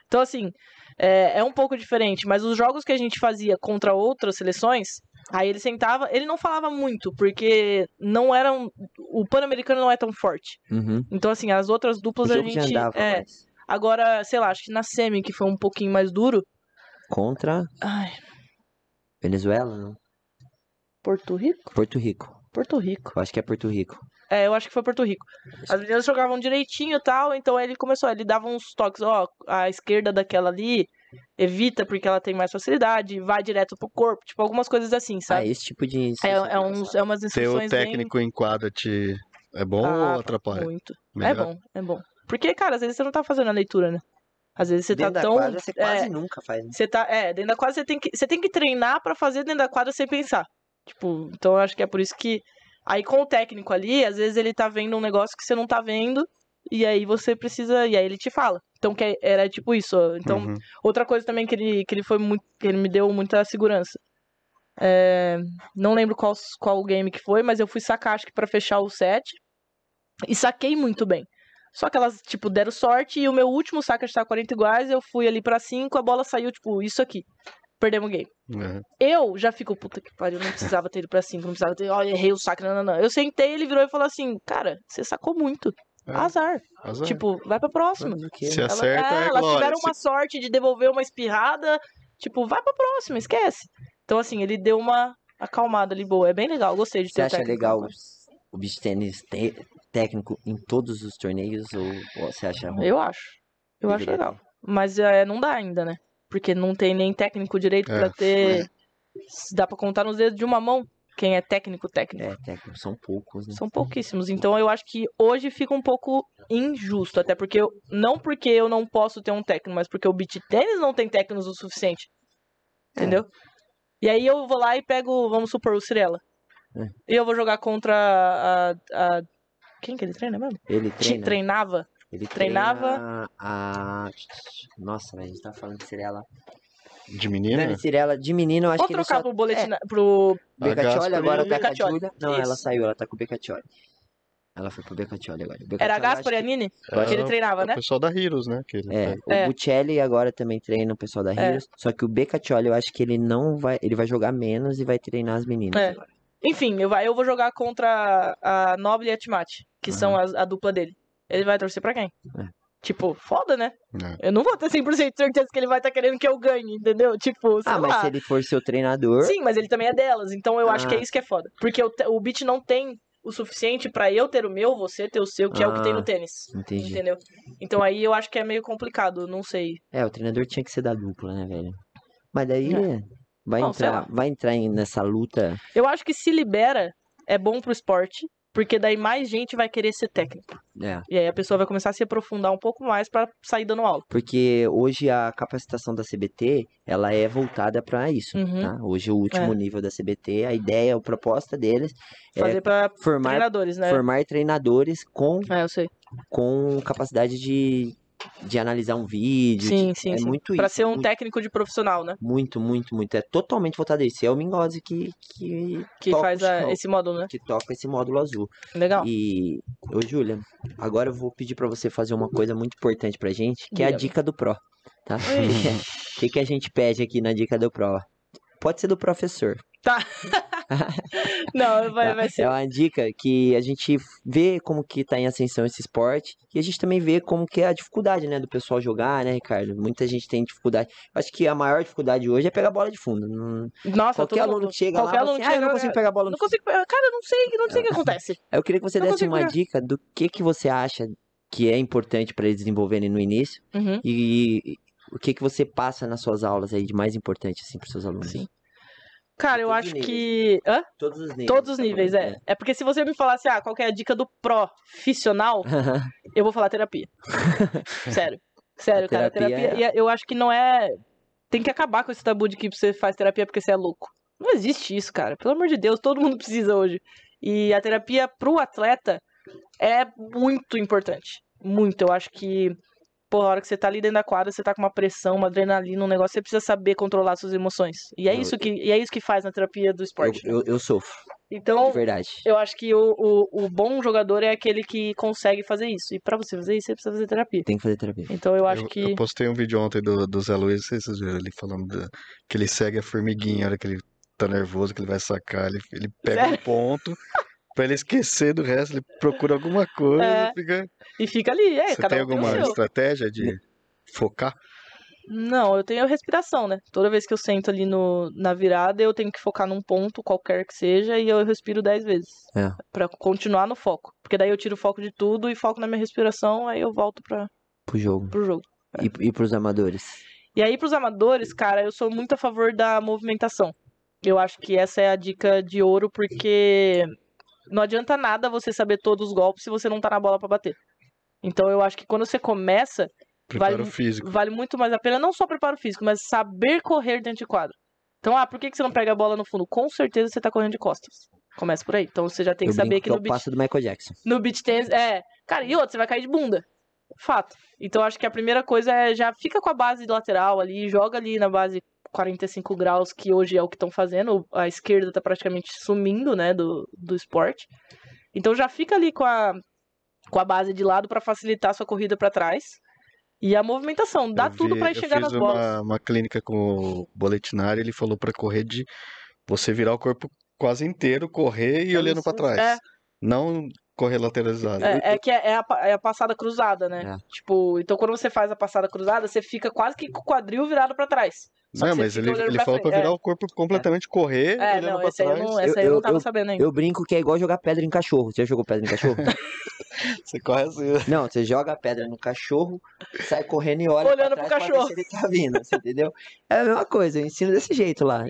Então, assim, é, é um pouco diferente. Mas os jogos que a gente fazia contra outras seleções, aí ele sentava, ele não falava muito, porque não era um. O Pan-Americano não é tão forte. Uhum. Então, assim, as outras O duplas a jogo já gente. andava, né? é, mas agora, sei lá, acho que na Semi, que foi um pouquinho mais duro. Contra Ai, Venezuela, não? Porto Rico? Porto Rico. Porto Rico. Eu acho que é Porto Rico. É, eu acho que foi Porto Rico. As meninas jogavam direitinho e tal, então ele começou, ele dava uns toques, ó, a esquerda daquela ali, evita porque ela tem mais facilidade, vai direto pro corpo, tipo, algumas coisas assim, Ah, sabe? esse tipo de. É, é, uns, é umas Ter o instruções bem... técnico em quadra te... É bom Ah, ou atrapalha? Muito. É Melhor? bom, é bom. Porque, cara, às vezes você não tá fazendo a leitura, né? Às vezes você Dentro tá da tão... quadra, você quase é, nunca faz. né? você tá, é, dentro da quadra você tem que, você tem que treinar pra fazer dentro da quadra sem pensar. Tipo, então eu acho que é por isso que. Aí com o técnico ali, às vezes ele tá vendo um negócio que você não tá vendo. e aí você precisa. E aí ele te fala. Então que era tipo isso. ó. Então, Uhum. outra coisa também que ele, que ele foi muito. que ele me deu muita segurança. É, não lembro qual, qual game que foi, mas eu fui sacar, acho que pra fechar o set. E saquei muito bem. Só que elas, tipo, deram sorte e o meu último saque estava 40 iguais, eu fui ali pra 5, a bola saiu, tipo, isso aqui. Perdemos o game. É. Eu já fico, puta que pariu, não precisava ter ido pra 5, não precisava ter, olha, errei o saque, não, não, não. Eu sentei, ele virou e falou assim, cara, você sacou muito. É. Azar. Azar. Tipo, vai pra próxima. se Ela- acerta, é, é, elas glória. tiveram uma sorte de devolver uma espirrada, tipo, vai pra próxima, esquece. Então, assim, ele deu uma acalmada ali boa. É bem legal, eu gostei de Você ter o acha técnico. legal o beach tênis te- técnico em todos os torneios ou ou você acha ruim? Eu acho. Eu acho Deveria legal. Mas é, não dá ainda, né? Porque não tem nem técnico direito É. pra ter. Dá pra contar nos dedos de uma mão quem é técnico, técnico. É, técnico, são poucos, né? São pouquíssimos. Então eu acho que hoje fica um pouco injusto. Até porque. eu- não porque eu não posso ter um técnico, mas porque o beat tênis não tem técnicos o suficiente. É. Entendeu? E aí eu vou lá e pego, vamos supor, o Cirela. É. E eu vou jogar contra a. a- Quem que ele treina mesmo? Ele Ti- treina, Treinava? ele treinava- treina a... Nossa, mas a gente tá falando de Cirela. é De Né, menina? Dani Cirela, de menino, eu acho Vou que ele trocar só... é. pro boletim. Pro... A Becaccioli Gaspari- agora tá com a Becaccioli, Júlia. Não, isso. ela saiu, ela tá com o Becaccioli. Ela foi pro Becaccioli agora. O Era a Becaccioli, eu acho Gaspar e a Nini? Era Que ele treinava, é o né? pessoal da Heroes, né? que ele- É, o É. Buccelli agora também treina o pessoal da É. Heroes, só que o Becaccioli eu acho que ele não vai, ele vai jogar menos e vai treinar as meninas É. agora. Enfim, eu, vai- eu vou jogar contra a Noble e a Timati, que Aham. são as- a, dupla dele. Ele vai torcer pra quem? É. Tipo, foda, né? É. Eu não vou ter 100% de certeza que ele vai estar querendo que eu ganhe, entendeu? Tipo, sei Ah, mas lá. se ele for seu treinador, Sim, mas ele também é delas, então eu acho que é Ah. isso que é foda. Porque o, te- o beat não tem o suficiente pra eu ter o meu, você ter o seu, que é o que tem Ah. no tênis. entendi. Entendeu? Então aí eu acho que é meio complicado, eu não sei. É, o treinador tinha que ser da dupla, né, velho? Mas daí É. vai Bom, sei entrar, vai entrar em- nessa luta. Eu acho que se libera é bom pro esporte, porque daí mais gente vai querer ser técnico. É, E aí a pessoa vai começar a se aprofundar um pouco mais pra sair dando aula. porque hoje a capacitação da CBT, ela é voltada pra isso, Uhum. tá? Hoje o último nível da CBT, a ideia, a proposta deles Fazer é pra formar treinadores, né? formar treinadores com É, eu sei. com capacidade de, de analisar um vídeo. Sim, de- sim, é sim. muito Pra isso. ser um mu- técnico de profissional, né? Muito, muito, muito. É totalmente voltado a isso. É o Mingozzi que, que, Que toca faz o a- show, esse Então módulo, né? que toca esse módulo azul. Legal. E, ô Júlia, agora eu vou pedir pra você fazer uma coisa muito importante pra gente, que é a Diga. dica do Pro. Tá? Ixi. O que, que a gente pede aqui na dica do Pro? Pode ser do professor. Não, vai, tá? vai ser. É uma dica que a gente vê como que tá em ascensão esse esporte e a gente também vê como que é a dificuldade, né, do pessoal jogar, né, Ricardo? Muita gente tem dificuldade. Acho que a maior dificuldade hoje é pegar a bola de fundo. Não- Nossa, Qualquer todo aluno mundo- que chega lá, qualquer fala aluno assim, que ah, eu chega não lá, consigo É. pegar a bola no Não consigo. Cara, eu não sei, não sei o que acontece. Eu queria que você Não desse consigo uma pegar. dica do que que você acha que é importante para eles desenvolverem no início Uhum. e, e o que que você passa nas suas aulas aí de mais importante assim para seus alunos. Sim. Cara, eu Todos acho os níveis. que. Hã? Todos os níveis. Tá Todos os níveis, é. É porque se você me falasse, ah, qual que é a dica do profissional, eu vou falar terapia. Sério. Sério, A cara. terapia Terapia. e Eu acho que não é. Tem que acabar com esse tabu de que você faz terapia porque você é louco. Não existe isso, cara. Pelo amor de Deus, todo mundo precisa hoje. E a terapia pro atleta é muito importante. Muito. Eu acho que, pô, a hora que você tá ali dentro da quadra, você tá com uma pressão, uma adrenalina, um negócio, você precisa saber controlar suas emoções. E é Eu- isso que, e é isso que faz na terapia do Eu, esporte. eu, eu sofro, Então, de verdade. eu acho que o, o, o bom jogador é aquele que consegue fazer isso. E pra você fazer isso, você precisa fazer terapia. Tem que fazer terapia. Então eu acho eu, que. eu postei um vídeo ontem do, do Zé Luiz, não sei se vocês viram ele falando da- que ele segue a formiguinha, a hora que ele tá nervoso, que ele vai sacar, ele, ele pega um ponto, pra ele esquecer do resto, ele procura alguma coisa, É. fica... E fica ali. É, Você cada tem um tem o alguma seu. estratégia de focar? Não, eu tenho respiração, né? Toda vez que eu sento ali no, na virada, eu tenho que focar num ponto, qualquer que seja, e eu respiro 10 vezes. É. Pra continuar no foco. Porque daí eu tiro o foco de tudo e foco na minha respiração, aí eu volto pra, Pro jogo. pro jogo. É. E, e pros amadores. E aí, pros amadores, cara, eu sou muito a favor da movimentação. Eu acho que essa é a dica de ouro, porque não adianta nada você saber todos os golpes se você não tá na bola pra bater. Então eu acho que quando você começa, Preparo Vai- físico. vale muito mais a pena não só preparo físico, mas saber correr dentro de quadro. Então, ah, por que que você não pega a bola no fundo? Com certeza você tá correndo de costas. Começa por aí. Então você já tem eu que saber brinco que que é no eu beat, passo do Michael Jackson. no beat tennis. É. Cara, e outro, você vai cair de bunda. Fato. Então acho que a primeira coisa é já fica com a base lateral ali, joga ali na base 45 graus, que hoje é o que estão fazendo. A esquerda tá praticamente sumindo, né, do, do esporte. Então já fica ali com a, com a base de lado pra facilitar a sua corrida pra trás. E a movimentação, dá Eu tudo vi- pra chegar nas Eu fiz bolas. uma, uma clínica com o boletinário, ele falou pra correr de você virar o corpo quase inteiro, correr e Eu olhando pra sei. trás. É. Não correr lateralizado. É, é que é, é a, pa- é a passada cruzada, né? É. Tipo, então quando você faz a passada cruzada, você fica quase que com o quadril virado pra trás. Só Não, que você mas fica ele, olhando ele pra fala frente, pra virar é. o corpo completamente correr, É, olhando não, pra essa aí eu trás. não, essa aí eu, Eu- não tava eu- sabendo ainda. Eu brinco que é igual jogar pedra em cachorro. Você já jogou pedra em cachorro? Você corre assim. né? Não, você joga a pedra no cachorro, sai correndo e olha Olhando pra pro trás pra ver cachorro. se ele tá vindo, você entendeu? É a mesma coisa, eu ensino desse jeito lá,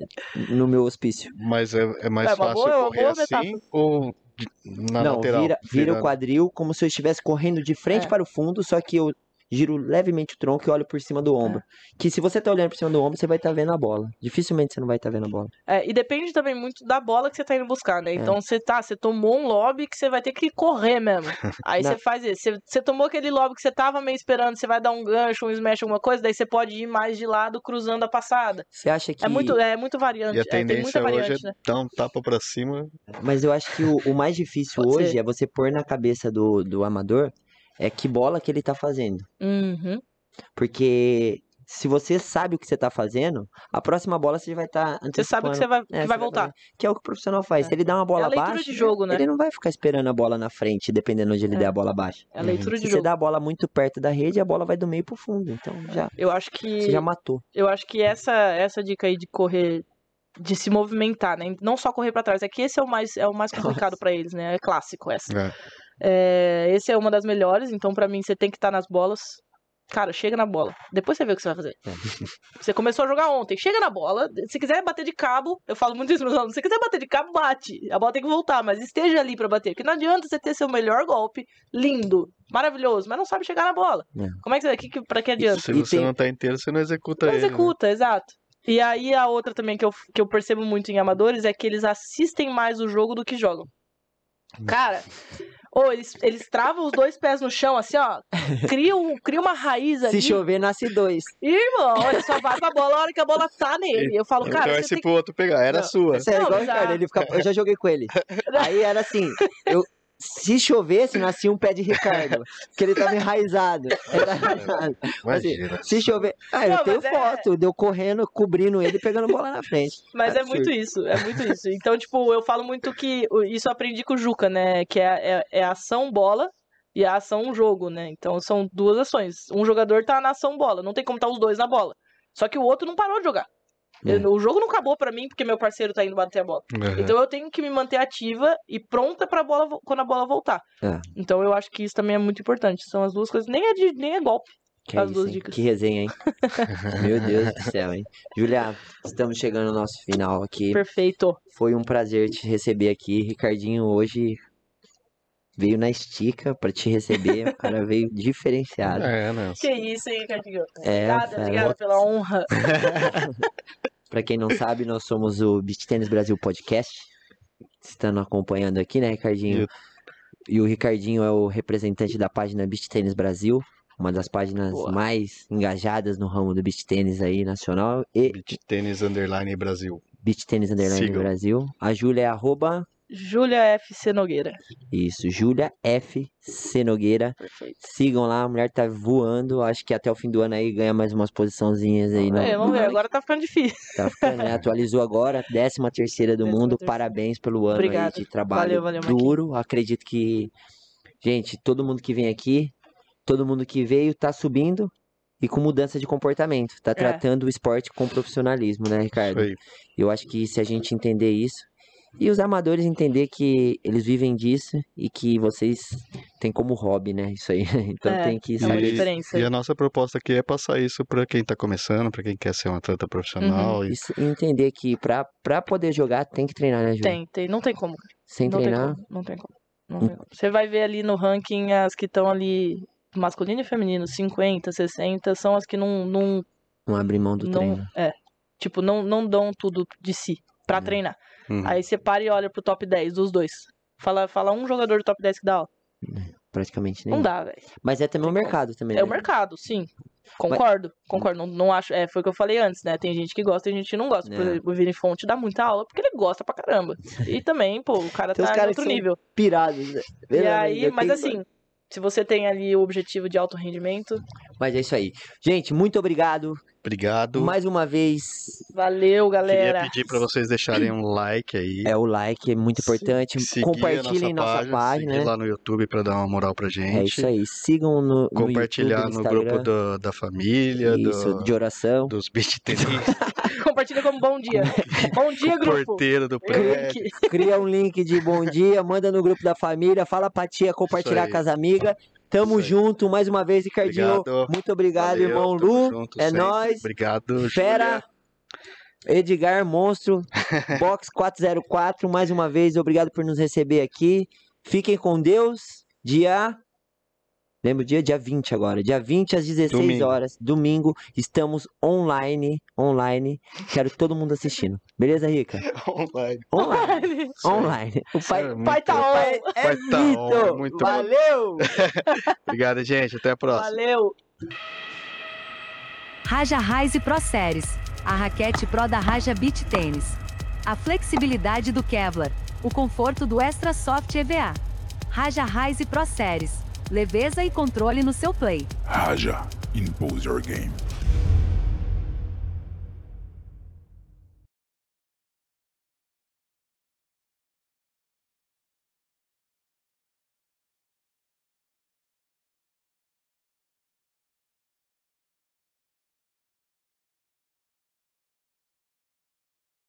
no meu hospício. Mas é, é mais É uma fácil boa- é uma correr boa assim ou de- na Não, lateral? vira, vira o virando? quadril como se eu estivesse correndo de frente É. para o fundo, só que eu giro levemente o tronco e olho por cima do É. ombro. Que se você tá olhando por cima do ombro, você vai estar vendo a bola. Dificilmente você não vai estar vendo a bola. É, e depende também muito da bola que você tá indo buscar, né? Então você tá, você tomou um lobby que você vai ter que correr mesmo. Aí Na- você faz isso. Você, você tomou aquele lobby que você tava meio esperando, você vai dar um gancho, um smash, alguma coisa, daí você pode ir mais de lado cruzando a passada. Você acha que. É muito, é muito variante. E a é, tem muita tendência variante, hoje né? é dar um tapa pra cima. Mas eu acho que o, o mais difícil Pode hoje ser. é você pôr na cabeça do, do amador é que bola que ele tá fazendo. Uhum. Porque se você sabe o que você tá fazendo, a próxima bola você vai estar tá Você sabe que você vai, que É, vai você voltar. fazer. Que é o que o profissional faz. É. Se ele dá uma bola é a leitura baixa, de jogo, né? ele não vai ficar esperando a bola na frente, dependendo onde ele É. der a bola baixa. É a leitura de Se Uhum. você jogo. dá a bola muito perto da rede, a bola vai do meio pro fundo. Então já, Eu acho você que já matou. eu acho que essa essa dica aí de correr de se movimentar, né? Não só correr pra trás, é que esse é o mais é o mais complicado pra eles, né? É clássico essa. É. É, esse é uma das melhores, então pra mim você tem que estar nas bolas. Cara, chega na bola. Depois você vê o que você vai fazer. Você começou a jogar ontem, chega na bola. Se quiser bater de cabo, eu falo muito isso pros alunos. Se quiser bater de cabo, bate. A bola tem que voltar, mas esteja ali pra bater. Porque não adianta você ter seu melhor golpe, lindo, maravilhoso, mas não sabe chegar na bola. É. Como é que você. Que, que- pra que adianta? Se E você tem- não tá inteiro, você não executa Não ele. né? executa, exato. E aí a outra também que eu, que eu percebo muito em amadores é que eles assistem mais o jogo do que jogam. Cara, ou eles, eles travam os dois pés no chão, assim, ó. Cria, um, cria uma raiz ali. Se chover, nasce dois. Ih, Irmão, ele só vai pra bola a hora que a bola tá nele. Eu falo, Então cara, vai ser você tem que. pro outro pegar. Era Não, sua. Isso é Não, igual o mas a- Ricardo, ele fica- eu já joguei com ele. Aí era assim, eu... se chovesse, nascia um pé de Ricardo. Porque ele tava enraizado. Era... assim, Imagina. Se chover. Ah, Não, eu tenho mas é- foto, deu correndo, cobrindo ele, pegando bola na frente. Mas é Absurdo. muito isso, é muito isso. Então, tipo, eu falo muito que. Isso eu aprendi com o Juca, né? Que é, é, é ação bola e a ação jogo, né? Então são duas ações. Um jogador tá na ação bola, não tem como tá os dois na bola. Só que o outro não parou de jogar. É. Eu- o jogo não acabou pra mim porque meu parceiro tá indo bater a bola. Uhum. Então eu tenho que me manter ativa e pronta pra bola vo- quando a bola voltar. É. Então eu acho que isso também é muito importante. São as duas coisas. Nem é, de- nem é golpe. Que, As isso, duas hein? dicas. Que resenha, hein? Meu Deus do céu, hein? Julia, estamos chegando no nosso final aqui. Perfeito. Foi um prazer te receber aqui. Ricardinho hoje veio na estica pra te receber. O cara veio diferenciado. É, né? Que isso, hein, Cardigão? É, Obrigada, fera. obrigada pela honra. Pra quem não sabe, nós somos o Beach Tennis Brasil Podcast. Estando acompanhando aqui, né, Ricardinho? E o Ricardinho é o representante da página Beach Tennis Brasil, uma das páginas Boa. mais engajadas no ramo do beach tênis aí nacional e Beat Tênis Underline Brasil. Beach Tennis Underline Sigam. Brasil. A Júlia é arroba, Júlia FC Nogueira. isso, Júlia F. C. Nogueira. Perfeito. Sigam lá, a mulher tá voando. Acho que até o fim do ano aí ganha mais umas posiçãozinhas aí. Não, É, vamos ver, agora tá ficando difícil. Tá ficando, né? Atualizou agora, 13 terceira do Décima mundo. terceira. Parabéns pelo ano aí Obrigado. de trabalho Valeu, valeu, Marquinhos. duro. Acredito que, gente, todo mundo que vem aqui, todo mundo que veio tá subindo e com mudança de comportamento. É. Tá tratando o esporte com profissionalismo, né, Isso Ricardo? aí. Eu acho que se a gente entender isso e os amadores entender que eles vivem disso e que vocês têm como hobby, né? Isso aí. Então É, tem que É uma E- saber diferença. E a nossa proposta aqui é passar isso pra quem tá começando, pra quem quer ser um atleta profissional. E Uhum, isso, e entender que pra, pra poder jogar tem que treinar, né, Ju? Tem, tem, não tem como. Sem não treinar. tem como. Não tem como. não tem como. Você vai ver ali no ranking as que estão ali masculino e feminino, 50, 60, são as que não, não, Não abre mão do não treino. é, tipo, não não dão tudo de si. pra Uhum. treinar. Uhum. Aí você para e olha pro top 10 dos dois. Fala, fala um jogador do top 10 que dá aula. Praticamente Não nenhum. dá, velho. Mas é também o mercado também. É né? o mercado, sim. Concordo, Hum. concordo. Não, não acho. É, foi o que eu falei antes, né? Tem gente que gosta, tem gente que não gosta. Por É. exemplo, o Vini Fonte dá muita aula porque ele gosta pra caramba. E também, pô, o cara Tem tá uns em caras outro que são nível. Pirados. né? E Verdade, aí, eu mas tenho- assim, se você tem ali o objetivo de alto rendimento, Mas é isso aí. Gente, muito obrigado. Obrigado. Mais uma vez, valeu, Queria galera. pedir para vocês deixarem um like aí. é o like, é muito Se- importante. Seguir a Compartilhem nossa página. né? seguir lá no YouTube para dar uma moral pra gente. É isso aí. Sigam no, no Compartilhar YouTube, no, no, grupo Instagram, do- da família, do- Isso, de oração. dos beat tenistas, Compartilha como bom dia. bom dia, grupo. porteiro do Eu prédio. que- Cria um link de bom dia, manda no grupo da família, fala pra tia compartilhar aí. com as amigas. Tamo Isso aí. junto mais uma vez, Ricardinho. Obrigado. Muito obrigado, Valeu, irmão tamo Lu. junto é sempre. nóis. Obrigado, Fera. Júlia. Edgar Monstro, Box 404, mais uma vez, obrigado por nos receber aqui. Fiquem com Deus. Dia. Lembra o dia? Dia 20 agora. Dia 20 às 16 Domingo. horas, domingo. Estamos online. Online. Quero todo mundo assistindo. Beleza, Rica? Online. Online. Isso aí. Online. O pai. Isso é Pai muito- tá on. É Vai tá on, Vitor. muito bom. Valeu! Obrigado, gente. Até a próxima. Valeu. Raja Rise Pro Series, a raquete Pro da Raja Beach Tennis. A flexibilidade do Kevlar, o conforto do Extra Soft EVA. Raja Rise Pro Series, leveza e controle no seu play. Raja, impose your game.